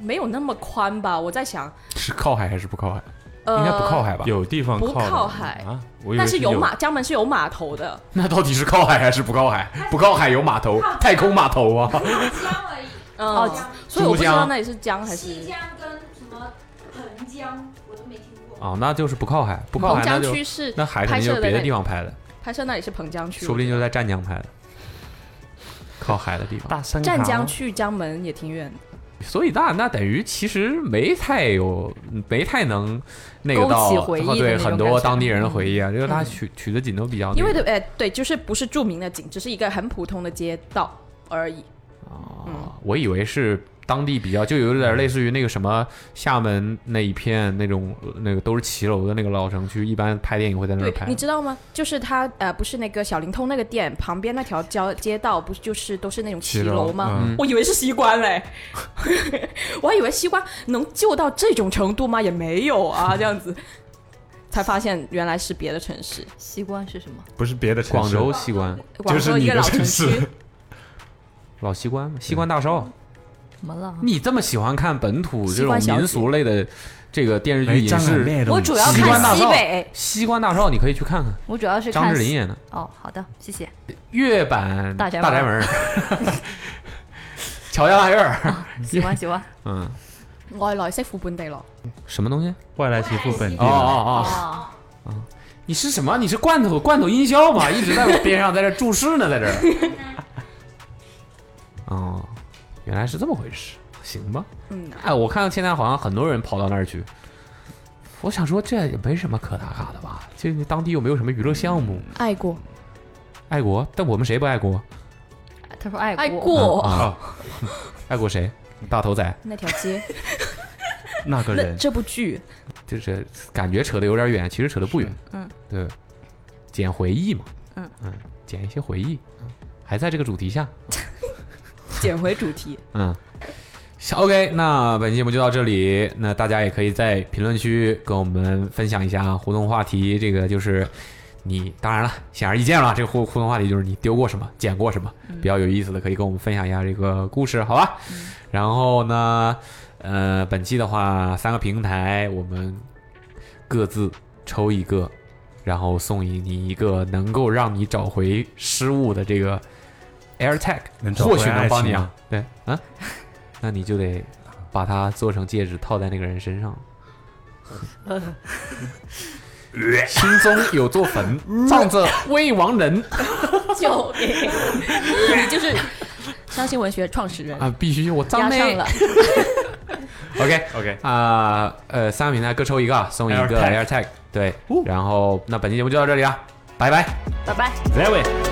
[SPEAKER 5] 没有那么宽吧？我在想，
[SPEAKER 3] 是靠海还是不靠海？
[SPEAKER 5] 呃，
[SPEAKER 3] 应该不靠，海吧？
[SPEAKER 2] 有地方
[SPEAKER 5] 不
[SPEAKER 2] 靠
[SPEAKER 5] 靠
[SPEAKER 2] 的
[SPEAKER 5] 海
[SPEAKER 2] 啊，我以为
[SPEAKER 5] 但是
[SPEAKER 2] 有
[SPEAKER 5] 有码，江门是有码头的，
[SPEAKER 3] 那到底是靠海还是不靠海？不靠海有码头，太空码头啊！
[SPEAKER 5] 嗯，
[SPEAKER 7] 哦
[SPEAKER 5] 所以我不知
[SPEAKER 3] 珠
[SPEAKER 5] 道
[SPEAKER 3] 江
[SPEAKER 5] 那里是江还是
[SPEAKER 8] 西江跟什么横江，我都没听过。
[SPEAKER 3] 啊，那就是不靠海，不靠
[SPEAKER 5] 彭
[SPEAKER 3] 海那
[SPEAKER 5] 江
[SPEAKER 3] 就
[SPEAKER 5] 区是
[SPEAKER 3] 那海肯
[SPEAKER 5] 拍
[SPEAKER 3] 定就
[SPEAKER 5] 摄
[SPEAKER 3] 是
[SPEAKER 5] 的
[SPEAKER 3] 别的
[SPEAKER 5] 那
[SPEAKER 3] 地方拍的，
[SPEAKER 5] 拍摄那里是彭江区，
[SPEAKER 3] 说不定就
[SPEAKER 5] 我觉
[SPEAKER 3] 是
[SPEAKER 5] 得
[SPEAKER 3] 在湛江拍的，靠海的地方。
[SPEAKER 2] 大山
[SPEAKER 5] 湛
[SPEAKER 2] 卡
[SPEAKER 5] 江去江门也挺远的，
[SPEAKER 3] 所以那那等于其实没太有没太能那个
[SPEAKER 7] 勾
[SPEAKER 3] 到哦
[SPEAKER 7] 起回忆的
[SPEAKER 3] 对
[SPEAKER 7] 那种
[SPEAKER 3] 很多
[SPEAKER 7] 感觉嗯
[SPEAKER 3] 当地人的回忆啊，就是他取取的景都比较那
[SPEAKER 5] 因为
[SPEAKER 3] 个
[SPEAKER 5] 对，哎对，就是不是著名的景，只是一个很普通的街道而已。
[SPEAKER 3] 啊我以为是当地比较，就有点类似于那个什么厦门那一片那种呃那个都是骑楼的那个老城区，一般拍电影会在那儿
[SPEAKER 5] 对，
[SPEAKER 3] 拍
[SPEAKER 5] 你。知道吗？就是它呃，不是那个小灵通那个店旁边那条交街道，不是就是都是那种骑楼吗？
[SPEAKER 2] 嗯
[SPEAKER 5] 我以为是西关嘞， 我还以为西关能旧到这种程度吗？也没有啊，这样子，才发现原来是别的城市，
[SPEAKER 7] 西关是什么？
[SPEAKER 2] 不是别的城
[SPEAKER 3] 广
[SPEAKER 2] 市，
[SPEAKER 3] 州西关，
[SPEAKER 5] 广州一个老城区，
[SPEAKER 2] 就是你的城市
[SPEAKER 3] 老西关嘛，西关大少。
[SPEAKER 7] 什么了？啊
[SPEAKER 3] 你这么喜欢看本土这
[SPEAKER 5] 西
[SPEAKER 3] 种
[SPEAKER 5] 关小姐
[SPEAKER 3] 民俗类的这个电视剧影视，
[SPEAKER 2] 我主
[SPEAKER 7] 主要
[SPEAKER 3] 西关大
[SPEAKER 7] 啊看西
[SPEAKER 3] 少
[SPEAKER 7] 北，
[SPEAKER 3] 西关大少你可以去看看，
[SPEAKER 7] 我主要是
[SPEAKER 3] 张
[SPEAKER 7] 看
[SPEAKER 3] 智霖演的。
[SPEAKER 7] 哦，好的，谢谢。
[SPEAKER 3] 粤版
[SPEAKER 7] 大宅门
[SPEAKER 3] 大宅门儿， 乔家大院儿，
[SPEAKER 7] 喜欢喜欢。
[SPEAKER 3] 嗯，
[SPEAKER 5] 外来媳妇本地郎。
[SPEAKER 3] 什么东西？
[SPEAKER 2] 外来媳妇本地
[SPEAKER 3] 哦
[SPEAKER 2] 郎，
[SPEAKER 3] 哦哦，
[SPEAKER 7] 啊，
[SPEAKER 3] 你是什么？你是罐头罐头音效 吗？一直在我边上在这注视呢，在这儿。 哦，原来是这么回事，行吧。
[SPEAKER 5] 嗯，
[SPEAKER 3] 哎，我看到现在好像很多人跑到那儿去。我想说，这也没什么可打卡的吧？就是当地又没有什么娱乐项目，
[SPEAKER 5] 爱过，
[SPEAKER 3] 爱国，但我们谁不爱国？
[SPEAKER 7] 他说爱
[SPEAKER 5] 爱
[SPEAKER 3] 嗯
[SPEAKER 5] 过
[SPEAKER 3] 啊， 爱国谁？大头仔，
[SPEAKER 5] 那条街，
[SPEAKER 2] 那个
[SPEAKER 5] 那
[SPEAKER 2] 人
[SPEAKER 5] 这部剧
[SPEAKER 3] 就是感觉扯得有点远，其实扯得不远。
[SPEAKER 7] 嗯，
[SPEAKER 3] 对，捡回忆嘛。
[SPEAKER 7] 嗯
[SPEAKER 3] 嗯，捡一些回忆，还在这个主题下。
[SPEAKER 5] 捡回主题，
[SPEAKER 3] 嗯。行 OK，那本期节目就到这里。那大家也可以在评论区跟我们分享一下互动话题，这个就是你，当然了，显而易见了，这个互互动话题就是你丢过什么，捡过什么，
[SPEAKER 7] 嗯
[SPEAKER 3] 比较有意思的，可以跟我们分享一下这个故事，好吧？然后呢，呃，本期的话，三个平台我们各自抽一个，然后送你你一个能够让你找回失误的这个 AirTag，
[SPEAKER 2] 能找回
[SPEAKER 3] 或许能帮
[SPEAKER 2] 爱
[SPEAKER 3] 你
[SPEAKER 2] 情
[SPEAKER 3] 啊
[SPEAKER 2] 吗。
[SPEAKER 3] 对啊，那你就得把它做成戒指套在那个人身上，心中有座坟，葬着未亡人
[SPEAKER 7] 救命！你就是伤心文学创始人，
[SPEAKER 3] 啊，必须我张
[SPEAKER 7] 押上
[SPEAKER 3] 妹
[SPEAKER 7] 了。
[SPEAKER 3] OK
[SPEAKER 2] OK，
[SPEAKER 3] 啊，呃，三个名单各抽一个，送一个
[SPEAKER 2] AirTag 哦
[SPEAKER 3] 啊 AirTag。对，然后那本期节目就到这里了，拜拜。
[SPEAKER 2] 来位。